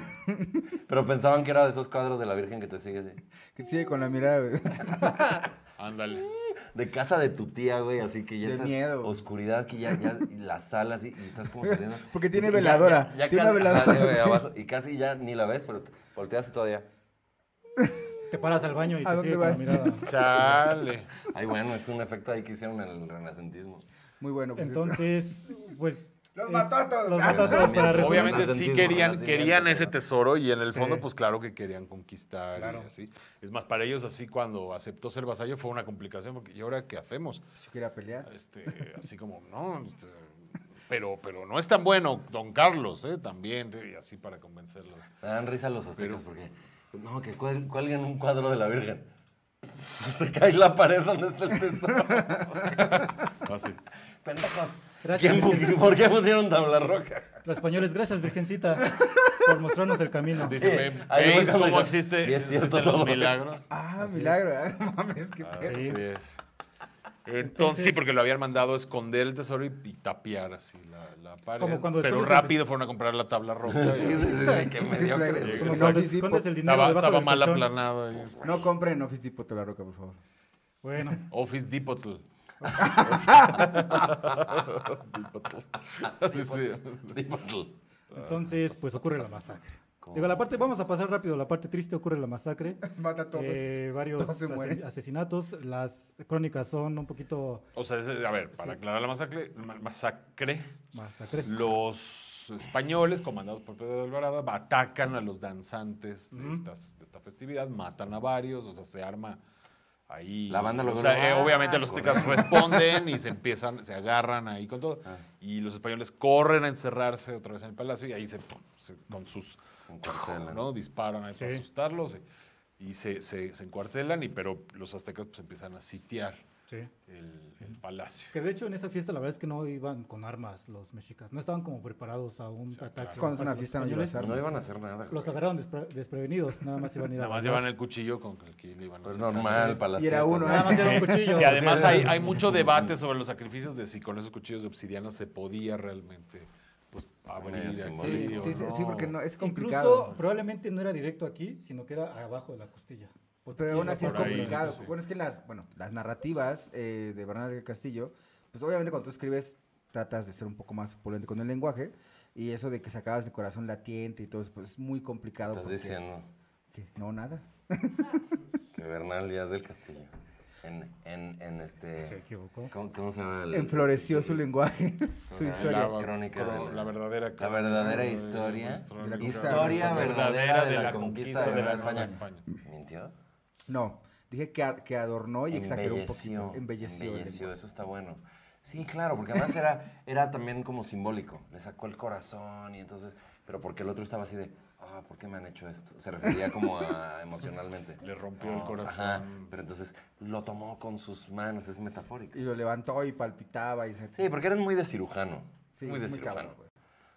[SPEAKER 2] Pero pensaban que era de esos cuadros de la Virgen que te sigue así.
[SPEAKER 3] Que sigue con la mirada, güey.
[SPEAKER 5] Ándale.
[SPEAKER 2] De casa de tu tía, güey, así que ya
[SPEAKER 3] De
[SPEAKER 2] estás...
[SPEAKER 3] miedo.
[SPEAKER 2] Oscuridad, que ya, ya y la sala así, y estás como saliendo.
[SPEAKER 3] Porque tiene
[SPEAKER 2] Y ya-
[SPEAKER 3] veladora,
[SPEAKER 2] ya- ya
[SPEAKER 3] tiene
[SPEAKER 2] casi-
[SPEAKER 3] una veladora,
[SPEAKER 2] ajá, güey,
[SPEAKER 3] güey.
[SPEAKER 2] abajo, y casi ya ni la ves, pero te- volteas y todavía.
[SPEAKER 1] Te paras al baño y
[SPEAKER 3] ¿A
[SPEAKER 1] te sigue con la
[SPEAKER 3] dónde vas?
[SPEAKER 1] mirada.
[SPEAKER 5] Chale.
[SPEAKER 2] Ay, bueno, es un efecto ahí que hicieron en el renacentismo.
[SPEAKER 3] Muy bueno. por cierto.
[SPEAKER 1] Entonces, pues...
[SPEAKER 3] Los
[SPEAKER 1] es-
[SPEAKER 3] mató a todos.
[SPEAKER 1] Los mató a todos para resumir.
[SPEAKER 5] Obviamente sí
[SPEAKER 2] Renacentismo,
[SPEAKER 5] querían,
[SPEAKER 2] renacimiento,
[SPEAKER 5] querían ese
[SPEAKER 2] claro.
[SPEAKER 5] tesoro y en el
[SPEAKER 1] Sí.
[SPEAKER 5] fondo, pues claro que querían conquistar y
[SPEAKER 1] Claro.
[SPEAKER 5] así. Es más, para ellos así cuando aceptó ser vasallo fue una complicación porque ¿y ahora qué hacemos?
[SPEAKER 3] Si quiera pelear.
[SPEAKER 5] Este, así como, no, este, pero, pero no es tan bueno, don Carlos, ¿eh? también, y así para convencerlos.
[SPEAKER 2] Me dan risa los aztecas porque. No, que cuel- cuelguen un cuadro de la Virgen. Se cae la pared donde está el tesoro. Ah,
[SPEAKER 5] Así.
[SPEAKER 2] Pendejos.
[SPEAKER 1] Gracias,
[SPEAKER 2] ¿Quién pu- ¿Por qué pusieron tabla roca?
[SPEAKER 1] Los españoles, gracias, Virgencita, por mostrarnos el camino.
[SPEAKER 5] Dice,
[SPEAKER 2] Sí,
[SPEAKER 5] "Ve-
[SPEAKER 2] ahí fue
[SPEAKER 5] ¿Veis
[SPEAKER 2] cuando
[SPEAKER 5] cómo
[SPEAKER 2] dijo,
[SPEAKER 5] existe
[SPEAKER 2] "Sí es
[SPEAKER 5] existen
[SPEAKER 2] cierto
[SPEAKER 5] los
[SPEAKER 2] todo esto".
[SPEAKER 5] milagros?
[SPEAKER 3] Ah, milagro. ¿eh? No mames, qué perro.
[SPEAKER 5] Así es. Entonces,
[SPEAKER 1] Entonces-
[SPEAKER 5] sí, porque lo habían mandado a esconder el tesoro y, y tapiar así la, la pared.
[SPEAKER 1] Como cuando
[SPEAKER 5] pero
[SPEAKER 1] escondes el-
[SPEAKER 5] rápido fueron a comprar la tabla roja.
[SPEAKER 2] Sí, sí, sí, sí, qué mediocre.
[SPEAKER 1] Como
[SPEAKER 3] Sí,
[SPEAKER 1] cuando
[SPEAKER 3] sí, sí,
[SPEAKER 1] escondes
[SPEAKER 3] po-
[SPEAKER 1] el dinero
[SPEAKER 5] estaba
[SPEAKER 1] debajo
[SPEAKER 5] estaba
[SPEAKER 1] del
[SPEAKER 5] mal
[SPEAKER 1] colchón.
[SPEAKER 5] aplanado. ahí.
[SPEAKER 3] No compren Office Depot de la Roca, por favor.
[SPEAKER 1] Bueno,
[SPEAKER 5] Office Depot. Depot. Sí, sí.
[SPEAKER 1] entonces, pues ocurre la masacre. Digo, la parte, vamos a pasar rápido, la parte triste ocurre la masacre.
[SPEAKER 3] Mata a todos.
[SPEAKER 1] Eh, varios
[SPEAKER 3] Todos se
[SPEAKER 1] ase-
[SPEAKER 3] mueren.
[SPEAKER 1] asesinatos, las crónicas son un poquito
[SPEAKER 5] O sea, ese- a ver, para aclarar la masacre, ma- masacre,
[SPEAKER 1] masacre.
[SPEAKER 3] Mm.
[SPEAKER 5] los españoles, comandados por Pedro de Alvarado, atacan a los danzantes de,
[SPEAKER 1] Ujú.
[SPEAKER 5] estas- de esta festividad, matan a varios, o sea, se arma ahí.
[SPEAKER 2] La banda
[SPEAKER 5] o
[SPEAKER 2] logró-
[SPEAKER 5] sea, eh,
[SPEAKER 2] Ah,
[SPEAKER 5] obviamente los tecas responden y se empiezan, se agarran ahí con todo.
[SPEAKER 2] Ah.
[SPEAKER 5] Y los españoles corren a encerrarse otra vez en el palacio y ahí se, pum, se- con sus
[SPEAKER 2] Un cuartel,
[SPEAKER 5] ¿no? Disparan ahí para
[SPEAKER 1] Sí.
[SPEAKER 5] asustarlos y se, se- se encuartelan, y, pero los aztecas pues, empiezan a sitiar
[SPEAKER 1] Sí.
[SPEAKER 5] el, el palacio.
[SPEAKER 1] Que de hecho en esa fiesta la verdad es que no iban con armas los mexicas, no estaban como preparados a un
[SPEAKER 5] Sí, claro.
[SPEAKER 1] ataque.
[SPEAKER 5] Es
[SPEAKER 3] cuando es
[SPEAKER 1] a
[SPEAKER 3] una
[SPEAKER 1] los
[SPEAKER 3] fiesta, no
[SPEAKER 1] españoles.
[SPEAKER 3] llevas
[SPEAKER 2] No iban a hacer nada.
[SPEAKER 1] Los
[SPEAKER 2] güey.
[SPEAKER 1] agarraron despre- desprevenidos, nada más iban a ir a
[SPEAKER 5] Nada más
[SPEAKER 1] bailar.
[SPEAKER 5] llevan el cuchillo con el que le iban a
[SPEAKER 2] Pues
[SPEAKER 5] sacar.
[SPEAKER 2] normal para las
[SPEAKER 3] Y era
[SPEAKER 2] fiestas,
[SPEAKER 3] uno,
[SPEAKER 2] ¿no?
[SPEAKER 1] Nada más era un cuchillo.
[SPEAKER 5] Y además
[SPEAKER 1] Sí.
[SPEAKER 5] hay, hay mucho debate sobre los sacrificios de si con esos cuchillos de obsidiana se podía realmente pues, abrir
[SPEAKER 2] Eh, Sí,
[SPEAKER 5] así,
[SPEAKER 3] Sí,
[SPEAKER 5] o
[SPEAKER 3] sí, sí, sí, porque no, es complicado.
[SPEAKER 1] Incluso probablemente no era directo aquí, sino que era abajo de la costilla. Porque
[SPEAKER 3] Pero aún así es
[SPEAKER 5] por ahí,
[SPEAKER 3] complicado.
[SPEAKER 5] sí.
[SPEAKER 3] Bueno, es que las, bueno, las narrativas eh, de Bernal del Castillo, pues obviamente cuando tú escribes tratas de ser un poco más opulente con el lenguaje y eso de que sacabas el corazón latiente y todo eso, pues es muy complicado.
[SPEAKER 2] Estás
[SPEAKER 3] porque-
[SPEAKER 2] diciendo
[SPEAKER 3] ¿Qué? No, nada.
[SPEAKER 2] que Bernal Díaz del Castillo. En, en, en este.
[SPEAKER 1] Se equivocó.
[SPEAKER 2] ¿Cómo, cómo se llama? el-
[SPEAKER 3] Enfloreció su
[SPEAKER 2] el-
[SPEAKER 3] lenguaje, su
[SPEAKER 2] Ah,
[SPEAKER 3] historia.
[SPEAKER 5] La,
[SPEAKER 2] Crónica de
[SPEAKER 5] cro-
[SPEAKER 2] la-
[SPEAKER 5] la verdadera
[SPEAKER 2] La verdadera historia.
[SPEAKER 5] de la-
[SPEAKER 2] Historia
[SPEAKER 5] la
[SPEAKER 2] verdadera de la conquista de la Nueva
[SPEAKER 5] Nueva
[SPEAKER 2] España. ¿Mintió?
[SPEAKER 3] No, dije que, a- que adornó y exageró un poquito. Embelleció.
[SPEAKER 2] Embelleció.
[SPEAKER 3] el
[SPEAKER 2] Embelleció,
[SPEAKER 3] lenguaje.
[SPEAKER 2] eso está bueno. Sí, claro, porque además era, era también como simbólico. Le sacó el corazón y entonces. Pero porque el otro estaba así de. Ah, ¿por qué me han hecho esto? Se refería como a emocionalmente.
[SPEAKER 5] Le rompió el
[SPEAKER 2] Ah,
[SPEAKER 5] corazón.
[SPEAKER 2] Ajá, pero entonces lo tomó con sus manos, es metafórico.
[SPEAKER 3] Y lo levantó y palpitaba. Y se-
[SPEAKER 2] Sí, porque eran muy de cirujano.
[SPEAKER 3] Sí,
[SPEAKER 2] muy de
[SPEAKER 3] es muy
[SPEAKER 2] cirujano.
[SPEAKER 3] cabrón, güey.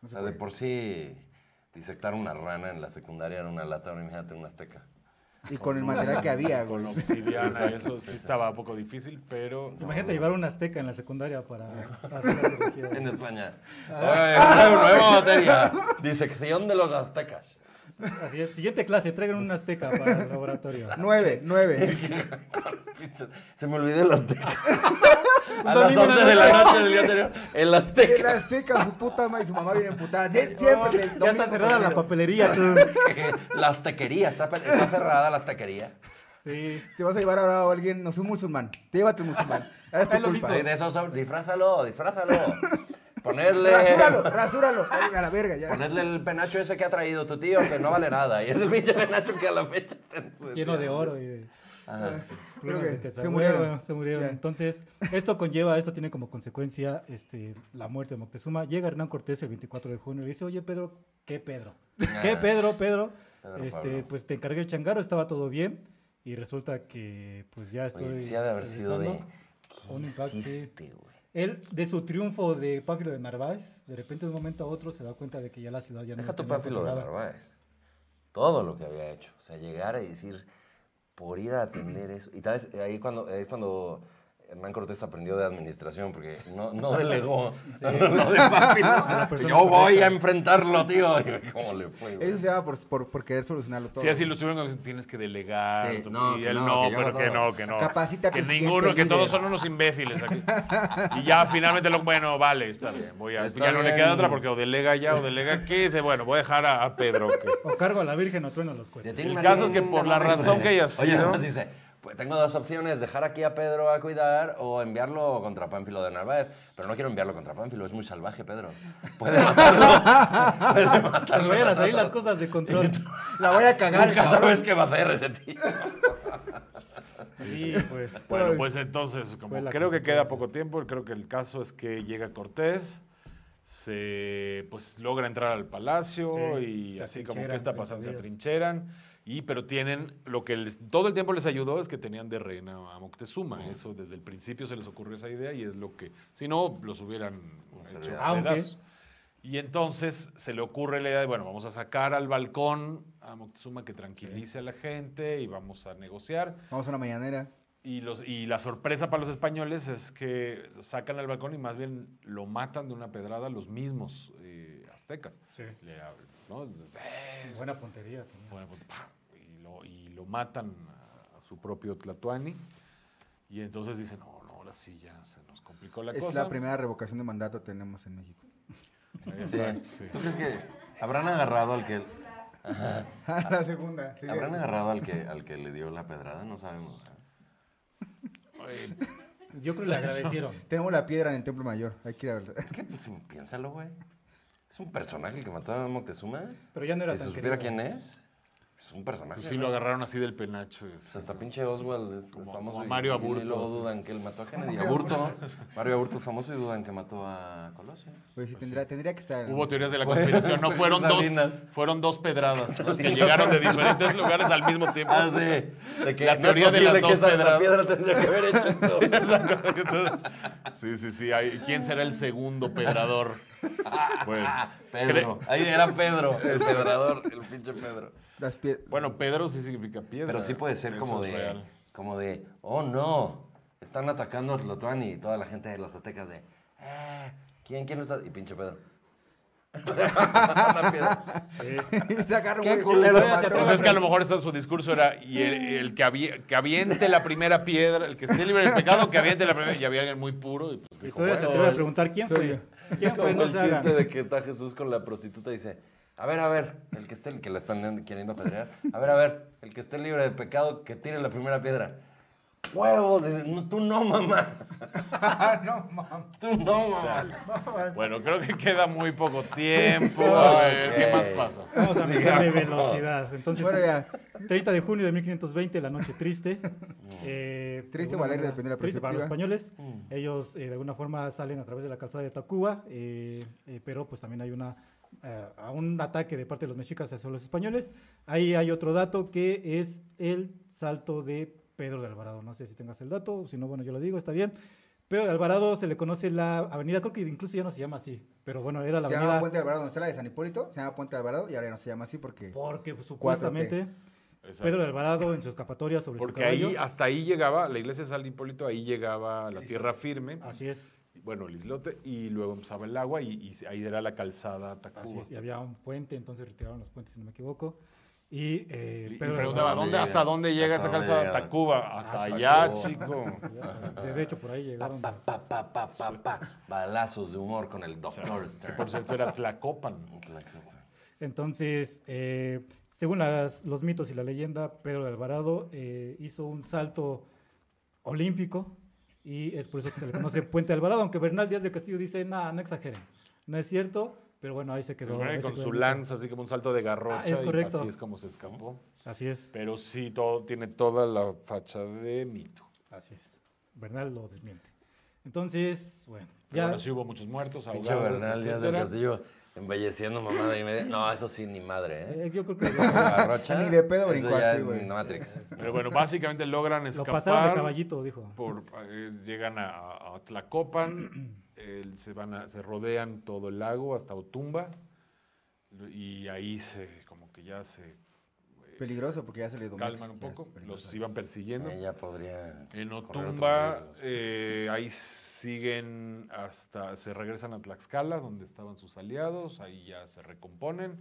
[SPEAKER 3] No
[SPEAKER 2] o
[SPEAKER 3] se
[SPEAKER 2] sea, de
[SPEAKER 3] puede.
[SPEAKER 2] por sí, disectar una rana en la secundaria era una lata, ahora imagínate una azteca.
[SPEAKER 3] Y con el material que había,
[SPEAKER 5] Con
[SPEAKER 3] güey.
[SPEAKER 5] obsidiana, eso sí estaba un poco difícil, pero...
[SPEAKER 1] Imagínate llevar una azteca en la secundaria para hacer la cirugía.
[SPEAKER 2] En España. Oye, nueva, nueva materia. Disección de los aztecas.
[SPEAKER 1] Así es, siguiente clase, traigan una azteca para el laboratorio.
[SPEAKER 3] Nueve, nueve.
[SPEAKER 2] Se me olvidó el azteca. A
[SPEAKER 1] domingo en
[SPEAKER 2] las
[SPEAKER 1] la
[SPEAKER 2] 11 de la noche del día anterior. El
[SPEAKER 3] El
[SPEAKER 2] azteca.
[SPEAKER 3] azteca, su puta madre y su mamá viene emputada. Sie-
[SPEAKER 1] No,
[SPEAKER 3] Siempre
[SPEAKER 1] Oh,
[SPEAKER 3] le-
[SPEAKER 1] ya
[SPEAKER 3] domingo
[SPEAKER 1] está cerrada la
[SPEAKER 3] perdido.
[SPEAKER 1] papelería, tú.
[SPEAKER 2] La aztequería. Está, pe- está cerrada la aztequería.
[SPEAKER 1] Sí.
[SPEAKER 3] Te vas a llevar ahora a alguien, no soy musulmán. Te llévate un musulmán. Ahora Es
[SPEAKER 1] Es
[SPEAKER 3] tu
[SPEAKER 1] lo
[SPEAKER 3] culpa.
[SPEAKER 2] Sí, De eso son- disfrázalo, disfrázalo. Ponerle.
[SPEAKER 3] Rasúralo, rasúralo. Ay, A la verga, ya.
[SPEAKER 2] Ponerle el penacho ese que ha traído tu tío, que no vale nada. Y es el pinche penacho que a la fecha está ensuciado.
[SPEAKER 1] lleno de oro eh. y de
[SPEAKER 2] Ajá, sí.
[SPEAKER 1] plumas
[SPEAKER 3] que
[SPEAKER 1] de
[SPEAKER 3] se
[SPEAKER 1] quetzalcoatl.
[SPEAKER 3] murieron.
[SPEAKER 1] Bueno, se murieron.
[SPEAKER 3] Ya.
[SPEAKER 1] Entonces, esto conlleva, esto tiene como consecuencia este, la muerte de Moctezuma. Llega Hernán Cortés el 24 de junio y le dice, oye Pedro, ¿qué Pedro? ¿Qué
[SPEAKER 2] Ah.
[SPEAKER 1] Pedro, Pedro?
[SPEAKER 2] Pedro
[SPEAKER 1] este,
[SPEAKER 2] Pablo.
[SPEAKER 1] Pues te encargué el changaro, estaba todo bien y resulta que pues ya estoy...
[SPEAKER 2] Oye, sí ha de haber sido de.
[SPEAKER 1] regresando.
[SPEAKER 2] ¿Qué
[SPEAKER 1] Un impacto, sí.
[SPEAKER 2] hiciste, güey?
[SPEAKER 1] Él, de su triunfo de Pánfilo de Narváez, de repente de un momento a otro se da cuenta de que ya la ciudad ya no
[SPEAKER 2] Deja
[SPEAKER 1] la
[SPEAKER 2] tu
[SPEAKER 1] tenía
[SPEAKER 2] papi lo de
[SPEAKER 1] controlada.
[SPEAKER 2] Narváez. Todo lo que había hecho. O sea, llegar a decir, por ir a atender eso. Y tal vez eh, ahí cuando, ahí es cuando Hernán Cortés aprendió de administración, porque no, no delegó. No, no, de papi, no.
[SPEAKER 1] la persona
[SPEAKER 2] Yo voy
[SPEAKER 1] correcta.
[SPEAKER 2] a enfrentarlo, tío. Y ¿Cómo le fue, güey?
[SPEAKER 3] Eso se llama por, por, por querer solucionarlo todo.
[SPEAKER 5] Sí, así lo estuvieron como, tienes que delegar.
[SPEAKER 2] Sí,
[SPEAKER 5] tú-
[SPEAKER 2] no,
[SPEAKER 5] y
[SPEAKER 2] que
[SPEAKER 5] él
[SPEAKER 2] no,
[SPEAKER 5] no,
[SPEAKER 2] que yo
[SPEAKER 5] pero
[SPEAKER 2] no
[SPEAKER 5] que
[SPEAKER 2] todo.
[SPEAKER 5] no, que no.
[SPEAKER 3] Capacita a tu
[SPEAKER 5] que
[SPEAKER 3] siguiente
[SPEAKER 5] ninguno, que
[SPEAKER 3] líder.
[SPEAKER 5] todos son unos imbéciles aquí. Y ya finalmente lo bueno, vale, está bien. Voy a,
[SPEAKER 2] Está
[SPEAKER 5] ya no le
[SPEAKER 2] bien.
[SPEAKER 5] queda otra porque o delega ya o delega aquí. y Dice, bueno, voy a dejar a, a Pedro. que-
[SPEAKER 1] O cargo a la Virgen o trueno los
[SPEAKER 2] Ya
[SPEAKER 1] cohetes.
[SPEAKER 2] tiene
[SPEAKER 5] El
[SPEAKER 2] una
[SPEAKER 5] caso es que
[SPEAKER 2] linda
[SPEAKER 5] por la
[SPEAKER 2] madre,
[SPEAKER 5] razón
[SPEAKER 2] güey.
[SPEAKER 5] que haya sido-
[SPEAKER 2] Oye, además dice, pues tengo dos opciones, dejar aquí a Pedro a cuidar o enviarlo contra Pánfilo de Narváez. Pero no quiero enviarlo contra Pánfilo, es muy salvaje, Pedro. Puede matarlo. puede
[SPEAKER 1] Que
[SPEAKER 2] matarlo.
[SPEAKER 1] vayan a salir las cosas de control.
[SPEAKER 3] La voy a cagar,
[SPEAKER 2] Nunca
[SPEAKER 3] cabrón.
[SPEAKER 2] sabes qué va a hacer ese tío.
[SPEAKER 1] Sí, pues.
[SPEAKER 5] Bueno, pues entonces,
[SPEAKER 1] Fue
[SPEAKER 5] como
[SPEAKER 1] la
[SPEAKER 5] creo que queda
[SPEAKER 1] consecuencia.
[SPEAKER 5] poco tiempo, creo que el caso es que llega Cortés, se pues logra entrar al palacio
[SPEAKER 1] Sí,
[SPEAKER 5] y
[SPEAKER 1] se
[SPEAKER 5] así como
[SPEAKER 1] atrincheran
[SPEAKER 5] que está
[SPEAKER 1] 30
[SPEAKER 5] pasando, se
[SPEAKER 1] días.
[SPEAKER 5] atrincheran. Y, pero tienen, lo que les- todo el tiempo les ayudó es que tenían de reina a Moctezuma. Eso desde el principio se les ocurrió esa idea y es lo que, si no, los hubieran
[SPEAKER 2] Los
[SPEAKER 5] hecho
[SPEAKER 2] hubieran-
[SPEAKER 1] Aunque-
[SPEAKER 5] pedazos. Y entonces se le ocurre la idea de, bueno, vamos a sacar al balcón a Moctezuma que tranquilice a la gente y vamos a negociar.
[SPEAKER 3] Vamos a una mañanera.
[SPEAKER 5] Y, los, y la sorpresa para los españoles es que sacan al balcón y más bien lo matan de una pedrada los mismos eh, aztecas.
[SPEAKER 1] Sí.
[SPEAKER 5] Le ab- ¿no? Eh,
[SPEAKER 1] Buena puntería. también.
[SPEAKER 5] bueno, pues, ¡pam! y, lo, y lo matan a, a su propio Tlatuani. Y entonces dicen, no, no, ahora sí ya se nos complicó la
[SPEAKER 3] es
[SPEAKER 5] cosa.
[SPEAKER 3] la primera revocación de mandato que tenemos en México.
[SPEAKER 5] Exacto, sí.
[SPEAKER 2] Entonces, pues que habrán agarrado al que
[SPEAKER 3] Ah, la segunda. sí.
[SPEAKER 2] habrán agarrado al que al que le dio la pedrada, no sabemos. ¿eh?
[SPEAKER 5] Eh,
[SPEAKER 1] Yo creo que le agradecieron.
[SPEAKER 3] Tenemos la piedra en el Templo Mayor. Hay que ir a verla.
[SPEAKER 2] Es que pues, piénsalo, güey. Es un personaje el que mató a Moctezuma.
[SPEAKER 1] Pero ya no era
[SPEAKER 2] si
[SPEAKER 1] tan
[SPEAKER 2] se supiera
[SPEAKER 1] querido.
[SPEAKER 2] quién es, es un personaje.
[SPEAKER 5] pues sí, lo agarraron así del penacho. es-
[SPEAKER 2] O sea, Pues hasta pinche Oswald es es
[SPEAKER 5] Como-
[SPEAKER 2] famoso.
[SPEAKER 5] como
[SPEAKER 2] y-
[SPEAKER 5] Mario
[SPEAKER 2] Y
[SPEAKER 5] Aburto,
[SPEAKER 2] luego
[SPEAKER 5] sí.
[SPEAKER 2] dudan que él mató a Kennedy. Aburto. Mario Aburto es famoso y dudan que mató a Colosio.
[SPEAKER 3] Oye, sí, tendría, tendría que estar.
[SPEAKER 5] Pues Hubo teorías de la conspiración, no
[SPEAKER 2] Pues,
[SPEAKER 5] fueron dos,
[SPEAKER 2] Salinas.
[SPEAKER 5] fueron dos pedradas ¿no? que llegaron de diferentes lugares al mismo tiempo.
[SPEAKER 2] Ah, sí. De que
[SPEAKER 5] La
[SPEAKER 2] no es
[SPEAKER 5] teoría de las
[SPEAKER 2] posible
[SPEAKER 5] dos
[SPEAKER 2] que esa
[SPEAKER 5] pedradas.
[SPEAKER 2] piedra tendría que haber hecho esto.
[SPEAKER 5] Sí, sí, sí. ahí- ¿Quién será el segundo pedrador? Pues, Bueno,
[SPEAKER 2] Pedro. Ahí era Pedro, el pedrador, el pinche Pedro.
[SPEAKER 3] Las pie-
[SPEAKER 5] bueno, Pedro sí significa piedra.
[SPEAKER 2] Pero sí puede ser
[SPEAKER 5] Eso
[SPEAKER 2] como
[SPEAKER 5] es
[SPEAKER 2] de,
[SPEAKER 5] real.
[SPEAKER 2] como de, oh no, están atacando a Tlatuani y toda la gente de los aztecas de, "Ah, ¿quién, quién está? Y pinche Pedro. La piedra.
[SPEAKER 3] se agarra un
[SPEAKER 2] Qué
[SPEAKER 3] güey que
[SPEAKER 2] culero,
[SPEAKER 3] lo
[SPEAKER 2] pato.
[SPEAKER 5] Pues
[SPEAKER 3] mató.
[SPEAKER 5] es que a lo mejor eso- su discurso era y el, el que, avie- que aviente la primera piedra, el que esté libre del pecado, que aviente la primera. Y había alguien muy puro. Y pues
[SPEAKER 1] Y
[SPEAKER 5] dijo,
[SPEAKER 1] todavía se
[SPEAKER 5] bueno,
[SPEAKER 1] atreve a preguntar quién
[SPEAKER 3] soy
[SPEAKER 1] fue. ¿Quién
[SPEAKER 2] Como
[SPEAKER 1] fue? No
[SPEAKER 2] el
[SPEAKER 1] se
[SPEAKER 2] chiste
[SPEAKER 1] hagan.
[SPEAKER 2] de que está Jesús con la prostituta y dice, a ver, a ver, el que esté, que la están queriendo apedrear, a ver, a ver, el que esté libre de pecado, que tire la primera piedra. ¡Huevos! Dice, "No, tú no, mamá.
[SPEAKER 3] Ah, no, mames.
[SPEAKER 2] Tú no, mamá.
[SPEAKER 1] Ah.
[SPEAKER 5] bueno, creo que queda muy poco tiempo. A ver, ¿qué
[SPEAKER 2] Ok.
[SPEAKER 5] más pasa?
[SPEAKER 1] Vamos a meterle
[SPEAKER 2] Sigamos.
[SPEAKER 1] velocidad. Entonces,
[SPEAKER 3] Bueno, ya.
[SPEAKER 1] 30 de junio de 1520, la noche triste. Eh, de
[SPEAKER 3] Triste o
[SPEAKER 1] alguna
[SPEAKER 3] alegre,
[SPEAKER 1] manera,
[SPEAKER 3] depende de la
[SPEAKER 1] Triste para los
[SPEAKER 3] perspectiva.
[SPEAKER 1] españoles.
[SPEAKER 5] Mm.
[SPEAKER 1] Ellos, eh, de alguna forma, salen a través de la calzada de Tacuba, eh, eh, pero pues también hay una eh, a un ataque de parte de los mexicas hacia los españoles. Ahí hay otro dato que es el salto de Pedro de Alvarado. No sé si tengas el dato, si no, bueno, yo lo digo, está bien. Pedro de Alvarado se le conoce la avenida, creo que incluso ya no se llama así, pero bueno, era la
[SPEAKER 3] Se
[SPEAKER 1] avenida
[SPEAKER 3] llama Puente de Alvarado, donde está la de San Hipólito. Se llama Puente de Alvarado y ahora ya no se llama así porque.
[SPEAKER 1] porque pues, supuestamente
[SPEAKER 5] Exacto.
[SPEAKER 1] Pedro de Alvarado en su escapatoria sobre
[SPEAKER 5] Porque
[SPEAKER 1] su caballo.
[SPEAKER 5] ahí, hasta ahí llegaba, la iglesia de San Hipólito, ahí llegaba la tierra firme,
[SPEAKER 1] Así es,
[SPEAKER 5] bueno, el islote, y luego empezaba el agua y, y ahí era la calzada Tacuba.
[SPEAKER 1] así es. Y había un puente, entonces retiraron los puentes, si no me equivoco. Y, eh,
[SPEAKER 5] Y- y
[SPEAKER 1] Pedro de
[SPEAKER 5] preguntaba,
[SPEAKER 1] Alvarado-
[SPEAKER 5] ¿dónde, ¿hasta dónde llega
[SPEAKER 2] ¿Hasta
[SPEAKER 5] esta
[SPEAKER 2] dónde
[SPEAKER 5] calzada
[SPEAKER 2] llega?
[SPEAKER 5] Tacuba? Hasta
[SPEAKER 1] Ah,
[SPEAKER 5] allá,
[SPEAKER 2] Tacuba.
[SPEAKER 5] chico.
[SPEAKER 1] Sí, De hecho, por ahí llegaron.
[SPEAKER 2] Pa, pa, pa, pa, pa, pa. Balazos de humor con el Dr. Stern.
[SPEAKER 5] Por cierto, era Tlacopan.
[SPEAKER 1] Entonces, eh, según las- los mitos y la leyenda, Pedro de Alvarado eh, hizo un salto olímpico y es por eso que se le conoce Puente de Alvarado, aunque Bernal Díaz del Castillo dice, nada, no exageren, no es cierto, pero bueno, ahí se
[SPEAKER 5] Se
[SPEAKER 1] quedó.
[SPEAKER 5] supone que
[SPEAKER 1] ahí se
[SPEAKER 5] Pues, con
[SPEAKER 1] quedó
[SPEAKER 5] su
[SPEAKER 1] el mito.
[SPEAKER 5] lanza, así como un salto de garrocha.
[SPEAKER 1] Ah, es
[SPEAKER 5] y
[SPEAKER 1] correcto.
[SPEAKER 5] así es como se escapó.
[SPEAKER 1] Así es,
[SPEAKER 5] Pero sí, todo, tiene toda la facha de mito.
[SPEAKER 1] así es. Bernal lo desmiente. Entonces, bueno,
[SPEAKER 5] Pero
[SPEAKER 1] ya...
[SPEAKER 5] bueno, sí hubo muchos muertos,
[SPEAKER 2] Pinche
[SPEAKER 5] ahogados,
[SPEAKER 2] Bernal Díaz del
[SPEAKER 5] etcétera.
[SPEAKER 2] Castillo embelleciendo mamada y media. No, eso sí, ni madre, ¿eh?
[SPEAKER 1] eh, yo creo que
[SPEAKER 2] Con la garrocha,
[SPEAKER 3] Ni de pedo
[SPEAKER 2] eso
[SPEAKER 3] brincó
[SPEAKER 2] ya
[SPEAKER 3] así,
[SPEAKER 2] es
[SPEAKER 3] güey.
[SPEAKER 2] Matrix.
[SPEAKER 5] Pero bueno, básicamente logran
[SPEAKER 1] lo
[SPEAKER 5] escapar.
[SPEAKER 1] pasaron de caballito, dijo.
[SPEAKER 5] por- eh, llegan a, a Tlacopan, el- se, van a- se rodean todo el lago hasta Otumba y ahí se, como que ya se
[SPEAKER 3] Peligroso porque ya se le domó.
[SPEAKER 5] calman un poco, los iban persiguiendo.
[SPEAKER 2] Ella podría.
[SPEAKER 5] En
[SPEAKER 2] correr otros
[SPEAKER 5] Otumba,
[SPEAKER 2] riesgos.
[SPEAKER 5] eh, ahí siguen hasta, se regresan a Tlaxcala, donde estaban sus aliados, ahí ya se recomponen,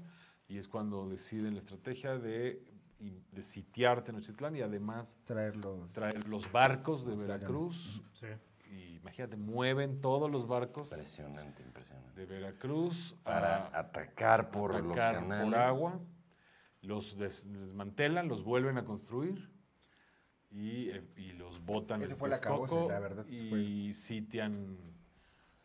[SPEAKER 5] y es cuando deciden la estrategia de, de sitiar Tenochtitlán y además
[SPEAKER 3] Traerlo.
[SPEAKER 5] traer los barcos de
[SPEAKER 3] Los dragones.
[SPEAKER 5] Veracruz.
[SPEAKER 1] Sí.
[SPEAKER 5] Y imagínate, mueven todos los barcos
[SPEAKER 2] Impresionante, impresionante.
[SPEAKER 5] de Veracruz
[SPEAKER 2] Para
[SPEAKER 5] a
[SPEAKER 2] atacar por los
[SPEAKER 5] Ah. atacar
[SPEAKER 2] canales.
[SPEAKER 5] por agua, los des- desmantelan, los vuelven a construir y, eh, y los botan
[SPEAKER 3] Ese
[SPEAKER 5] en
[SPEAKER 3] fue el acabose,
[SPEAKER 5] Texcoco
[SPEAKER 3] la verdad, ese fue.
[SPEAKER 5] Y sitian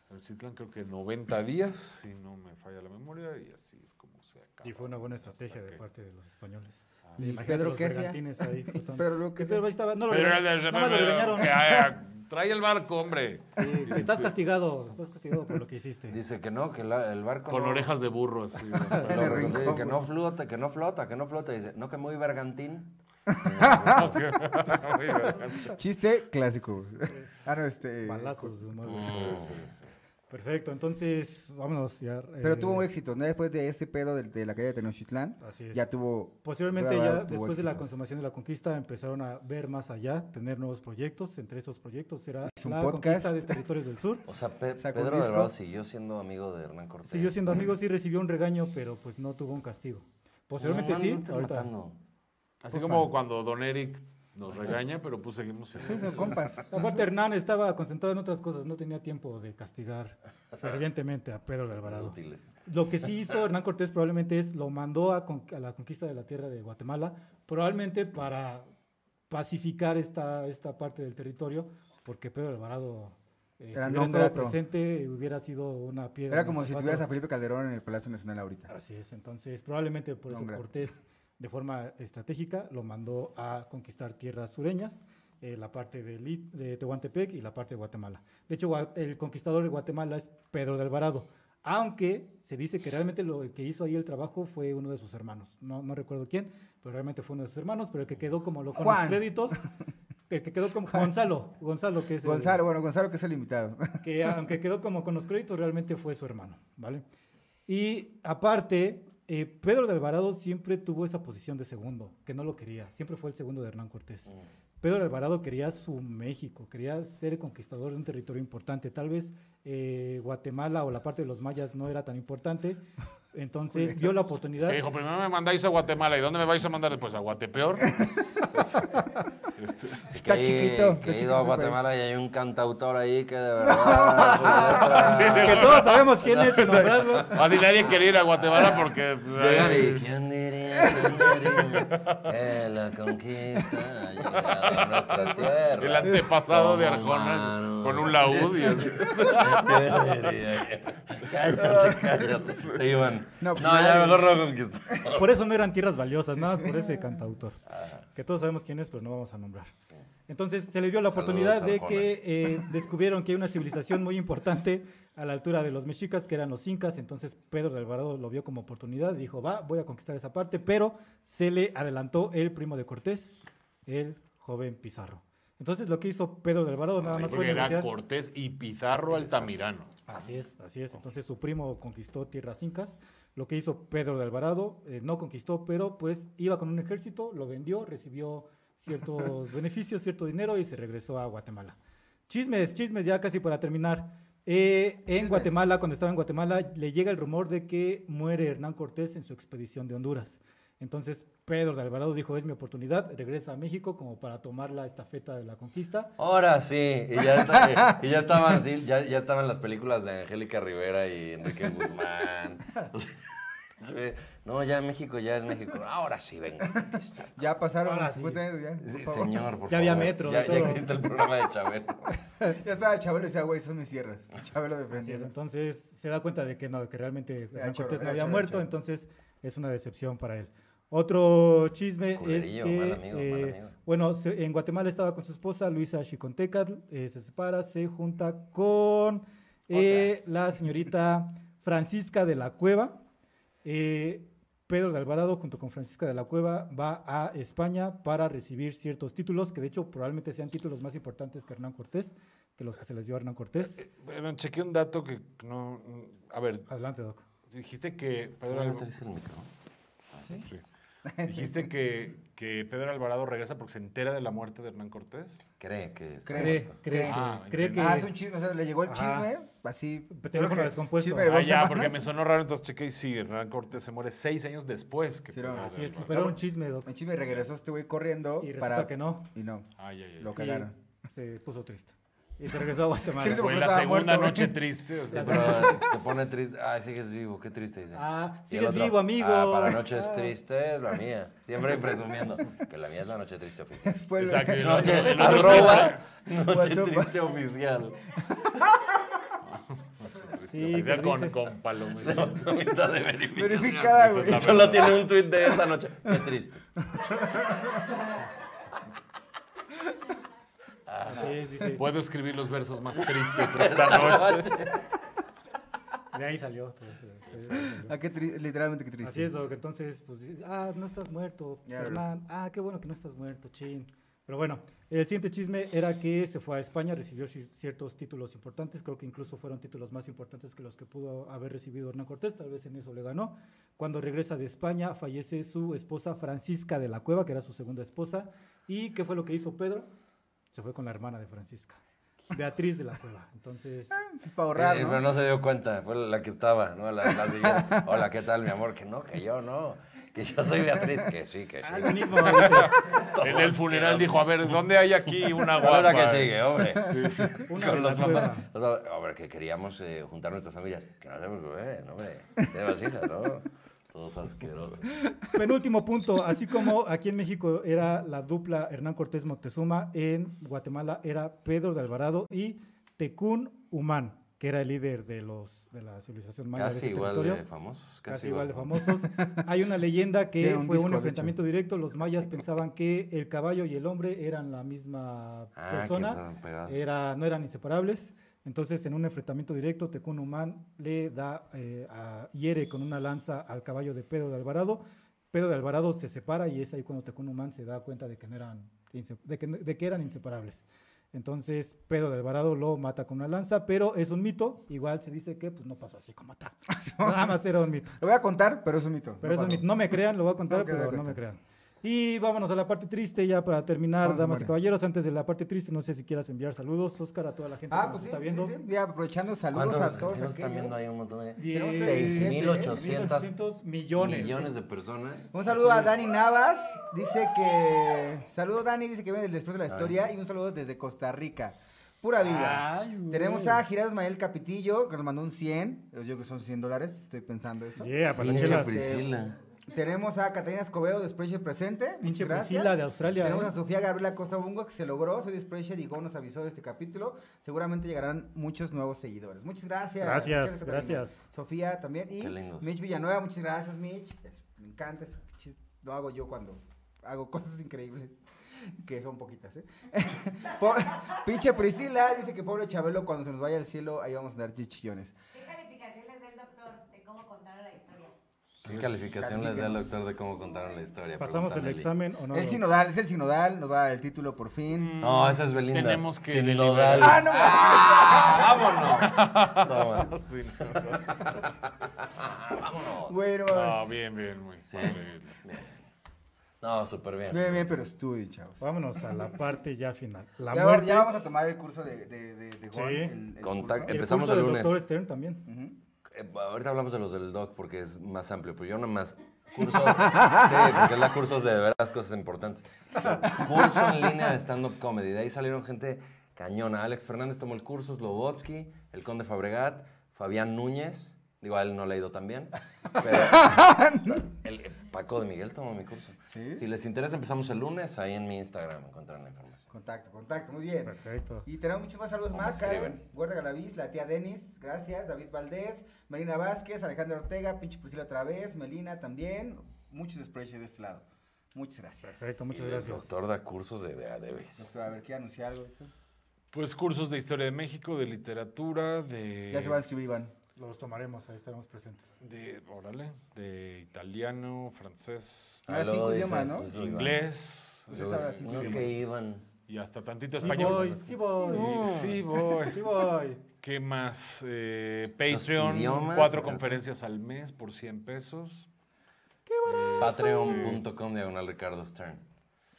[SPEAKER 5] Tenochtitlan creo que 90 días, si no me falla la memoria, y así es como se acaba.
[SPEAKER 1] Y fue una buena
[SPEAKER 5] Hasta
[SPEAKER 1] estrategia de
[SPEAKER 5] que-
[SPEAKER 1] parte de los españoles.
[SPEAKER 5] Ah.
[SPEAKER 3] ¿Y
[SPEAKER 1] Imagínate
[SPEAKER 3] Pedro
[SPEAKER 1] los
[SPEAKER 3] qué hacía?
[SPEAKER 1] bergantines ahí flotando.
[SPEAKER 3] Pedro lo que
[SPEAKER 1] Que Pedro ahí estaba, no lo
[SPEAKER 5] Pero-
[SPEAKER 1] regañaron, nada más lo regañaron.
[SPEAKER 5] que, ah, Trae el barco, hombre.
[SPEAKER 1] Sí, estás castigado, estás castigado por lo que hiciste.
[SPEAKER 2] Dice que no, que la- el barco.
[SPEAKER 5] Con
[SPEAKER 2] no-
[SPEAKER 5] orejas de burro, así.
[SPEAKER 2] no,
[SPEAKER 3] el
[SPEAKER 2] no,
[SPEAKER 3] rincón,
[SPEAKER 2] sí, que
[SPEAKER 3] güey.
[SPEAKER 2] no flota, que no flota, que no flota. Dice, no, que muy bergantín.
[SPEAKER 3] Chiste clásico. ah, no, este.
[SPEAKER 1] Balazos de humor.
[SPEAKER 2] Mm.
[SPEAKER 1] Perfecto, entonces vámonos ya.
[SPEAKER 3] Pero
[SPEAKER 1] eh, Pues,
[SPEAKER 3] tuvo un éxito, ¿no? Después de ese pedo del- de, la caída de Tenochtitlán,
[SPEAKER 1] Así es.
[SPEAKER 3] ya tuvo.
[SPEAKER 1] Posiblemente
[SPEAKER 3] Alvarado
[SPEAKER 1] ya
[SPEAKER 3] tuvo
[SPEAKER 1] después de la
[SPEAKER 3] éxitos.
[SPEAKER 1] consumación de la conquista empezaron a ver más allá, tener nuevos proyectos. Entre esos proyectos era
[SPEAKER 3] Hizo un
[SPEAKER 1] la
[SPEAKER 3] podcast.
[SPEAKER 1] conquista de territorios del sur.
[SPEAKER 2] O sea, Pe-
[SPEAKER 3] Sacó un
[SPEAKER 2] Pedro de
[SPEAKER 3] disco.
[SPEAKER 2] Alvarado siguió siendo amigo de Hernán Cortés.
[SPEAKER 1] Siguió siendo amigos y recibió un regaño, pero pues no tuvo un castigo. Posiblemente
[SPEAKER 2] No, no
[SPEAKER 1] sí,
[SPEAKER 2] estés
[SPEAKER 1] ahorita.
[SPEAKER 2] matando.
[SPEAKER 5] Así como cuando Don Eric nos regaña, pero pues seguimos. siendo
[SPEAKER 3] Sí, son compas.
[SPEAKER 1] Aparte Hernán estaba concentrado en otras cosas, no tenía tiempo de castigar fervientemente a Pedro de Alvarado.
[SPEAKER 2] Útiles.
[SPEAKER 1] Lo que sí hizo Hernán Cortés probablemente es lo mandó a, con- a la conquista de la tierra de Guatemala, probablemente para pacificar esta, esta parte del territorio, porque Pedro Alvarado eh,
[SPEAKER 3] Era
[SPEAKER 1] si
[SPEAKER 3] non
[SPEAKER 1] hubiera estado
[SPEAKER 3] grato.
[SPEAKER 1] presente hubiera sido una piedra.
[SPEAKER 3] Era
[SPEAKER 1] en
[SPEAKER 3] como
[SPEAKER 1] el
[SPEAKER 3] si
[SPEAKER 1] zapato.
[SPEAKER 3] tuvieras a Felipe Calderón en el Palacio Nacional ahorita.
[SPEAKER 1] Así es, entonces probablemente por
[SPEAKER 3] Non
[SPEAKER 1] eso
[SPEAKER 3] grato.
[SPEAKER 1] Cortés de forma estratégica lo mandó a conquistar tierras sureñas, eh, la parte de, Lit- de Tehuantepec y la parte de Guatemala. De hecho, Gua- el conquistador de Guatemala es Pedro de Alvarado, aunque se dice que realmente lo que hizo ahí el trabajo fue uno de sus hermanos. No, no recuerdo quién, pero realmente fue uno de sus hermanos, pero el que quedó como lo, con
[SPEAKER 3] Juan.
[SPEAKER 1] los créditos. El que quedó como Gonzalo, Gonzalo que es el-
[SPEAKER 3] Gonzalo, bueno, Gonzalo que es el invitado.
[SPEAKER 1] que aunque quedó como con los créditos, realmente fue su hermano, ¿vale? Y aparte, eh, Pedro de Alvarado siempre tuvo esa posición de segundo, que no lo quería, siempre fue el segundo de Hernán Cortés. Pedro de Alvarado quería su México, quería ser el conquistador de un territorio importante, tal vez eh, Guatemala o la parte de los mayas no era tan importante, entonces vio la oportunidad.
[SPEAKER 5] Que dijo, primero me mandáis a Guatemala. ¿Y dónde me vais a mandar después? ¿A Guatepeor? Este,
[SPEAKER 3] Está
[SPEAKER 2] Que-
[SPEAKER 3] chiquito,
[SPEAKER 2] Que
[SPEAKER 3] está
[SPEAKER 2] he ido a
[SPEAKER 3] chiquito,
[SPEAKER 2] Guatemala y hay un cantautor ahí que de verdad. su
[SPEAKER 1] Que
[SPEAKER 2] letra-
[SPEAKER 1] todos sabemos quién es, sin nombrarlo.
[SPEAKER 5] Así nadie quiere ir a Guatemala porque... pues,
[SPEAKER 2] Llegan y,
[SPEAKER 5] ahí-
[SPEAKER 2] ¿quién diría, quién diría que la conquista ha llegado a nuestra tierra?
[SPEAKER 5] El antepasado de
[SPEAKER 2] Como
[SPEAKER 5] Arjona
[SPEAKER 2] humano.
[SPEAKER 5] con un laúd y así.
[SPEAKER 2] ¿Quién diría que- Cállate, cállate. Se iban.
[SPEAKER 3] No,
[SPEAKER 2] No,
[SPEAKER 3] pues,
[SPEAKER 2] ya
[SPEAKER 3] nadie.
[SPEAKER 2] mejor no conquistó.
[SPEAKER 1] Por eso no eran tierras valiosas, nada más por ese cantautor. Que todos sabemos quién es, pero no vamos a nombrar. Entonces se le dio la
[SPEAKER 2] Saludos,
[SPEAKER 1] oportunidad de
[SPEAKER 2] Arjona.
[SPEAKER 1] que eh, descubrieron que hay una civilización muy importante a la altura de los mexicas, que eran los incas. Entonces Pedro de Alvarado lo vio como oportunidad y dijo, va, voy a conquistar esa parte. Pero se le adelantó el primo de Cortés, el joven Pizarro. Entonces lo que hizo Pedro de Alvarado nada más fue
[SPEAKER 5] Porque era
[SPEAKER 1] negociar.
[SPEAKER 5] Cortés y Pizarro Altamirano.
[SPEAKER 1] Así es, así es. Entonces su primo conquistó tierras incas, Lo que hizo Pedro de Alvarado, eh, no conquistó, pero pues iba con un ejército, lo vendió, recibió ciertos beneficios, cierto dinero y se regresó a Guatemala. Chismes, chismes, ya casi para terminar. Eh, en
[SPEAKER 3] Chismes.
[SPEAKER 1] Guatemala, cuando estaba en Guatemala, le llega el rumor de que muere Hernán Cortés en su expedición de Honduras. Entonces Pedro de Alvarado dijo, es mi oportunidad, regresa a México como para tomar la estafeta de la conquista.
[SPEAKER 2] Ahora sí, y ya, está- y ya estaban así, ya, ya estaban las películas de Angélica Rivera y Enrique Guzmán. O sea, No, ya México ya es México. Ahora sí, venga. conquista.
[SPEAKER 3] Ya pasaron
[SPEAKER 1] Ahora
[SPEAKER 3] los
[SPEAKER 1] sí.
[SPEAKER 3] 50 años, ya. por
[SPEAKER 2] Sí,
[SPEAKER 3] favor.
[SPEAKER 2] señor, por
[SPEAKER 1] Ya había
[SPEAKER 2] favor,
[SPEAKER 1] metro,
[SPEAKER 2] Ya,
[SPEAKER 1] de
[SPEAKER 2] ya
[SPEAKER 1] todo.
[SPEAKER 2] existe el programa de Chabelo.
[SPEAKER 3] Ya estaba Chabelo y decía, güey, son mis sierras. Chabelo
[SPEAKER 1] Así es,
[SPEAKER 3] defendiendo.
[SPEAKER 1] entonces se da cuenta de que no, que realmente Hernán
[SPEAKER 3] choro,
[SPEAKER 1] Cortés no
[SPEAKER 3] era
[SPEAKER 1] había
[SPEAKER 3] choro,
[SPEAKER 1] muerto,
[SPEAKER 3] choro.
[SPEAKER 1] entonces es una decepción para él. Otro chisme es
[SPEAKER 2] Culerillo,
[SPEAKER 1] que,
[SPEAKER 2] mal amigo, mal
[SPEAKER 1] eh,
[SPEAKER 2] amigo.
[SPEAKER 1] bueno, se- en Guatemala estaba con su esposa Luisa Chicontecatl, eh, se separa, se junta con eh, la señorita Francisca de la Cueva. Eh, Pedro de Alvarado, junto con Francisca de la Cueva, va a España para recibir ciertos títulos, que de hecho probablemente sean títulos más importantes que Hernán Cortés, que los que se les dio a Hernán Cortés.
[SPEAKER 2] Eh,
[SPEAKER 5] Bueno, chequé un dato que no. A ver,
[SPEAKER 1] Adelante, Doc.
[SPEAKER 5] dijiste que Pedro
[SPEAKER 2] Ah,
[SPEAKER 5] Alva-
[SPEAKER 2] te dice el micrófono.
[SPEAKER 1] ¿Ah,
[SPEAKER 5] Sí. Dijiste que, que Pedro Alvarado regresa porque se entera de la muerte de Hernán Cortés.
[SPEAKER 2] Cree que está
[SPEAKER 3] Cree.
[SPEAKER 1] Cree,
[SPEAKER 2] muerto.
[SPEAKER 1] cree,
[SPEAKER 5] Ah,
[SPEAKER 1] que- cree que...
[SPEAKER 3] Ah, es un chisme. O sea, le llegó el
[SPEAKER 1] Ajá.
[SPEAKER 3] chisme así.
[SPEAKER 1] Pero
[SPEAKER 3] creo
[SPEAKER 1] teléfono
[SPEAKER 3] que
[SPEAKER 1] descompuesto.
[SPEAKER 3] Chisme de
[SPEAKER 5] Ah,
[SPEAKER 3] dos
[SPEAKER 5] ya,
[SPEAKER 3] semanas.
[SPEAKER 5] porque me sonó raro, entonces chequé y sí, Hernán Cortés se muere seis años después que
[SPEAKER 3] Sí,
[SPEAKER 5] Pedro
[SPEAKER 3] no,
[SPEAKER 5] de
[SPEAKER 1] Así es,
[SPEAKER 5] Alvarado.
[SPEAKER 1] pero era un chisme, Doc.
[SPEAKER 3] El chisme regresó este güey corriendo.
[SPEAKER 1] Y resulta
[SPEAKER 3] para...
[SPEAKER 1] que no.
[SPEAKER 3] Y no.
[SPEAKER 5] Ay, ay, ay.
[SPEAKER 3] Lo
[SPEAKER 1] Y
[SPEAKER 3] cagaron.
[SPEAKER 1] se puso triste. Y se regresó a
[SPEAKER 3] Triste
[SPEAKER 1] Guatemala.
[SPEAKER 5] Fue
[SPEAKER 3] porque
[SPEAKER 5] la
[SPEAKER 3] estaba
[SPEAKER 5] segunda
[SPEAKER 3] muerto, güey.
[SPEAKER 5] noche triste. o
[SPEAKER 2] Sí,
[SPEAKER 5] sea,
[SPEAKER 2] pero se pone triste. Ay, sigues vivo, qué triste dice.
[SPEAKER 1] Ah,
[SPEAKER 2] Y
[SPEAKER 1] sigues
[SPEAKER 2] el otro,
[SPEAKER 1] vivo, amigo.
[SPEAKER 2] Ah, para noches
[SPEAKER 1] Ah.
[SPEAKER 2] tristes, la mía. Siempre presumiendo que la mía es la noche triste oficial.
[SPEAKER 3] Fue el-
[SPEAKER 5] Exacto, el
[SPEAKER 2] Noche,
[SPEAKER 5] otro- el otro
[SPEAKER 2] arroba, noche
[SPEAKER 3] WhatsApp.
[SPEAKER 2] triste oficial.
[SPEAKER 5] triste,
[SPEAKER 1] Sí,
[SPEAKER 5] oficial,
[SPEAKER 1] que
[SPEAKER 5] con,
[SPEAKER 1] dice-
[SPEAKER 5] con palomita.
[SPEAKER 2] Comita de verificación.
[SPEAKER 3] Verificada,
[SPEAKER 5] Esa es
[SPEAKER 3] güey.
[SPEAKER 5] la
[SPEAKER 2] Y solo tiene un tuit de esa noche. Qué triste.
[SPEAKER 1] Sí, sí, sí.
[SPEAKER 5] Puedo escribir los versos más tristes esta noche.
[SPEAKER 1] De ahí salió. todo eso. Sí, salió.
[SPEAKER 3] Ah, qué tri- Literalmente qué triste.
[SPEAKER 1] Así es, Doc. Entonces, pues, dices, ah, no estás muerto,
[SPEAKER 3] Ya,
[SPEAKER 1] Hernán. Ah, qué bueno que no estás muerto, chin. Pero bueno, el siguiente chisme era que se fue a España, recibió ci- ciertos títulos importantes, creo que incluso fueron títulos más importantes que los que pudo haber recibido Hernán Cortés, tal vez en eso le ganó. Cuando regresa de España, fallece su esposa Francisca de la Cueva, que era su segunda esposa. ¿Y qué fue lo que hizo Pedro? Se fue con la hermana de Francisca, Beatriz de la Cueva. Entonces,
[SPEAKER 3] Es para ahorrar,
[SPEAKER 2] Eh,
[SPEAKER 3] ¿no?
[SPEAKER 2] Pero no se dio cuenta, fue la que estaba, ¿no? La, la siguiente. Hola, ¿qué tal, mi amor? Que no, que yo no. Que yo soy Beatriz. Que sí, que
[SPEAKER 1] ah,
[SPEAKER 2] sí.
[SPEAKER 1] lo mismo, dice,
[SPEAKER 5] En el funeral dijo, a ver, ¿dónde hay aquí una guapa?
[SPEAKER 2] Ahora que sigue, hombre.
[SPEAKER 1] Una de
[SPEAKER 2] Con los
[SPEAKER 1] la
[SPEAKER 2] papás.
[SPEAKER 1] cueva.
[SPEAKER 2] O sea, hombre, que queríamos eh, juntar nuestras familias. Que no hacemos, güey, hombre. Tenemos hijas, ¿no? Todos asquerosos.
[SPEAKER 1] Penúltimo punto, así como aquí en México era la dupla Hernán Cortés Moctezuma, en Guatemala era Pedro de Alvarado y Tecún Humán, que era el líder de los de la civilización maya de
[SPEAKER 2] Casi
[SPEAKER 1] ese
[SPEAKER 2] igual
[SPEAKER 1] territorio.
[SPEAKER 2] de famosos.
[SPEAKER 1] Casi, igual de famosos. Hay una leyenda que
[SPEAKER 3] Tiene un
[SPEAKER 1] fue
[SPEAKER 3] disco,
[SPEAKER 1] un
[SPEAKER 3] de
[SPEAKER 1] enfrentamiento directo. Los mayas pensaban que el caballo y el hombre eran la misma
[SPEAKER 2] Ah, que
[SPEAKER 1] persona.
[SPEAKER 2] estaban pegados.
[SPEAKER 1] Era, no eran inseparables. Entonces, en un enfrentamiento directo, Tecún Humán le da, eh, a- hiere con una lanza al caballo de Pedro de Alvarado. Pedro de Alvarado se separa y es ahí cuando Tecún Humán se da cuenta de que, no eran, inse- de que, de que eran inseparables. Entonces, Pedro de Alvarado lo mata con una lanza, pero es un mito. Igual se dice que pues, no pasó así como tal. Nada más era un mito.
[SPEAKER 3] Lo voy a contar, pero es un mito.
[SPEAKER 1] Pero
[SPEAKER 3] no
[SPEAKER 1] eso
[SPEAKER 3] pasó.
[SPEAKER 1] ni- no me crean, lo voy a contar,
[SPEAKER 3] Ok,
[SPEAKER 1] pero
[SPEAKER 3] ok,
[SPEAKER 1] no
[SPEAKER 3] ok.
[SPEAKER 1] me crean. Y vámonos a la parte triste ya para terminar,
[SPEAKER 3] Vamos,
[SPEAKER 1] damas y
[SPEAKER 3] Mario.
[SPEAKER 1] caballeros. Antes de la parte triste, no sé si quieras enviar saludos, Óscar, a toda la gente que
[SPEAKER 3] Ah,
[SPEAKER 1] nos
[SPEAKER 3] pues sí,
[SPEAKER 1] está
[SPEAKER 3] sí,
[SPEAKER 1] viendo.
[SPEAKER 3] sí, sí. Y aprovechando saludos
[SPEAKER 2] ¿Cuántos
[SPEAKER 3] a todos.
[SPEAKER 2] sí nos están
[SPEAKER 3] aquellos.
[SPEAKER 2] viendo ahí un montón de...
[SPEAKER 1] Diez-
[SPEAKER 2] 6.800
[SPEAKER 1] 6.800 millones.
[SPEAKER 2] millones. de personas.
[SPEAKER 3] Un saludo a Dani Navas, dice que... Saludo Dani, dice que viene del Después de la
[SPEAKER 2] Ay. Ah,
[SPEAKER 3] Historia y un saludo desde Costa Rica. Pura vida.
[SPEAKER 1] Ay, güey.
[SPEAKER 2] Mm.
[SPEAKER 3] Tenemos a Girardo Ismael Capitillo, que nos mandó un 100. Yo creo que son 100 dólares, estoy pensando eso. Eh,
[SPEAKER 1] Yeah, para las
[SPEAKER 2] Pinche
[SPEAKER 1] chelas.
[SPEAKER 2] Priscila.
[SPEAKER 3] Tenemos a Catalina Escobedo de Sprecher Presente. muchas
[SPEAKER 1] Pinche
[SPEAKER 3] gracias.
[SPEAKER 1] Priscila de Australia,
[SPEAKER 3] Tenemos
[SPEAKER 1] ¿eh?
[SPEAKER 3] a Sofía Gabriela Costa Bungo que se logró. Soy de Sprecher y Go nos avisó de este capítulo. Seguramente llegarán muchos nuevos seguidores. Muchas gracias.
[SPEAKER 1] Gracias,
[SPEAKER 3] Muchas Catalina.
[SPEAKER 1] gracias.
[SPEAKER 3] Sofía también. Y
[SPEAKER 2] Qué lindos.
[SPEAKER 3] Mitch Villanueva, muchas gracias, Mitch. Es- me encanta. ese chis- Lo hago yo cuando hago cosas increíbles. Que son poquitas, ¿eh? Po- pinche Priscila dice que pobre Chabelo, cuando se nos vaya al cielo, ahí vamos a dar chichillones.
[SPEAKER 4] ¿Qué calificación les da el doctor de cómo contaron la historia?
[SPEAKER 2] ¿Qué calificación les da el doctor de cómo contaron la historia?
[SPEAKER 1] ¿Pasamos el
[SPEAKER 2] Pregúntale.
[SPEAKER 1] examen o no? Mm.
[SPEAKER 3] el sinodal, es el sinodal, nos va a dar el título por fin.
[SPEAKER 2] No, esa es Belinda.
[SPEAKER 5] Tenemos que
[SPEAKER 2] Sin nodal.
[SPEAKER 5] deliberar.
[SPEAKER 3] ¡Ah, no!
[SPEAKER 2] ¡Ah, vámonos! Toma.
[SPEAKER 5] Sí, no, no.
[SPEAKER 2] Ah, ¡Vámonos!
[SPEAKER 3] Bueno,
[SPEAKER 5] No, bien, bien, muy
[SPEAKER 2] Sí.
[SPEAKER 5] padre.
[SPEAKER 2] No, súper bien.
[SPEAKER 3] bien, bien, pero estudien, chavos.
[SPEAKER 1] Vámonos a pues. la parte ya final. La
[SPEAKER 3] ya,
[SPEAKER 1] muerte.
[SPEAKER 3] ya vamos a tomar el curso de, de, de, de Juan,
[SPEAKER 1] Sí.
[SPEAKER 3] el-
[SPEAKER 1] y
[SPEAKER 3] el
[SPEAKER 2] Contact-
[SPEAKER 1] el
[SPEAKER 3] curso.
[SPEAKER 2] Empezamos
[SPEAKER 1] curso
[SPEAKER 2] el
[SPEAKER 1] del
[SPEAKER 2] lunes.
[SPEAKER 1] doctor Stern también.
[SPEAKER 3] Ujú.
[SPEAKER 2] Eh, Ahorita hablamos de los del doc porque es más amplio, pero yo nada más. Curso, sí, porque la cursos de veras cosas importantes. Curso en línea de stand-up comedy. De ahí salieron gente cañona. Alex Fernández tomó el curso, Slobotsky, el Conde Fabregat, Fabián Núñez. Digo, a él no le ha ido tan bien. Pero el, el Paco de Miguel tomó mi curso.
[SPEAKER 3] ¿Sí?
[SPEAKER 2] Si les interesa, empezamos el lunes. Ahí en mi Instagram encuentran la información.
[SPEAKER 3] Contacto, contacto, muy bien.
[SPEAKER 1] Perfecto.
[SPEAKER 3] Y tenemos muchos más saludos
[SPEAKER 2] ¿Cómo
[SPEAKER 3] más, Karen,
[SPEAKER 2] escriben?
[SPEAKER 3] Guarda Galaviz, la tía Denis, gracias, David Valdés, Marina Vázquez, Alejandra Ortega, pinche Priscila otra vez, Melina también, muchos spreadsheets de este lado. Muchas gracias.
[SPEAKER 1] Perfecto, muchas
[SPEAKER 2] Y el
[SPEAKER 1] gracias.
[SPEAKER 2] doctor da cursos de, de a debes.
[SPEAKER 3] Doctor, a ver, ¿qué anuncia algo? tú?
[SPEAKER 5] Pues cursos de historia de México, de literatura,
[SPEAKER 2] Eh,
[SPEAKER 5] de.
[SPEAKER 3] Ya se va a inscribir Iván.
[SPEAKER 1] Los tomaremos, ahí estaremos presentes.
[SPEAKER 5] De, órale, de italiano, francés,
[SPEAKER 3] Ahora
[SPEAKER 2] Ah,
[SPEAKER 3] cinco
[SPEAKER 2] luego
[SPEAKER 3] idiomas,
[SPEAKER 2] dices,
[SPEAKER 3] ¿no?
[SPEAKER 2] sí, Iván.
[SPEAKER 5] inglés
[SPEAKER 1] Pues
[SPEAKER 5] eh,
[SPEAKER 3] Usted sabe así,
[SPEAKER 2] Uno
[SPEAKER 3] sí.
[SPEAKER 2] que iban.
[SPEAKER 5] y hasta tantito
[SPEAKER 1] Sí
[SPEAKER 5] español.
[SPEAKER 1] voy, sí voy.
[SPEAKER 5] Sí, voy.
[SPEAKER 1] Sí voy.
[SPEAKER 5] ¿Qué más? Eh,
[SPEAKER 2] Los
[SPEAKER 5] Patreon,
[SPEAKER 2] idiomas,
[SPEAKER 5] cuatro
[SPEAKER 2] ¿verdad?
[SPEAKER 5] conferencias al mes por 100 pesos.
[SPEAKER 2] Patreon.com diagonal Ricardo Stern.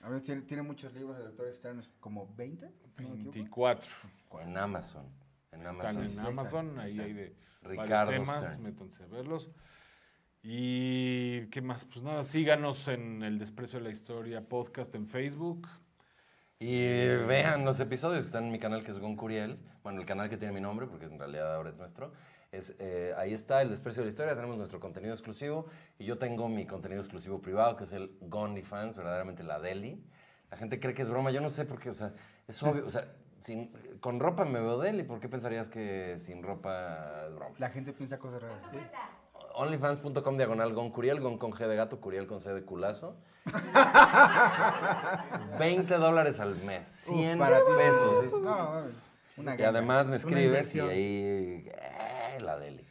[SPEAKER 3] A ver, tiene, tiene muchos libros el doctor externos, como 20. si no me equivoco.
[SPEAKER 5] 24.
[SPEAKER 2] En Amazon. En
[SPEAKER 5] Están
[SPEAKER 2] Amazon.
[SPEAKER 5] en
[SPEAKER 3] Ahí está,
[SPEAKER 5] Amazon,
[SPEAKER 3] ahí
[SPEAKER 5] ahí
[SPEAKER 3] está.
[SPEAKER 5] hay de
[SPEAKER 2] Ricardo
[SPEAKER 5] varios temas,
[SPEAKER 2] Stern.
[SPEAKER 5] métanse a verlos. Y qué más, pues nada, síganos en El Desprecio de la Historia podcast en Facebook.
[SPEAKER 2] Y vean los episodios que están en mi canal que es Goncuriel. Bueno, el canal que tiene mi nombre porque en realidad ahora es nuestro. Es, eh, ahí está el desprecio de la historia, tenemos nuestro contenido exclusivo y yo tengo mi contenido exclusivo privado que es el Fans, verdaderamente la deli. La gente cree que es broma, yo no sé por qué, o sea, es obvio, o sea, sin- con ropa me veo deli, ¿por qué pensarías que sin ropa es broma?
[SPEAKER 3] La gente piensa cosas raras.
[SPEAKER 2] Onlyfans.com diagonal goncuriel, gon con G de gato, curiel con C de culazo. 20 dólares al mes, 100
[SPEAKER 3] para ti.
[SPEAKER 2] pesos. es-
[SPEAKER 3] No, mames, una
[SPEAKER 2] y
[SPEAKER 3] ganga.
[SPEAKER 2] además me
[SPEAKER 1] Es una
[SPEAKER 2] escribes y
[SPEAKER 1] inversión.
[SPEAKER 2] ahí. eh, la deli.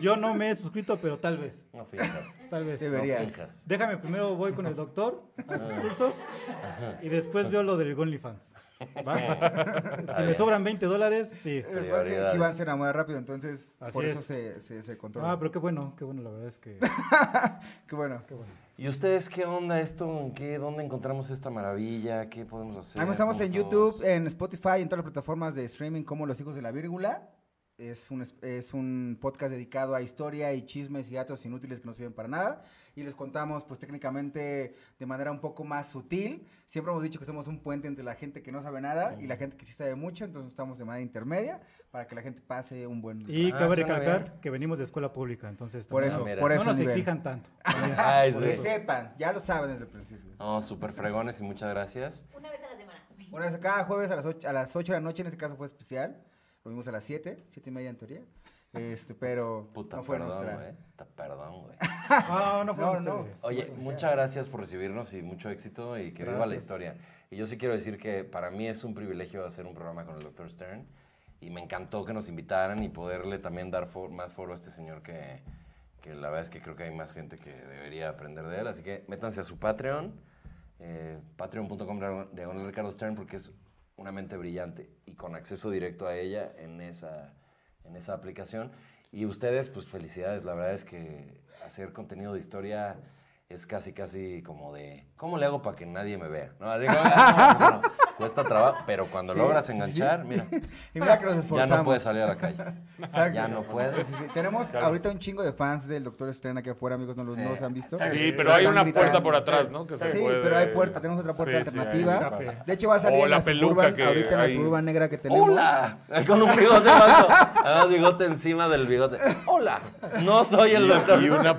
[SPEAKER 1] Yo no me he suscrito, pero tal vez.
[SPEAKER 2] No finjas.
[SPEAKER 1] Tal vez.
[SPEAKER 3] Debería.
[SPEAKER 2] No
[SPEAKER 3] Vería.
[SPEAKER 2] finjas.
[SPEAKER 1] Déjame primero voy con el doctor a
[SPEAKER 2] Ah.
[SPEAKER 1] sus cursos y después veo lo del OnlyFans. ¿Va? Si me
[SPEAKER 2] bien.
[SPEAKER 1] sobran 20 dólares, sí.
[SPEAKER 3] Lo Eh, que pasa es que- que Iván
[SPEAKER 2] prioridades.
[SPEAKER 3] se enamora rápido, entonces
[SPEAKER 1] Así
[SPEAKER 3] por eso
[SPEAKER 1] es.
[SPEAKER 3] se, se, se controla.
[SPEAKER 1] Ah, pero qué bueno, qué bueno, la verdad es que.
[SPEAKER 2] Ah,
[SPEAKER 3] Qué bueno.
[SPEAKER 1] Qué bueno.
[SPEAKER 2] ¿Y ustedes qué onda esto? ¿En qué? ¿Dónde encontramos esta maravilla? ¿Qué podemos hacer?
[SPEAKER 3] Además, estamos en
[SPEAKER 2] juntos?
[SPEAKER 3] YouTube, eh, en Spotify, en todas las plataformas de streaming como Los Hijos de la Vírgula. Es un, es- es un podcast dedicado a historia y chismes y datos inútiles que no sirven para nada. Y les contamos, pues técnicamente, de manera un poco más sutil. Siempre hemos dicho que somos un puente entre la gente que no sabe nada y la gente que sí sabe mucho. Entonces estamos de manera intermedia para que la gente pase un buen...
[SPEAKER 1] Y
[SPEAKER 2] Ah,
[SPEAKER 1] cabe
[SPEAKER 2] suena
[SPEAKER 1] recalcar
[SPEAKER 2] bien. Ah,
[SPEAKER 1] que venimos de escuela pública, entonces.
[SPEAKER 3] por
[SPEAKER 1] también
[SPEAKER 3] eso,
[SPEAKER 2] mira.
[SPEAKER 3] por eso
[SPEAKER 1] No nos
[SPEAKER 3] el nivel.
[SPEAKER 1] exijan tanto.
[SPEAKER 2] Ay,
[SPEAKER 3] Que
[SPEAKER 2] sí.
[SPEAKER 3] sepan, ya lo saben desde el principio.
[SPEAKER 2] No, súper fregones y muchas gracias.
[SPEAKER 4] Una vez a la semana.
[SPEAKER 3] Bueno, es cada jueves a las, 8, a las 8 de la noche, en este caso fue especial. Lo vimos a las 7, 7 y media en teoría. Este, pero
[SPEAKER 2] Puta,
[SPEAKER 3] no fue
[SPEAKER 2] perdón,
[SPEAKER 3] nuestra.
[SPEAKER 2] güey. Puta, Perdón, güey.
[SPEAKER 1] Ah, no, fueron
[SPEAKER 3] No, no.
[SPEAKER 1] ustedes.
[SPEAKER 2] Oye,
[SPEAKER 3] Muchas
[SPEAKER 2] muchas gracias por recibirnos y mucho éxito y que viva la
[SPEAKER 1] Gracias.
[SPEAKER 2] historia. Y yo sí quiero decir que para mí es un privilegio hacer un programa con el Dr. Stern y me encantó que nos invitaran y poderle también dar for- más foro a este señor que, que la verdad es que creo que hay más gente que debería aprender de él. Así que métanse a su Patreon, eh, patreon.com diagonal Ricardo Stern porque es una mente brillante y con acceso directo a ella en esa, en esa aplicación. Y ustedes, pues felicidades, la verdad es que hacer contenido de historia es casi, casi como de, ¿cómo le hago para que nadie me vea? ¿No? Así como, ah, bueno, cuesta trabajo, pero cuando
[SPEAKER 3] Sí,
[SPEAKER 2] logras
[SPEAKER 3] sí,
[SPEAKER 2] enganchar,
[SPEAKER 3] sí.
[SPEAKER 2] mira,
[SPEAKER 3] Y mira que nos
[SPEAKER 2] ya
[SPEAKER 3] esforzamos.
[SPEAKER 2] no puedes salir a la calle.
[SPEAKER 3] Exacto.
[SPEAKER 2] Ya no puedes.
[SPEAKER 3] Sí, sí, sí. Tenemos ahorita un chingo de fans del Doctor Estrena aquí afuera, amigos, no los, no los han visto.
[SPEAKER 5] Sí, pero hay
[SPEAKER 3] Están
[SPEAKER 5] una puerta
[SPEAKER 3] gritando.
[SPEAKER 5] por atrás, ¿no? Que se
[SPEAKER 3] Sí,
[SPEAKER 5] puede-
[SPEAKER 3] pero hay puerta, tenemos otra puerta
[SPEAKER 5] Sí, sí,
[SPEAKER 3] alternativa.
[SPEAKER 5] hay otra.
[SPEAKER 1] Escape.
[SPEAKER 3] de hecho, va a salir
[SPEAKER 5] O
[SPEAKER 3] en
[SPEAKER 5] la
[SPEAKER 3] la
[SPEAKER 5] peluca
[SPEAKER 3] suburban,
[SPEAKER 5] que
[SPEAKER 3] ahorita en la
[SPEAKER 5] hay.
[SPEAKER 3] suburban negra que tenemos.
[SPEAKER 2] ¡Hola! Con un bigote abajo. Además, bigote encima del bigote. ¡Hola! No soy el doctor.
[SPEAKER 5] Y, y una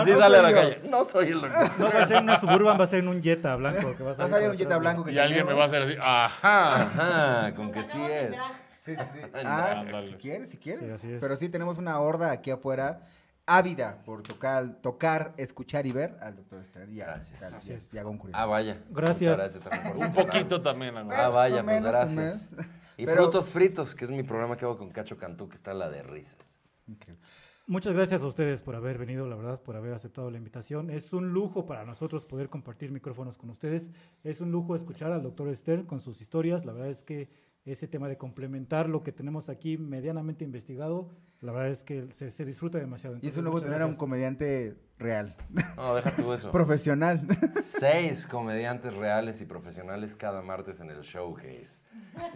[SPEAKER 2] Así
[SPEAKER 3] no
[SPEAKER 2] sale
[SPEAKER 3] soy
[SPEAKER 2] a la
[SPEAKER 3] yo.
[SPEAKER 2] calle. No soy el doctor.
[SPEAKER 1] No va a ser en una suburban, va a ser en un Jetta blanco. Que va a
[SPEAKER 3] Va a
[SPEAKER 1] salir
[SPEAKER 3] salir
[SPEAKER 1] por
[SPEAKER 3] un Jetta
[SPEAKER 1] atrás.
[SPEAKER 3] blanco que
[SPEAKER 5] Y alguien me va a
[SPEAKER 3] tenemos.
[SPEAKER 5] hacer así, ajá.
[SPEAKER 2] Ajá, con
[SPEAKER 4] Nos
[SPEAKER 2] que sí
[SPEAKER 4] andamos en
[SPEAKER 2] es.
[SPEAKER 4] drag.
[SPEAKER 3] Pues Sí, sí, sí. Ah,
[SPEAKER 5] Ándale.
[SPEAKER 3] si quieres, si quieres.
[SPEAKER 1] Sí, así es.
[SPEAKER 3] Pero sí tenemos una horda aquí afuera ávida por tocar, tocar escuchar y ver al doctor Estrella. Y a-
[SPEAKER 2] Gracias.
[SPEAKER 3] al-
[SPEAKER 1] Así es.
[SPEAKER 3] y a Goncuriel.
[SPEAKER 2] Ah, vaya.
[SPEAKER 1] Gracias.
[SPEAKER 2] Muchas gracias también por
[SPEAKER 5] Un
[SPEAKER 2] mencionarlo.
[SPEAKER 5] poquito también, amigo.
[SPEAKER 2] Ah, vaya,
[SPEAKER 3] Más
[SPEAKER 2] pues
[SPEAKER 3] o menos, un
[SPEAKER 2] gracias.
[SPEAKER 3] mes.
[SPEAKER 2] Y
[SPEAKER 3] Pero-
[SPEAKER 2] Frutos Fritos, que es mi programa que hago con Cacho Cantú, que está la de risas.
[SPEAKER 3] Increíble.
[SPEAKER 1] Muchas gracias a ustedes por haber venido, la verdad, por haber aceptado la invitación. Es un lujo para nosotros poder compartir micrófonos con ustedes. Es un lujo escuchar al doctor Esther con sus historias. La verdad es que ese tema de complementar lo que tenemos aquí medianamente investigado, la verdad es que se, se disfruta demasiado.
[SPEAKER 3] Y es
[SPEAKER 1] Entonces,
[SPEAKER 3] un nuevo
[SPEAKER 1] muchas
[SPEAKER 3] tener a un
[SPEAKER 1] gracias.
[SPEAKER 3] comediante real,
[SPEAKER 2] No, deja tú eso.
[SPEAKER 3] profesional.
[SPEAKER 2] Seis comediantes reales y profesionales cada martes en el showcase.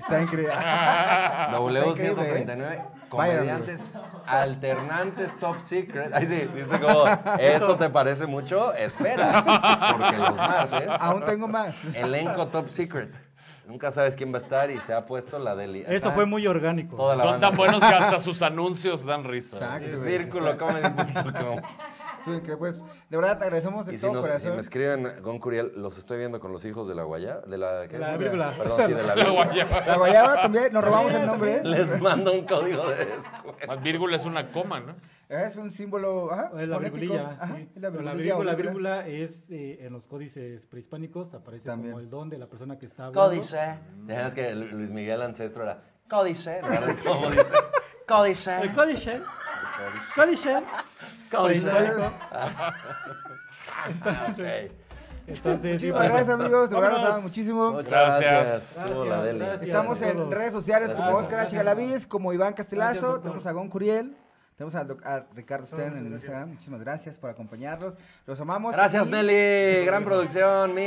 [SPEAKER 3] Está increíble.
[SPEAKER 5] Ah, ¿eh?
[SPEAKER 3] increíble,
[SPEAKER 2] W139, comediantes alternantes top secret. Ay, sí, viste cómo eso te parece mucho. Espera, porque los martes,
[SPEAKER 1] Ah,
[SPEAKER 3] Aún tengo más.
[SPEAKER 2] elenco top secret. Nunca sabes quién va a estar y se ha puesto la deli.
[SPEAKER 1] Eso
[SPEAKER 2] está
[SPEAKER 1] fue muy orgánico.
[SPEAKER 2] toda la
[SPEAKER 5] Son
[SPEAKER 2] banda.
[SPEAKER 5] tan buenos que hasta sus anuncios dan risa.
[SPEAKER 3] Exacto. güey,
[SPEAKER 2] Círculocomedy.com.
[SPEAKER 3] Sí, que, pues, de verdad te agradecemos de
[SPEAKER 2] Y si,
[SPEAKER 3] todo
[SPEAKER 2] nos- si
[SPEAKER 3] corazón.
[SPEAKER 2] me escriben con Curiel, los estoy viendo con los hijos de la guaya, de la, ¿qué?
[SPEAKER 1] La vírgula.
[SPEAKER 2] Perdón, sí, de la
[SPEAKER 5] La
[SPEAKER 2] vírgula.
[SPEAKER 5] guayaba.
[SPEAKER 3] La guayaba también, nos robamos el nombre.
[SPEAKER 2] Les mando un código de descuento.
[SPEAKER 5] Más vírgula es una coma, ¿no?
[SPEAKER 3] Es un símbolo. Ajá,
[SPEAKER 1] Es la
[SPEAKER 3] fonético.
[SPEAKER 1] virgulilla,
[SPEAKER 3] Ajá,
[SPEAKER 1] sí.
[SPEAKER 3] es la
[SPEAKER 1] Pero la
[SPEAKER 3] virgulilla o
[SPEAKER 1] vírgula, la
[SPEAKER 3] vírgula.
[SPEAKER 1] vírgula es eh, en los códices prehispánicos, aparece
[SPEAKER 3] También.
[SPEAKER 1] como el don de la persona que está hablando.
[SPEAKER 2] Códice. Ya es que Lu- Luis Miguel Ancestro era Códice, en lugar de Códice.
[SPEAKER 1] El
[SPEAKER 2] Códice.
[SPEAKER 1] códice, códice.
[SPEAKER 2] Códice.
[SPEAKER 1] prehispánico.
[SPEAKER 2] Ah, ok.
[SPEAKER 1] Entonces, pues,
[SPEAKER 3] Muchísimas gracias, amigos. De verdad nos
[SPEAKER 1] Vámonos.
[SPEAKER 3] aman muchísimo.
[SPEAKER 2] Muchas
[SPEAKER 5] Gracias.
[SPEAKER 2] gracias. Estuvo la
[SPEAKER 1] Gracias,
[SPEAKER 2] deli.
[SPEAKER 1] gracias.
[SPEAKER 3] Estamos
[SPEAKER 1] Gracias a
[SPEAKER 3] en
[SPEAKER 1] todos.
[SPEAKER 3] redes sociales como
[SPEAKER 2] Gracias.
[SPEAKER 3] Oscar H. Galaviz, como Iván
[SPEAKER 1] Gracias,
[SPEAKER 3] Castelazo,
[SPEAKER 1] doctor.
[SPEAKER 3] tenemos a Gon Curiel, tenemos al doc- a Ricardo Stern
[SPEAKER 1] muchas
[SPEAKER 3] en
[SPEAKER 1] gracias.
[SPEAKER 3] Instagram. Muchísimas gracias por acompañarlos. Los amamos.
[SPEAKER 2] Gracias,
[SPEAKER 3] Y
[SPEAKER 2] Nelly. Gran producción, Mitch,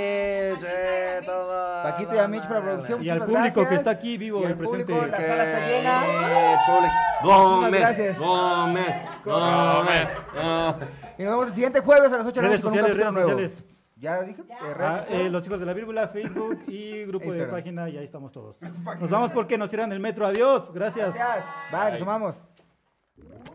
[SPEAKER 2] eh, todo.
[SPEAKER 3] Paquito y a Mitch por la producción.
[SPEAKER 1] Y al
[SPEAKER 3] Muchísimas
[SPEAKER 1] público
[SPEAKER 3] gracias.
[SPEAKER 1] que está aquí vivo
[SPEAKER 3] Y
[SPEAKER 1] y
[SPEAKER 3] al
[SPEAKER 1] presente.
[SPEAKER 3] público, la sala está llena.
[SPEAKER 2] Eh, público.
[SPEAKER 3] Muchísimas
[SPEAKER 2] Gómez,
[SPEAKER 3] gracias.
[SPEAKER 2] Gómez, Gómez. Ah. Gómez.
[SPEAKER 3] Y nos vemos el siguiente jueves a las 8 de la
[SPEAKER 1] Redes
[SPEAKER 3] noche con un
[SPEAKER 1] sociales, redes
[SPEAKER 3] capítulo nuevo.
[SPEAKER 1] sociales.
[SPEAKER 3] Ya dije, eh, redes
[SPEAKER 1] Ah, eh,
[SPEAKER 3] sociales.
[SPEAKER 1] los hijos de la vírgula, Facebook y grupo de
[SPEAKER 3] Instagram.
[SPEAKER 1] página, y ahí estamos todos. Nos vamos porque nos tiran el metro. Adiós. Gracias.
[SPEAKER 3] Gracias. Bye, nos amamos.